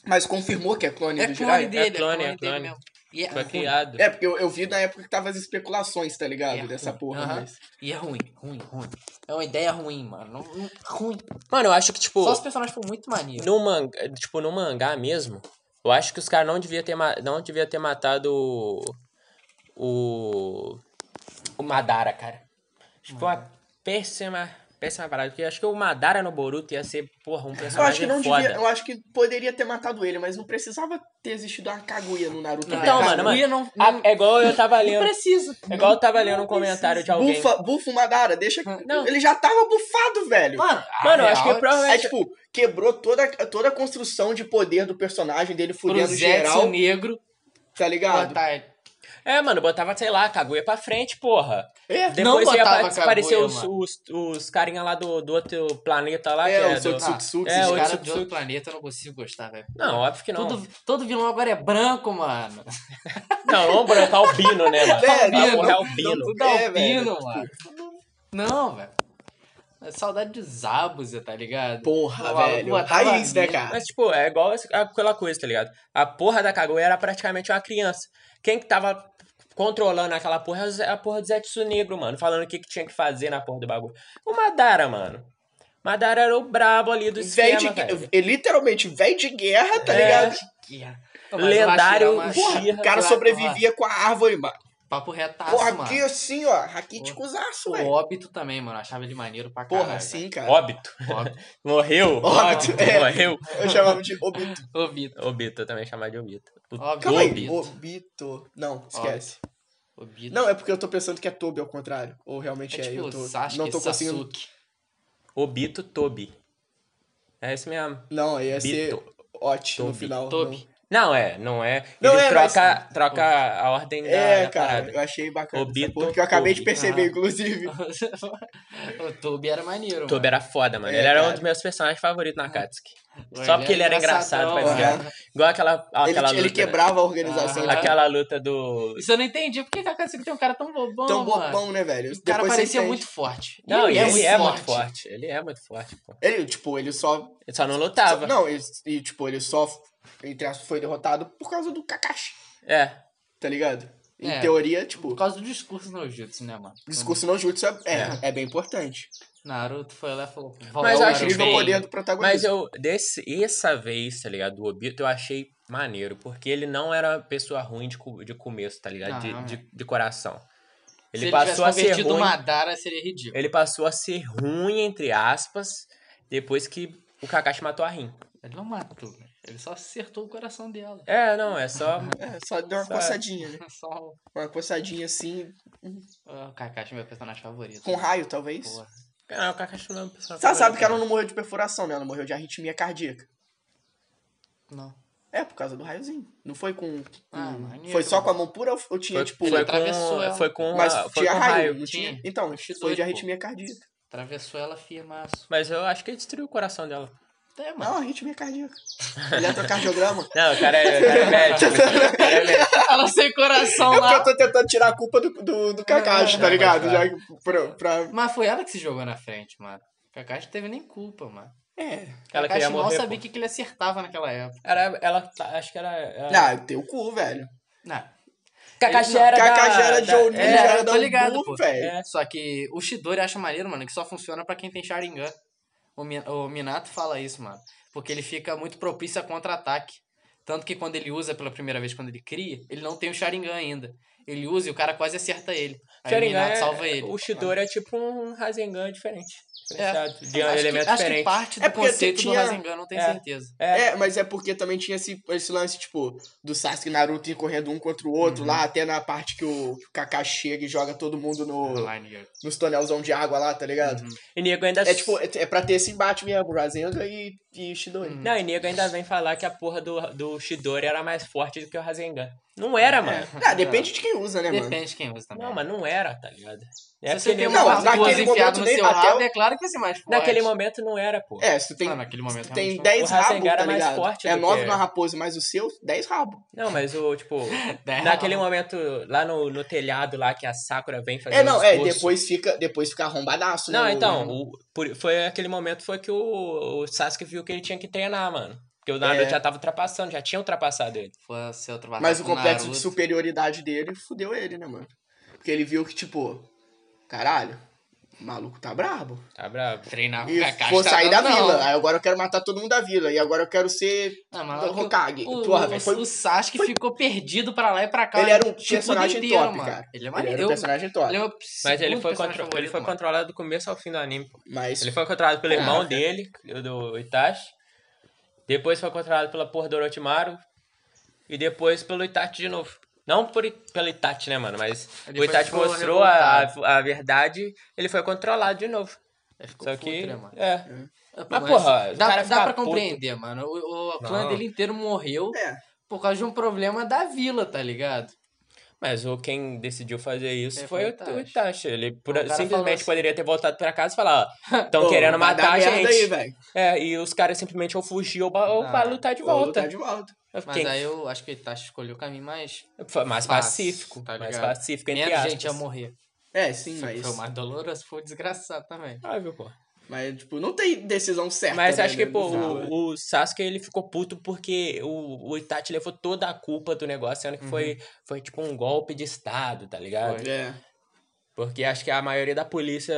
Speaker 1: Mas confirmou que é clone
Speaker 2: É
Speaker 1: do
Speaker 2: clone
Speaker 1: Jiraiya?
Speaker 2: dele, é
Speaker 3: clone,
Speaker 2: clone,
Speaker 3: é
Speaker 2: dele
Speaker 3: clone.
Speaker 2: mesmo. E é
Speaker 3: Foi
Speaker 2: ruim.
Speaker 3: criado.
Speaker 1: É, porque eu, eu vi na época que tava as especulações, tá ligado?
Speaker 2: É
Speaker 1: Dessa
Speaker 2: ruim.
Speaker 1: porra,
Speaker 2: Aham.
Speaker 1: mas...
Speaker 2: E é ruim, ruim, ruim. É uma ideia ruim, mano. Não- não- ruim.
Speaker 3: Mano, eu acho que, tipo,
Speaker 2: Só os personagens foram muito maneiros.
Speaker 3: no mangá, tipo, no mangá mesmo, eu acho que os caras não devia ter ma- não devia ter matado o o, o Madara, cara. Acho que foi uma péssima, péssima parada, porque eu acho que o Madara no Boruto ia ser, porra, um
Speaker 1: Eu acho que
Speaker 3: personagem
Speaker 1: não
Speaker 3: foda.
Speaker 1: devia, eu acho que poderia ter matado ele, mas não precisava ter existido uma Kaguya no Naruto.
Speaker 2: Não,
Speaker 1: né,
Speaker 3: Então,
Speaker 1: cara?
Speaker 3: mano, mas
Speaker 2: Kaguya não-
Speaker 3: Ah,
Speaker 2: não-
Speaker 3: é igual eu tava lendo,
Speaker 2: precisa.
Speaker 3: é igual eu tava lendo um comentário de alguém. Hum,
Speaker 1: Bufa, bufa o Madara, deixa.
Speaker 3: Não.
Speaker 1: Ele já tava bufado, velho.
Speaker 2: Mano,
Speaker 3: Mano, eu acho que
Speaker 2: real,
Speaker 1: É
Speaker 3: provavelmente
Speaker 1: tipo, quebrou toda, toda a construção de poder do personagem dele
Speaker 2: pro
Speaker 1: fudendo
Speaker 2: Zetsu
Speaker 1: geral,
Speaker 2: negro.
Speaker 1: tá
Speaker 3: Ah,
Speaker 1: ligado?
Speaker 2: botar ele.
Speaker 3: É, mano, botava, sei lá, Kaguya pra frente, porra.
Speaker 1: É,
Speaker 3: Depois
Speaker 2: não
Speaker 3: ia
Speaker 2: botava
Speaker 3: apa- aparecer
Speaker 2: Kaguya,
Speaker 3: os,
Speaker 2: mano.
Speaker 3: os, os carinha lá do, do outro planeta lá,
Speaker 1: É,
Speaker 3: que
Speaker 1: os
Speaker 3: do-
Speaker 1: outros- Otsutsuki,
Speaker 3: tá. é,
Speaker 2: Esses
Speaker 3: o
Speaker 2: caras de
Speaker 3: Otsutsuki.
Speaker 2: outro planeta eu não consigo gostar, velho.
Speaker 3: Não, óbvio que não.
Speaker 2: Todo, todo vilão agora é branco, mano.
Speaker 3: Não, não branco, albino, né, mano?
Speaker 1: É,
Speaker 3: Albino,
Speaker 2: não,
Speaker 3: é albino.
Speaker 2: Tudo
Speaker 1: É,
Speaker 2: albino,
Speaker 1: velho,
Speaker 2: mano. Não, velho. É Saudade de Zabuza, tá ligado?
Speaker 1: Porra,
Speaker 2: O maluco
Speaker 1: velho.
Speaker 2: botava
Speaker 1: Raiz, né,
Speaker 2: medo.
Speaker 1: cara?
Speaker 3: Mas, tipo, é igual essa- aquela coisa, tá ligado? A porra da Kaguya era praticamente uma criança. Quem que tava controlando aquela porra, é o Zé- a porra do Zetsu Negro, mano. Falando o que, que tinha que fazer na porra do bagulho. O Madara, mano. Madara era o brabo ali do
Speaker 1: Véio
Speaker 3: esquema,
Speaker 1: de,
Speaker 3: velho.
Speaker 1: é literalmente, velho de guerra, tá
Speaker 3: É.
Speaker 1: ligado?
Speaker 2: Que... é
Speaker 3: Lendário
Speaker 1: Porra,
Speaker 3: Shira,
Speaker 1: o cara sobrevivia com a árvore, mano.
Speaker 2: Papo retaço,
Speaker 1: Porra,
Speaker 2: mano.
Speaker 1: aqui assim, ó, aqui de cusaço,
Speaker 2: O
Speaker 1: velho.
Speaker 2: óbito também, mano. eu Achava ele maneiro pra caralho.
Speaker 1: Porra, assim, cara.
Speaker 3: É. Óbito.
Speaker 2: velho. Óbito.
Speaker 3: Morreu.
Speaker 1: Óbito,
Speaker 3: Óbito.
Speaker 1: é.
Speaker 3: Morreu.
Speaker 1: Eu chamava de Obito.
Speaker 2: Obito.
Speaker 3: Obito, eu também chamava de Obito. O
Speaker 2: Óbito.
Speaker 1: Calma aí,
Speaker 2: Obito.
Speaker 1: Obito. Não, esquece.
Speaker 2: Obito.
Speaker 1: Não, é porque eu tô pensando que é Tobi ao contrário. Ou realmente
Speaker 2: é
Speaker 1: é,
Speaker 2: tipo
Speaker 1: eu tô,
Speaker 2: Sasuke,
Speaker 1: não tô conseguindo.
Speaker 2: Sasuke.
Speaker 3: Obito Tobi. É esse mesmo.
Speaker 1: Não, aí ia ser
Speaker 3: Bito.
Speaker 1: Ot no
Speaker 3: Tobi.
Speaker 1: final.
Speaker 2: Tobi.
Speaker 1: não.
Speaker 3: Não, é, não é.
Speaker 1: Não
Speaker 3: Ele
Speaker 1: é, mas-
Speaker 3: troca, troca a ordem da,
Speaker 1: É,
Speaker 3: da
Speaker 1: cara,
Speaker 3: parada.
Speaker 1: eu achei bacana. essa
Speaker 3: Obito,
Speaker 1: porra, Porque eu acabei de
Speaker 3: Tobi.
Speaker 1: perceber,
Speaker 2: Ah.
Speaker 1: inclusive.
Speaker 2: o Tobi era maneiro,
Speaker 3: Tobi
Speaker 2: mano.
Speaker 3: era foda, mano.
Speaker 1: É,
Speaker 3: ele era um
Speaker 1: cara.
Speaker 3: dos meus personagens favoritos na Katsuki.
Speaker 2: Ué, é
Speaker 3: Só porque ele era engraçado,
Speaker 2: engraçadão,
Speaker 3: pra
Speaker 1: é mano.
Speaker 3: dizer. Igual aquela,
Speaker 1: né?
Speaker 2: Ah,
Speaker 1: Ele,
Speaker 3: aquela luta.
Speaker 1: ele
Speaker 3: né?
Speaker 1: quebrava a organização.
Speaker 2: Aham.
Speaker 1: né?
Speaker 3: Aquela luta do.
Speaker 2: Isso eu não entendi. Por que que a Katsuki tem um cara tão bobão,
Speaker 1: Tão
Speaker 2: mano?
Speaker 1: bobão, né, velho?
Speaker 2: O cara
Speaker 1: Depois você
Speaker 2: parecia
Speaker 1: entende.
Speaker 2: muito forte. E
Speaker 3: Não, e ele, é,
Speaker 2: forte.
Speaker 3: muito forte. Ele é muito forte, pô.
Speaker 1: Ele, tipo, ele só.
Speaker 3: Ele só não lutava.
Speaker 1: Não, ele, e, tipo, ele só entre aspas, foi derrotado por causa do Kakashi,
Speaker 3: É.
Speaker 1: tá ligado? Em
Speaker 2: É.
Speaker 1: teoria, tipo,
Speaker 2: Por causa do discurso no Jutsu, né, mano?
Speaker 1: discurso no jutsu é, é, é bem importante.
Speaker 2: Naruto foi lá e falou...
Speaker 3: Mas eu
Speaker 1: é o
Speaker 3: acho
Speaker 1: incrível
Speaker 3: bem-
Speaker 1: poder do protagonista.
Speaker 3: Mas eu, desse, essa vez, tá ligado? Do Obito, eu achei maneiro. Porque ele não era uma pessoa ruim de, co- de começo, tá ligado?
Speaker 2: Não,
Speaker 3: de, de, de coração. Ele
Speaker 2: Se
Speaker 3: passou a
Speaker 2: ele tivesse
Speaker 3: ser
Speaker 2: convertido
Speaker 3: ruim.
Speaker 2: Madara, seria ridículo.
Speaker 3: Ele passou a ser ruim, entre aspas, depois que o Kakashi matou a Rin.
Speaker 2: Ele não matou, né? Ele só acertou o coração dela. É
Speaker 3: É, não, é só.
Speaker 1: É, só deu uma
Speaker 3: Só-
Speaker 1: coçadinha, né?
Speaker 2: Só o,
Speaker 1: Uma coçadinha assim,
Speaker 2: o Kakashi, meu personagem favorito.
Speaker 1: com raio, talvez.
Speaker 2: Porra.
Speaker 3: Caralho, o Kakashi não é uma pessoa.
Speaker 1: Você sabe
Speaker 3: favorita,
Speaker 1: que ela
Speaker 3: né?
Speaker 1: não morreu de perfuração, né? Ela morreu de arritmia cardíaca.
Speaker 2: Não.
Speaker 1: É, por causa do raiozinho. Não foi com.
Speaker 2: Ah,
Speaker 1: com-
Speaker 2: maneiro.
Speaker 1: foi só com a mão pura ou- ou tinha,
Speaker 3: Foi,
Speaker 1: tipo.
Speaker 3: foi
Speaker 2: ele atravessou ela.
Speaker 3: com, foi com.
Speaker 1: Mas
Speaker 3: a- foi
Speaker 1: tinha
Speaker 3: com
Speaker 1: raio,
Speaker 3: raio.
Speaker 1: não tinha?
Speaker 2: Tinha.
Speaker 1: Então,
Speaker 2: Tinha
Speaker 1: foi
Speaker 2: dois,
Speaker 1: de
Speaker 2: pô.
Speaker 1: arritmia cardíaca.
Speaker 2: Atravessou ela firmaço.
Speaker 3: Mas eu acho que ele destruiu o coração dela.
Speaker 2: Até, mano.
Speaker 1: Não, arritmia cardíaca. Eletrocardiograma.
Speaker 3: Não, o cara é, o cara é médico. o cara é médico.
Speaker 2: Ela sem coração
Speaker 1: É porque
Speaker 2: lá.
Speaker 1: eu tô tentando tirar a culpa do, do, do Kakashi, tá
Speaker 3: Não,
Speaker 1: ligado?
Speaker 2: É,
Speaker 3: mas
Speaker 1: Já
Speaker 3: tá.
Speaker 1: que- pra, pra-
Speaker 2: Mas foi ela que se jogou na frente, mano. Kakashi não teve nem culpa, mano.
Speaker 1: É.
Speaker 3: Ela
Speaker 2: Kakashi
Speaker 3: queria
Speaker 2: mal
Speaker 3: morrer.
Speaker 2: sabia
Speaker 3: pô.
Speaker 2: o que, que ele acertava naquela época.
Speaker 3: Era, ela, tá- acho que era. era...
Speaker 1: Ah, tem o cu, velho.
Speaker 2: Não.
Speaker 3: É. Kakashi
Speaker 2: ele-
Speaker 3: era.
Speaker 1: Kakashi
Speaker 3: da,
Speaker 1: era
Speaker 3: da-
Speaker 1: Jonin,
Speaker 3: é,
Speaker 1: era
Speaker 2: eu tô
Speaker 1: da
Speaker 2: ligado,
Speaker 1: Umbu,
Speaker 2: pô.
Speaker 1: velho.
Speaker 3: É.
Speaker 2: Só que o Shidori acha maneiro, mano, que só funciona pra quem tem Sharingan. O, Mi- o Minato fala isso, mano. Porque ele fica muito propício a contra-ataque. Tanto que quando ele usa pela primeira vez, quando ele cria, ele não tem o Sharingan ainda. Ele usa e o cara quase acerta ele. Aí
Speaker 3: Sharingan
Speaker 2: o Minato
Speaker 3: é-
Speaker 2: salva ele.
Speaker 3: O Shidori é tipo um Rasengan diferente.
Speaker 2: É.
Speaker 3: diferenciado, De um
Speaker 2: acho
Speaker 3: elemento
Speaker 2: que, acho que
Speaker 3: diferente.
Speaker 2: parte do
Speaker 1: É porque
Speaker 2: conceito
Speaker 1: tinha-
Speaker 2: do Rasengan, não tenho
Speaker 3: É.
Speaker 2: certeza.
Speaker 3: É.
Speaker 1: É, mas é porque também tinha esse, esse lance, tipo, do Sasuke e Naruto ir correndo um contra o
Speaker 2: Uhum.
Speaker 1: outro lá, até na parte que o, que o Kakashi chega e joga todo mundo no,
Speaker 2: Maneiro.
Speaker 1: nos tonelzão de água lá, tá ligado?
Speaker 2: Uhum.
Speaker 3: E nego ainda.
Speaker 1: É tipo, é, é pra ter esse embate mesmo, Rasenga e, e Shidori.
Speaker 2: Uhum.
Speaker 3: Não, e nego ainda vem falar que a porra do, do Shidori era mais forte do que o Rasengan. Não era, mano.
Speaker 1: Ah, depende de quem usa, né, mano?
Speaker 2: Depende de quem usa É, também.
Speaker 3: É, Não, mas não era, tá ligado? É
Speaker 2: Se
Speaker 3: porque
Speaker 2: você tem
Speaker 3: nego-
Speaker 2: uma
Speaker 1: Não,
Speaker 2: não,
Speaker 1: naquele momento
Speaker 2: enfiada no
Speaker 1: nem-
Speaker 2: seu
Speaker 1: até
Speaker 2: rabo,
Speaker 1: o-
Speaker 2: é claro que vai ser mais forte.
Speaker 3: Naquele momento não era, pô.
Speaker 1: É, se tu tem,
Speaker 2: Ah, naquele momento
Speaker 1: se tu tem
Speaker 2: realmente não.
Speaker 1: 10
Speaker 3: O Rasengan
Speaker 1: rabos, tá
Speaker 3: era mais
Speaker 1: ligado?
Speaker 3: forte
Speaker 1: é
Speaker 3: do
Speaker 1: 9
Speaker 3: que-
Speaker 1: na raposa, mas o seu, 10 rabos.
Speaker 3: Não, mas o, tipo,
Speaker 2: Dez
Speaker 3: naquele
Speaker 2: rabos.
Speaker 3: momento lá no, no telhado lá que a Sakura vem fazer
Speaker 1: É, não,
Speaker 3: um
Speaker 1: é,
Speaker 3: discurso.
Speaker 1: depois fica, depois fica arrombadaço. né,
Speaker 3: Não,
Speaker 1: no-
Speaker 3: então, o- por- foi aquele momento foi que o, o Sasuke viu que ele tinha que treinar, mano. Porque o Naruto
Speaker 1: É.
Speaker 3: já tava ultrapassando, já tinha ultrapassado ele.
Speaker 2: Foi ser outro barato
Speaker 3: tá
Speaker 1: Mas o
Speaker 2: do
Speaker 1: complexo
Speaker 2: Naruto.
Speaker 1: de superioridade dele fudeu ele, né, mano? Porque ele viu que, tipo, caralho, o maluco tá brabo.
Speaker 3: Tá bravo.
Speaker 2: Treinar com
Speaker 1: E
Speaker 2: o Kakashi.
Speaker 1: vou
Speaker 2: tá
Speaker 1: sair da
Speaker 2: dando, não.
Speaker 1: vila. Aí agora eu quero matar todo mundo da vila. E agora eu quero ser
Speaker 2: Ah, mas
Speaker 1: do
Speaker 2: o-
Speaker 1: Hokage.
Speaker 2: O,
Speaker 1: Porra,
Speaker 2: o,
Speaker 1: velho, foi-
Speaker 2: o Sasuke ficou perdido pra lá e pra cá.
Speaker 1: Ele era um
Speaker 2: tipo,
Speaker 1: personagem
Speaker 2: inteiro,
Speaker 1: top,
Speaker 2: mano.
Speaker 1: cara.
Speaker 2: Ele é
Speaker 1: Ele
Speaker 2: maneiro.
Speaker 1: era um personagem top.
Speaker 2: Ele é o
Speaker 3: Mas ele
Speaker 2: segundo
Speaker 3: foi,
Speaker 2: personagem
Speaker 3: contro- ele
Speaker 2: favorito,
Speaker 3: foi
Speaker 2: mano.
Speaker 3: controlado do começo ao fim do anime, pô.
Speaker 1: Mas.
Speaker 3: Ele foi controlado pelo
Speaker 2: É,
Speaker 3: irmão
Speaker 2: cara.
Speaker 3: dele, do Itachi. Depois foi controlado pela porra do Orochimaru. E depois pelo Itachi de novo. Não por, I- pelo Itachi, né, mano? Mas
Speaker 2: Ele
Speaker 3: o
Speaker 2: foi-
Speaker 3: Itachi
Speaker 2: ficou
Speaker 3: mostrou a, a verdade, ele foi controlado de novo.
Speaker 2: Ele ficou
Speaker 3: Só que.
Speaker 2: putre, mano.
Speaker 3: É.
Speaker 2: Pô,
Speaker 3: porra, o
Speaker 2: dá,
Speaker 3: cara
Speaker 2: dá
Speaker 3: fica
Speaker 2: pra
Speaker 3: puto.
Speaker 2: compreender, mano. O, o clã
Speaker 3: Não.
Speaker 2: dele inteiro morreu
Speaker 1: É.
Speaker 2: por causa de um problema da vila, tá ligado?
Speaker 3: Mas o, quem decidiu fazer isso
Speaker 2: É,
Speaker 3: foi
Speaker 2: foi
Speaker 3: o
Speaker 2: o Itachi.
Speaker 3: o Itachi. Ele por-
Speaker 2: O cara falou
Speaker 3: simplesmente
Speaker 2: assim-
Speaker 3: poderia ter voltado pra casa e falar, ó, estão
Speaker 1: Pô,
Speaker 3: querendo
Speaker 1: vai dar
Speaker 3: matar a
Speaker 1: merda
Speaker 3: gente.
Speaker 1: Aí, velho.
Speaker 3: é, e os caras simplesmente ou fugir ou, ba- ou
Speaker 2: Não,
Speaker 3: vai lutar de
Speaker 1: Pô,
Speaker 3: volta.
Speaker 1: Tá de volta.
Speaker 3: Eu
Speaker 2: Mas
Speaker 3: fiquei-
Speaker 2: aí eu acho que o Itachi escolheu o caminho mais.
Speaker 3: Foi mais
Speaker 2: fácil,
Speaker 3: pacífico,
Speaker 2: tá
Speaker 3: mais
Speaker 2: ligado?
Speaker 3: pacífico entre
Speaker 2: Menos
Speaker 3: aspas.
Speaker 2: gente ia morrer.
Speaker 1: É, sim,
Speaker 2: Foi
Speaker 1: mas.
Speaker 2: o mais doloroso, foi o desgraçado também.
Speaker 3: Ah, viu, pô.
Speaker 1: Mas, tipo, não tem decisão certa.
Speaker 3: Mas
Speaker 1: né,
Speaker 3: acho que,
Speaker 1: no
Speaker 3: pô,
Speaker 1: final, né?
Speaker 3: o, o Sasuke ele ficou puto porque o, o Itachi levou toda a culpa do negócio, sendo que foi, foi tipo um golpe de Estado, tá ligado?
Speaker 2: Uhum. Foi.
Speaker 1: É.
Speaker 3: Porque acho que a maioria da polícia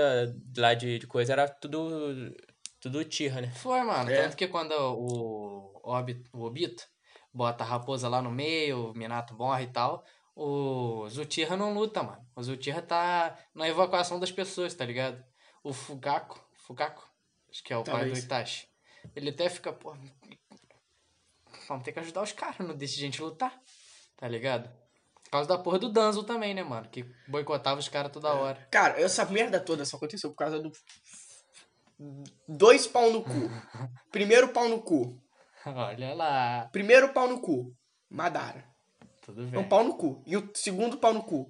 Speaker 3: lá de, de coisa era tudo. Tudo tira, né?
Speaker 2: Foi, mano.
Speaker 1: É.
Speaker 2: Tanto que quando o, Obi- o Obito bota a raposa lá no meio, o Minato morre e tal, o Zutirra não luta, mano. O Zutirra tá na evacuação das pessoas, tá ligado? O Fugaku, Fugaku, acho que é o pai do
Speaker 1: Talvez.
Speaker 2: Itachi, ele até fica, pô, vamos ter que ajudar os caras, não deixa a gente lutar, tá ligado? Por causa da porra do Danzo também, né, mano? Que boicotava os caras
Speaker 1: É.
Speaker 2: toda hora.
Speaker 1: Cara, essa merda toda só aconteceu por causa do. Dois pau no cu. Primeiro pau no cu.
Speaker 2: Olha lá,
Speaker 1: Primeiro pau no cu. Madara.
Speaker 2: tudo
Speaker 1: É
Speaker 2: bem.
Speaker 1: um pau no cu. E o segundo pau no cu.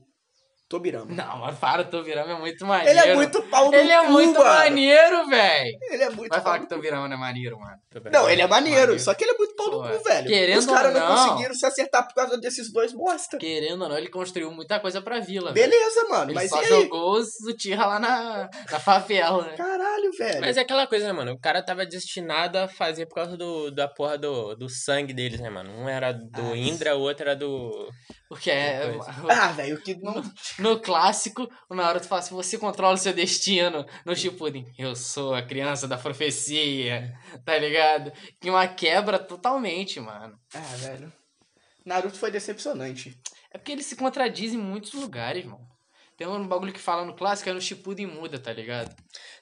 Speaker 1: Tobirama.
Speaker 2: Não, mas para, o Tobirama é muito maneiro.
Speaker 1: Ele é muito pau no cu.
Speaker 2: Ele é muito
Speaker 1: mano.
Speaker 2: maneiro, velho.
Speaker 1: Ele é muito
Speaker 2: Vai
Speaker 1: pau
Speaker 2: falar
Speaker 1: no
Speaker 2: que o Tobirama não é maneiro, mano.
Speaker 1: Não, ele é maneiro,
Speaker 2: Maneiro.
Speaker 1: só que ele é muito pau no
Speaker 2: Pô,
Speaker 1: cu, velho.
Speaker 2: querendo
Speaker 1: Os caras
Speaker 2: ou
Speaker 1: não,
Speaker 2: não.
Speaker 1: conseguiram se acertar por causa desses dois bosta.
Speaker 2: Querendo ou não, ele construiu muita coisa pra vila, velho.
Speaker 1: Beleza, mano,
Speaker 2: Ele
Speaker 1: mas e
Speaker 2: só
Speaker 1: aí?
Speaker 2: jogou os Uchiha lá na, na favela, né?
Speaker 1: Caralho, velho.
Speaker 3: Mas é aquela coisa, né, mano? O cara tava destinado a fazer por causa do, da porra do, do sangue deles, né, mano? Um era do
Speaker 2: Ah,
Speaker 3: Indra, o outro era do.
Speaker 2: Porque é,
Speaker 1: Ah, velho, o que não.
Speaker 2: no clássico, o Naruto fala assim, você controla o seu destino. No Shippuden, eu sou a criança da profecia, tá ligado? Que uma quebra totalmente, mano.
Speaker 1: Ah, velho. Naruto foi decepcionante.
Speaker 2: É porque ele se contradiz em muitos lugares, mano. Tem um bagulho que fala no clássico, aí no Shippuden muda, tá ligado?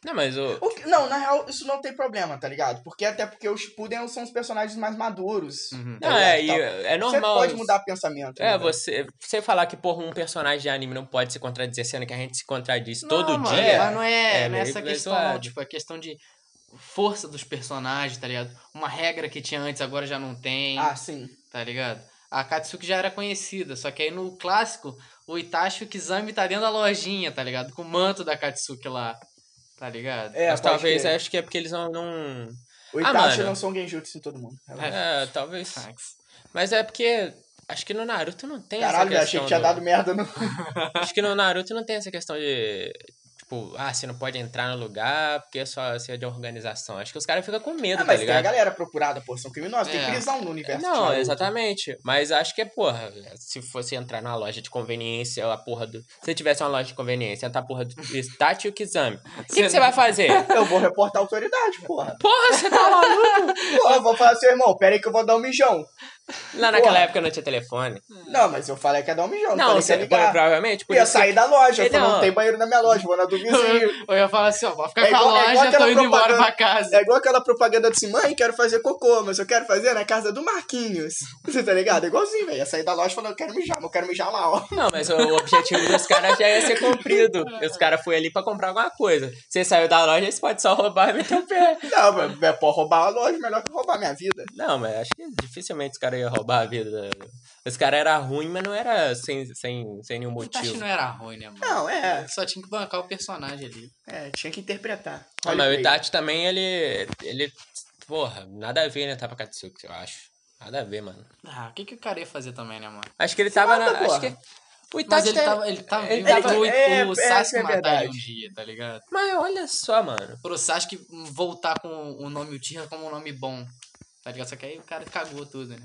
Speaker 3: Não, mas o.
Speaker 1: O que- não, na real, isso não tem problema, tá ligado? Porque até porque os Shippuden são os personagens mais maduros.
Speaker 2: Uhum.
Speaker 1: tá
Speaker 3: Não, é, e
Speaker 1: ligado?
Speaker 3: é
Speaker 1: Então,
Speaker 3: normal.
Speaker 1: Você pode mudar pensamento.
Speaker 3: É,
Speaker 1: né,
Speaker 3: você, você falar que, porra, um personagem de anime não pode se contradizer, sendo que a gente se contradiz todo
Speaker 2: mano,
Speaker 3: dia.
Speaker 2: Mas não é,
Speaker 3: é
Speaker 2: não é
Speaker 3: meio
Speaker 2: essa
Speaker 3: que
Speaker 2: questão,
Speaker 3: zoado.
Speaker 2: não. Tipo, é questão de força dos personagens, tá ligado? Uma regra que tinha antes, agora já não tem,
Speaker 1: velho? Ah, sim.
Speaker 2: tá ligado? A Katsuki já era conhecida, só que aí no clássico, o Itachi e o Kizami tá dentro da lojinha, tá ligado? Com o manto da Katsuki lá, tá ligado?
Speaker 1: É,
Speaker 3: mas
Speaker 1: pode
Speaker 3: talvez,
Speaker 1: crer.
Speaker 3: acho que é porque eles não. não-
Speaker 1: O
Speaker 3: Ah,
Speaker 1: Itachi
Speaker 3: mano.
Speaker 1: lançou um Genjutsu em todo mundo.
Speaker 3: É, talvez.
Speaker 2: Sax.
Speaker 3: Mas é porque. Acho que no Naruto não tem
Speaker 1: Caralho, velho,
Speaker 3: essa questão.
Speaker 1: achei que tinha
Speaker 3: do-
Speaker 1: dado merda no.
Speaker 3: Acho que no Naruto não tem essa questão de. Tipo, ah, você não pode entrar no lugar porque é só você é de organização. Acho que os caras ficam com medo, tá
Speaker 1: Ah, mas tem a
Speaker 3: ligado?
Speaker 1: galera né? procurada, pô, são criminosos. Tem
Speaker 2: É.
Speaker 1: prisão no universo. de
Speaker 3: Não,
Speaker 1: Naruto.
Speaker 3: exatamente. Mas acho que é, porra, se fosse entrar na loja de conveniência, a porra do. Se tivesse uma loja de conveniência, entrar a porra do Stat e o Kizami. O que, que você vai fazer?
Speaker 1: Eu vou reportar a autoridade, porra.
Speaker 3: Porra, você tá maluco?
Speaker 1: Porra, eu vou falar assim, irmão, pera aí que eu vou dar um mijão.
Speaker 3: Lá naquela
Speaker 1: Porra.
Speaker 3: época não tinha telefone.
Speaker 1: Não, mas eu falei que ia dar um mijão.
Speaker 3: Hum. Não,
Speaker 1: falei que
Speaker 3: você,
Speaker 1: ia ligar.
Speaker 3: provavelmente. Por
Speaker 1: ia
Speaker 3: isso,
Speaker 1: sair da loja. Eu
Speaker 3: Ele
Speaker 1: falei, não
Speaker 3: não.
Speaker 1: tem banheiro na minha loja, vou na do vizinho.
Speaker 2: Ou eu falo assim, ó, vou ficar
Speaker 1: É
Speaker 2: com a
Speaker 1: igual- é igual
Speaker 2: loja, tô
Speaker 1: aquela
Speaker 2: indo embora
Speaker 1: propaganda.
Speaker 2: pra casa.
Speaker 1: É igual aquela propaganda de assim, mãe, quero fazer cocô, mas eu quero fazer na casa do Marquinhos. Você tá ligado? É igualzinho, velho. Ia sair da loja falando, eu quero mijar, mas eu quero mijar lá, ó.
Speaker 3: Não, mas o objetivo dos caras já ia ser cumprido. Os caras foram ali pra comprar alguma coisa. Você saiu da loja, você pode só roubar e meter o pé.
Speaker 1: Não, mas é pô, roubar a loja, melhor que roubar a minha vida.
Speaker 3: Não, mas acho que dificilmente os caras iam roubar a vida. Os caras eram ruins, mas não era sem, sem, sem nenhum
Speaker 2: O Itachi
Speaker 3: motivo.
Speaker 2: não era ruim, né, mano?
Speaker 1: Não, é.
Speaker 2: Só tinha que bancar o personagem ali.
Speaker 1: É, tinha que interpretar.
Speaker 3: Ah,
Speaker 1: Olha
Speaker 3: mas o
Speaker 1: aí.
Speaker 3: Itachi também, ele. ele. Porra, nada a ver, né? Tava com a Katsuki, eu acho. Nada a ver, mano.
Speaker 2: Ah, o que, que o cara ia fazer também, né, mano?
Speaker 3: Acho que ele tava
Speaker 1: mata,
Speaker 3: na. Acho
Speaker 1: porra.
Speaker 3: que. O Itachi
Speaker 2: Mas ele
Speaker 3: tá-
Speaker 2: tava, ele tava
Speaker 3: ele
Speaker 2: ele
Speaker 3: tava-
Speaker 2: o,
Speaker 1: é,
Speaker 2: o
Speaker 1: é,
Speaker 2: Sasuke
Speaker 1: é
Speaker 2: matar ele um
Speaker 1: verdade.
Speaker 2: dia, tá ligado?
Speaker 3: Mas olha só, mano.
Speaker 2: Pro Sasuke voltar com o nome Uchiha como um nome bom, tá ligado? Só que aí o cara cagou tudo,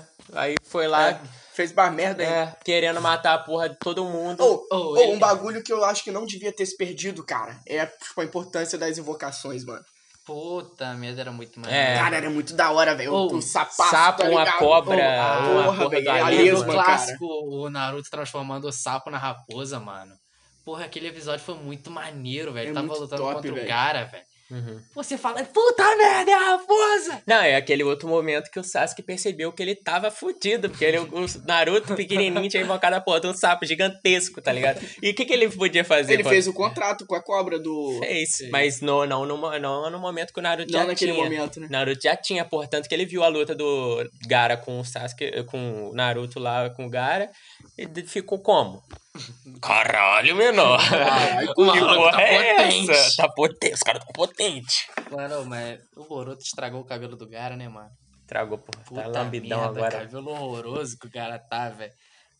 Speaker 3: É, Aí foi lá,
Speaker 1: É, Fez bar merda aí.
Speaker 3: é, querendo matar a porra de todo mundo.
Speaker 1: Ou
Speaker 2: Ou
Speaker 1: ou
Speaker 2: ele-
Speaker 3: é.
Speaker 1: um bagulho que eu acho que não devia ter se perdido, cara, é tipo, a importância das invocações, mano.
Speaker 2: Puta merda, era muito mais.
Speaker 3: É.
Speaker 1: Cara, era muito da hora, velho.
Speaker 2: Ou
Speaker 1: O sapato,
Speaker 3: sapo,
Speaker 1: tá
Speaker 3: uma
Speaker 1: ligado?
Speaker 3: cobra,
Speaker 2: Ah,
Speaker 3: uma
Speaker 1: porra,
Speaker 3: porra
Speaker 1: velho, é
Speaker 3: da
Speaker 1: a
Speaker 3: lesma.
Speaker 1: lesma.
Speaker 2: é clássico, o Naruto transformando o sapo na raposa, mano. Porra, aquele episódio foi muito maneiro, velho.
Speaker 1: É
Speaker 2: Tava
Speaker 1: muito
Speaker 2: lutando
Speaker 1: top,
Speaker 2: contra o
Speaker 1: velho.
Speaker 2: cara, velho.
Speaker 3: Uhum.
Speaker 2: Você fala, puta merda, é a raposa!
Speaker 3: Não, é aquele outro momento que o Sasuke percebeu que ele tava fudido, porque ele, o Naruto pequenininho tinha invocado a porra de um sapo gigantesco, tá ligado? E o que, que ele podia fazer? É,
Speaker 1: Ele
Speaker 3: mano?
Speaker 1: fez o contrato com a cobra do.
Speaker 3: Fez, mas no, não, no, mo- não no momento que o Naruto
Speaker 1: Não
Speaker 3: já
Speaker 1: naquele
Speaker 3: tinha.
Speaker 1: momento, né?
Speaker 3: Naruto já tinha, portanto, que ele viu a luta do Gara com o Sasuke, com o Naruto lá com o Gara, e de- ficou como? Caralho, menor!
Speaker 1: Caralho,
Speaker 3: Que
Speaker 2: maluco,
Speaker 3: porra
Speaker 2: tá
Speaker 3: é
Speaker 2: potente.
Speaker 3: essa? Tá potente, os caras tão potente.
Speaker 2: Mano, mas o Boruto estragou o cabelo do cara, né, mano?
Speaker 3: Tragou, porra,
Speaker 2: Puta
Speaker 3: tá lambidão
Speaker 2: merda,
Speaker 3: agora.
Speaker 2: cabelo horroroso que o cara tá, velho.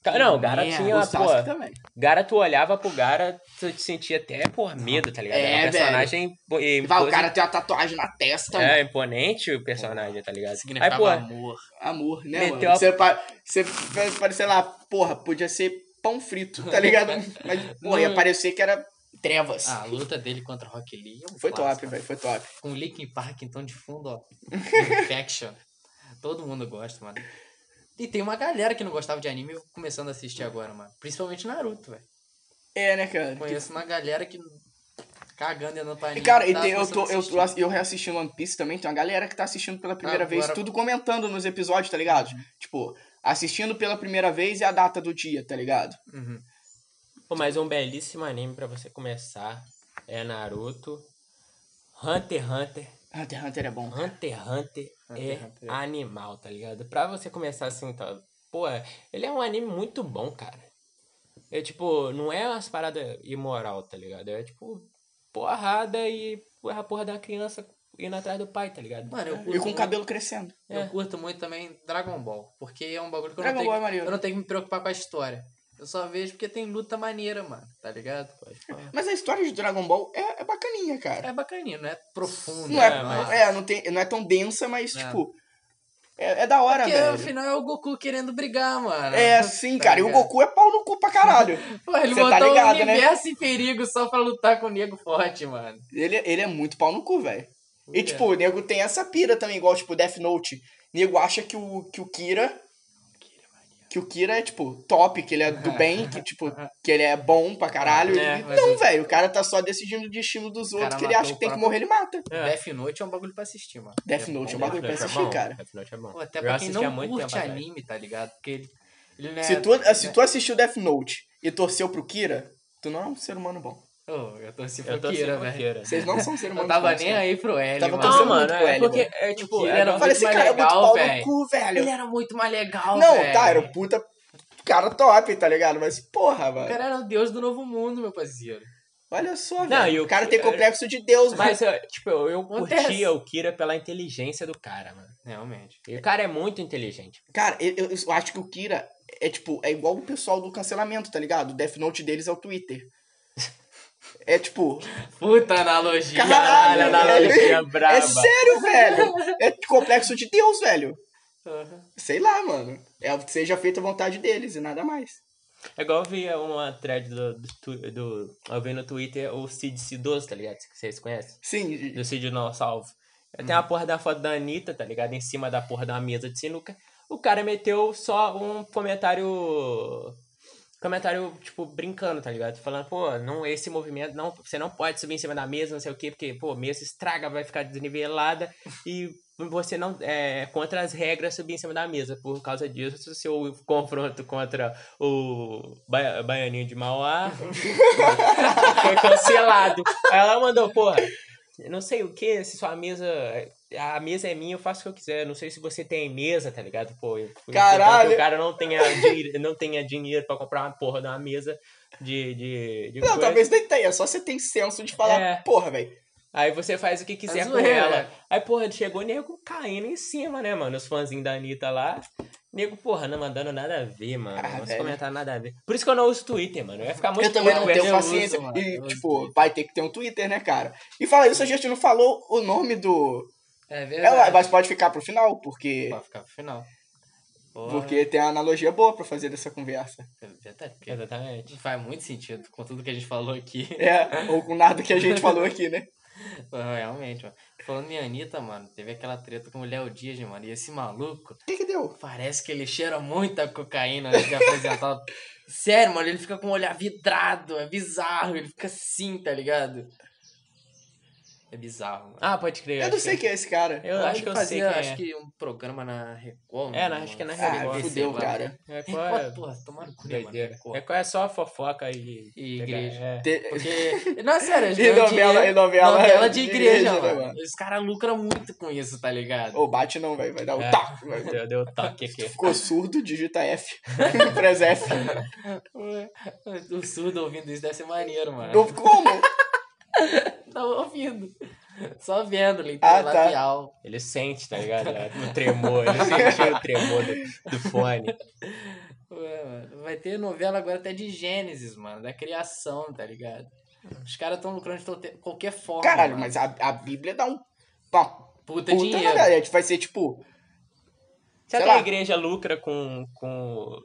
Speaker 3: Ca- Não, o Gara
Speaker 1: Né,
Speaker 2: É,
Speaker 3: tinha,
Speaker 2: o
Speaker 3: pô.
Speaker 2: Sasuke também.
Speaker 3: Gara, tu olhava pro Gara, tu te sentia até, pô, medo, tá ligado?
Speaker 2: É,
Speaker 3: Era um
Speaker 2: velho.
Speaker 3: personagem impo-
Speaker 1: E vai, o
Speaker 3: imposi-
Speaker 1: cara tem uma tatuagem na testa, mano.
Speaker 3: É, imponente o personagem, tá ligado?
Speaker 2: Significava
Speaker 1: é.
Speaker 3: Aí, pô,
Speaker 2: amor.
Speaker 1: Amor, né,
Speaker 3: Meteu
Speaker 1: mano?
Speaker 3: a-
Speaker 1: Você, pa... você pare- sei lá, porra, podia ser pão frito, tá ligado? Mas, pô, ia
Speaker 2: Não.
Speaker 1: parecer que era trevas.
Speaker 2: Hum. Ah, a luta dele contra o Rock Lee. é um
Speaker 1: foi
Speaker 2: clássico.
Speaker 1: top, velho, foi top.
Speaker 2: Com o Linkin Park, então, de fundo, ó. Infection. Todo mundo gosta, mano. E tem uma galera que não gostava de anime começando a assistir agora, mano. Principalmente Naruto, velho.
Speaker 1: É, né, cara?
Speaker 2: Conheço uma galera que cagando e andando pra
Speaker 1: E,
Speaker 2: anime.
Speaker 1: cara, e
Speaker 2: tá
Speaker 1: tem- eu,
Speaker 2: começando
Speaker 1: tô,
Speaker 2: a
Speaker 1: eu,
Speaker 2: assistir.
Speaker 1: tô ass- eu reassistindo One Piece também, tem uma galera que tá assistindo pela primeira vez,
Speaker 2: Agora- Uhum.
Speaker 1: tudo comentando nos episódios, tá ligado? Tipo, assistindo pela primeira vez e a data do dia, tá ligado?
Speaker 2: Uhum.
Speaker 3: Pô, mas um belíssimo anime pra você começar é Naruto. Hunter x Hunter.
Speaker 1: Hunter x Hunter é bom.
Speaker 3: Hunter x Hunter é
Speaker 2: x Hunter.
Speaker 3: animal, tá ligado? Pra você começar assim, tá? Pô, é- ele é um anime muito bom, cara. É tipo, não é umas paradas imoral, tá ligado? É tipo, porrada e porra, a porra da criança indo atrás do pai, tá ligado?
Speaker 2: Mano, eu
Speaker 1: E
Speaker 2: curto
Speaker 1: com o
Speaker 2: muito-
Speaker 1: cabelo crescendo.
Speaker 2: Uhum. Eu curto muito também Dragon Ball, porque é um bagulho que eu
Speaker 1: Dragon
Speaker 2: não
Speaker 1: Ball
Speaker 2: tenho.
Speaker 1: é maneiro.
Speaker 2: eu não tenho que me preocupar com a história. Eu só vejo porque tem luta maneira, mano, tá ligado?
Speaker 3: Pode falar.
Speaker 1: Mas a história de Dragon Ball é, é bacaninha, cara.
Speaker 2: É bacaninha, não é profundo.
Speaker 1: Não é,
Speaker 3: É, mas-
Speaker 1: é, não, tem, não é tão densa, mas,
Speaker 2: É.
Speaker 1: tipo, é, é da hora,
Speaker 2: Porque
Speaker 1: velho.
Speaker 2: afinal é o Goku querendo brigar, mano.
Speaker 1: É, sim,
Speaker 2: Tá
Speaker 1: cara. E o
Speaker 2: ligado?
Speaker 1: Goku é pau no cu pra caralho.
Speaker 2: Pô, ele
Speaker 1: Cê tá
Speaker 2: botou
Speaker 1: ligado,
Speaker 2: o
Speaker 1: né?
Speaker 2: universo em perigo só pra lutar com o nego forte, mano.
Speaker 1: ele, ele é muito pau no cu, velho. E,
Speaker 2: É.
Speaker 1: tipo, o nego tem essa pira também, igual, tipo, Death Note. O nego acha que o, que o Kira. Que o Kira é, tipo, top, que ele é do bem, que, tipo, que ele é bom pra caralho.
Speaker 3: É,
Speaker 1: E
Speaker 2: mas
Speaker 1: não,
Speaker 2: o-
Speaker 1: velho. O cara tá só decidindo o destino dos
Speaker 2: cara
Speaker 1: outros, que ele
Speaker 2: matou
Speaker 1: acha
Speaker 2: o
Speaker 1: que tem que
Speaker 2: próprio-
Speaker 1: morrer, ele mata.
Speaker 3: É.
Speaker 2: Death Note é um bagulho pra assistir, mano.
Speaker 1: Death Note é um
Speaker 2: bom,
Speaker 1: bagulho pra
Speaker 3: Death Note
Speaker 1: assistir,
Speaker 3: bom,
Speaker 1: cara.
Speaker 3: Death Note é bom.
Speaker 2: Pô, até
Speaker 3: Eu
Speaker 2: pra quem
Speaker 3: assisti há
Speaker 2: não
Speaker 3: muito
Speaker 2: curte
Speaker 3: tempo atrás.
Speaker 2: anime, tá ligado? Porque ele, ele não é...
Speaker 1: Se tu, se tu assistiu Death Note e torceu pro Kira, tu não é um ser humano bom.
Speaker 2: Ô, eu torci pro
Speaker 3: Eu tô assim
Speaker 2: Kira,
Speaker 3: sem
Speaker 2: velho.
Speaker 3: coqueira.
Speaker 1: Vocês não são um ser humano
Speaker 2: Eu tava
Speaker 1: bom,
Speaker 2: nem
Speaker 1: cara.
Speaker 2: aí pro L,
Speaker 1: Tava
Speaker 2: mano.
Speaker 1: torcendo
Speaker 3: Não,
Speaker 1: muito
Speaker 3: mano,
Speaker 1: pro
Speaker 3: é
Speaker 1: L,
Speaker 3: porque
Speaker 1: mano.
Speaker 3: é tipo,
Speaker 2: Ele
Speaker 3: é
Speaker 2: era
Speaker 1: Eu
Speaker 3: do-
Speaker 1: falei, esse
Speaker 2: Muito mais
Speaker 1: cara é muito
Speaker 2: legal,
Speaker 1: pau no
Speaker 2: velho.
Speaker 1: cu, velho.
Speaker 2: Ele é era muito mais legal,
Speaker 1: Não,
Speaker 2: velho.
Speaker 1: tá, era um puta cara top, tá ligado? Mas, porra,
Speaker 2: O
Speaker 1: mano.
Speaker 2: cara era o deus do novo mundo, meu parceiro.
Speaker 1: Olha só,
Speaker 3: Não, e
Speaker 1: velho.
Speaker 3: o
Speaker 1: O cara
Speaker 3: que-
Speaker 1: tem complexo de Deus, mano.
Speaker 3: Mas, eu, tipo, eu, eu
Speaker 2: Acontece.
Speaker 3: curtia o Kira pela inteligência do cara, mano.
Speaker 2: Realmente.
Speaker 3: E o cara é muito inteligente.
Speaker 1: Cara, eu, eu- eu acho que o Kira é, tipo, é igual o pessoal do cancelamento, tá ligado? O Death Note deles é o Twitter. É tipo.
Speaker 2: Puta analogia.
Speaker 1: Caralho,
Speaker 2: velho.
Speaker 1: analogia
Speaker 3: braba.
Speaker 1: É sério, velho! É complexo de Deus, velho.
Speaker 2: Uhum.
Speaker 1: Sei lá, mano. É, seja feita a vontade deles e nada mais.
Speaker 3: É igual eu vi uma thread do, do, tu- do- Eu vi no Twitter o Cid Cidoso, tá ligado? Que vocês conhecem?
Speaker 1: Sim,
Speaker 3: Do Cid Não Salvo. Tem
Speaker 1: Hum.
Speaker 3: a porra da foto da Anitta, tá ligado? Em cima da porra da mesa de sinuca. O cara meteu só um comentário. Comentário, tipo, brincando, tá ligado? Falando, pô, não, esse movimento, não, você não pode subir em cima da mesa, não sei o quê, porque, pô, mesa estraga, vai ficar desnivelada e você não é contra as regras subir em cima da mesa. Por causa disso, seu confronto contra o Ba- Baianinho de Mauá foi cancelado. Aí ela mandou, porra, não sei o que, se sua mesa. A mesa é minha, eu faço o que eu quiser. Não sei se você tem mesa, tá ligado? Pô, eu- eu-
Speaker 1: Caralho!
Speaker 3: que O cara não tenha, dinhe- não tenha dinheiro pra comprar uma porra de uma mesa de. de, de
Speaker 1: Não, tá
Speaker 3: coisa.
Speaker 1: talvez nem tenha, só você tem senso de falar,
Speaker 3: É.
Speaker 1: porra, velho.
Speaker 3: Aí você faz o que quiser
Speaker 2: É
Speaker 3: com
Speaker 2: zoeira.
Speaker 3: ela. Aí, porra, chegou o nego caindo em cima, né, mano? Os fãzinhos da Anitta lá. Nego, porra, não mandando nada a ver, mano.
Speaker 1: Ah,
Speaker 3: Os
Speaker 1: velho.
Speaker 3: comentários nada a ver. Por isso que eu não uso Twitter, mano. Eu ia ficar muito
Speaker 1: Eu também não
Speaker 3: puto com
Speaker 1: tenho
Speaker 3: essa-
Speaker 2: eu uso,
Speaker 1: paciência.
Speaker 2: mano,
Speaker 1: e,
Speaker 2: eu uso
Speaker 1: tipo,
Speaker 2: Twitter.
Speaker 1: vai ter que ter um Twitter, né, cara? E fala isso, a gente não falou o nome do.
Speaker 2: É
Speaker 1: É,
Speaker 2: verdade.
Speaker 1: mas pode ficar pro final, porque.
Speaker 2: Vai ficar pro final. Porra,
Speaker 1: Porque tem uma analogia boa pra fazer dessa conversa.
Speaker 2: é verdade, porque
Speaker 3: Exatamente.
Speaker 2: faz muito sentido com tudo que a gente falou aqui.
Speaker 1: É, ou com nada que a gente falou aqui, né?
Speaker 2: Porra, Realmente, mano. Falando em Anitta, mano, teve aquela treta com o Léo Dias, mano. E esse maluco,
Speaker 1: O que que deu?
Speaker 2: parece que ele cheira muita cocaína antes de apresentar. Sério, mano, ele fica com o olhar vidrado, é bizarro, ele fica assim, tá ligado? É bizarro, mano.
Speaker 3: Ah, pode crer.
Speaker 1: Eu não
Speaker 3: acho
Speaker 1: sei
Speaker 3: que-
Speaker 1: quem é esse cara.
Speaker 3: Eu acho que eu sei
Speaker 2: fazia,
Speaker 3: quem é.
Speaker 2: acho que um programa na Record.
Speaker 3: É,
Speaker 2: não,
Speaker 3: acho que é na
Speaker 2: mano.
Speaker 3: Record.
Speaker 1: Ah,
Speaker 2: ABC,
Speaker 1: fudeu,
Speaker 2: mano.
Speaker 1: cara.
Speaker 3: Record é
Speaker 2: Record, porra, tomaram cu, né, mano?
Speaker 3: doideira.
Speaker 2: Record.
Speaker 3: Record é só fofoca e...
Speaker 2: E igreja.
Speaker 3: É.
Speaker 1: Te-
Speaker 2: Porque. Não, sério, eles
Speaker 1: E
Speaker 2: ganham
Speaker 1: novela-
Speaker 2: dinheiro-
Speaker 1: e novela-
Speaker 2: de
Speaker 1: de
Speaker 2: igreja,
Speaker 1: igreja, né,
Speaker 2: é mano.
Speaker 1: mano?
Speaker 2: Os caras lucram muito com isso, tá ligado?
Speaker 1: Ô, bate não, velho. Vai dar o
Speaker 3: É.
Speaker 1: tá. Vai-
Speaker 3: Deu, deu toque aqui.
Speaker 1: Ficou surdo, digita F. Press F.
Speaker 2: O surdo ouvindo isso deve ser maneiro, mano.
Speaker 1: Não, como?
Speaker 2: Tava ouvindo. Só vendo, leitura
Speaker 1: Ah, tá.
Speaker 2: labial.
Speaker 3: Ele sente, tá ligado? O tremor. Ele sentiu o tremor do, do fone.
Speaker 2: Ué, mano. vai ter novela agora até de Gênesis, mano, da criação, tá ligado? Os caras estão lucrando de tote- qualquer forma.
Speaker 1: Caralho,
Speaker 2: mano.
Speaker 1: mas a, a Bíblia dá um. Pá,
Speaker 2: Puta,
Speaker 1: puta,
Speaker 2: dinheiro.
Speaker 1: né, galera? Tipo, Vai ser tipo.
Speaker 3: Será
Speaker 1: Sei
Speaker 3: que a
Speaker 1: lá.
Speaker 3: igreja lucra com, com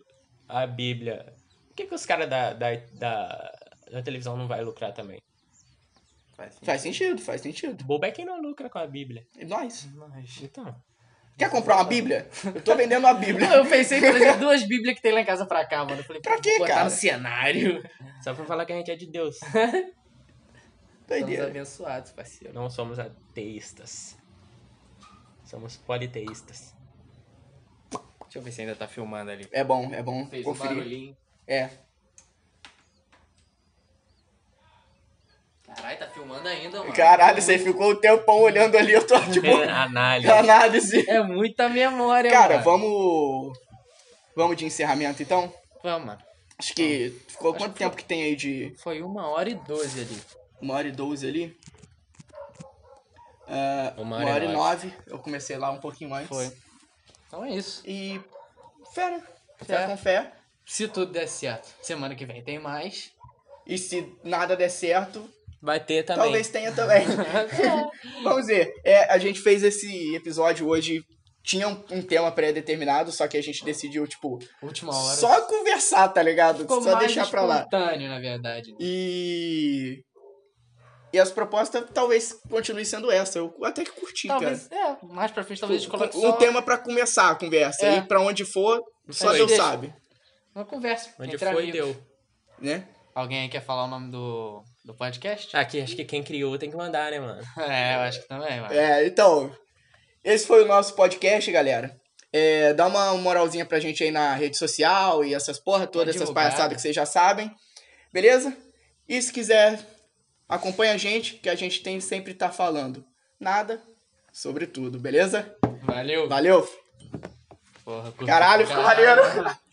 Speaker 3: a Bíblia? Por que, que os caras da, da, da, da televisão não vai lucrar também?
Speaker 2: Faz sentido.
Speaker 1: Faz sentido, faz sentido.
Speaker 3: Bobo é quem não lucra com a Bíblia.
Speaker 1: E nós.
Speaker 2: Mas-
Speaker 3: Então.
Speaker 1: Quer comprar uma Bíblia? Eu tô vendendo uma Bíblia.
Speaker 2: Eu pensei em trazer duas bíblias que tem lá em casa pra cá, mano. Eu falei,
Speaker 1: Pra
Speaker 2: pô,
Speaker 1: quê,
Speaker 2: vou botar
Speaker 1: cara?
Speaker 2: no cenário.
Speaker 3: Só pra falar que a gente é de Deus.
Speaker 2: Estamos
Speaker 1: Doideira.
Speaker 2: abençoados, parceiro.
Speaker 3: Não somos ateístas. Somos politeístas.
Speaker 2: Deixa eu ver se ainda tá filmando ali.
Speaker 1: É bom, é bom.
Speaker 2: Fez um
Speaker 1: conferir.
Speaker 2: barulhinho.
Speaker 1: É.
Speaker 2: Caralho, tá filmando ainda, mano.
Speaker 1: Caralho, você ficou o tempão olhando ali, eu tô tipo.
Speaker 3: Análise.
Speaker 1: análise.
Speaker 2: É muita memória,
Speaker 1: Cara,
Speaker 2: mano.
Speaker 1: vamos. Vamos de encerramento então?
Speaker 2: Vamos, mano.
Speaker 1: Acho que. Ficou
Speaker 2: Acho
Speaker 1: quanto
Speaker 2: que
Speaker 1: tempo que tem aí de
Speaker 2: Foi uma hora e doze ali.
Speaker 1: uma hora e doze ali? Ah, uma hora, e nove. Eu comecei lá um pouquinho antes.
Speaker 2: Foi. Então é isso.
Speaker 1: E. Fé, né? Fé
Speaker 2: Fé.
Speaker 1: com fé.
Speaker 2: Se tudo der certo, semana que vem tem mais. tá?
Speaker 1: E se nada der certo,
Speaker 3: Vai ter também.
Speaker 1: Talvez tenha também. Vamos ver. É, a gente fez esse episódio hoje. Tinha um, um tema pré-determinado, só que a gente decidiu, tipo,
Speaker 2: Última hora.
Speaker 1: só conversar, tá ligado?
Speaker 2: Ficou
Speaker 1: só
Speaker 2: mais
Speaker 1: deixar pra lá.
Speaker 2: espontâneo, na verdade. né?
Speaker 1: E. E as propostas talvez continue sendo essa. Eu até que curti,
Speaker 2: Talvez,
Speaker 1: cara.
Speaker 2: é, mais pra frente talvez a gente
Speaker 1: Tipo,
Speaker 2: coloque
Speaker 1: um
Speaker 2: só
Speaker 1: tema pra começar a conversa.
Speaker 2: É.
Speaker 1: E pra onde for, só
Speaker 2: aí,
Speaker 1: Deus
Speaker 2: deixa.
Speaker 1: sabe.
Speaker 2: uma conversa.
Speaker 3: Onde
Speaker 2: entre
Speaker 3: foi,
Speaker 2: amigos.
Speaker 3: deu.
Speaker 1: Né?
Speaker 2: Alguém aí quer falar o nome do, do podcast?
Speaker 3: Aqui, acho que quem criou tem que mandar, né, mano?
Speaker 2: É, eu acho que também, mano.
Speaker 1: É, então, esse foi o nosso podcast, galera. É, dá uma moralzinha pra gente aí na rede social e essas porra, todas essas
Speaker 2: divulgar,
Speaker 1: palhaçadas
Speaker 2: né?
Speaker 1: que vocês já sabem. Beleza? E se quiser, acompanha a gente, que a gente tem sempre tá falando nada sobre tudo, beleza?
Speaker 2: Valeu.
Speaker 1: Valeu!
Speaker 2: Porra, curti
Speaker 1: Caralho,
Speaker 2: pra
Speaker 1: ficou
Speaker 2: caralho.
Speaker 1: maneiro!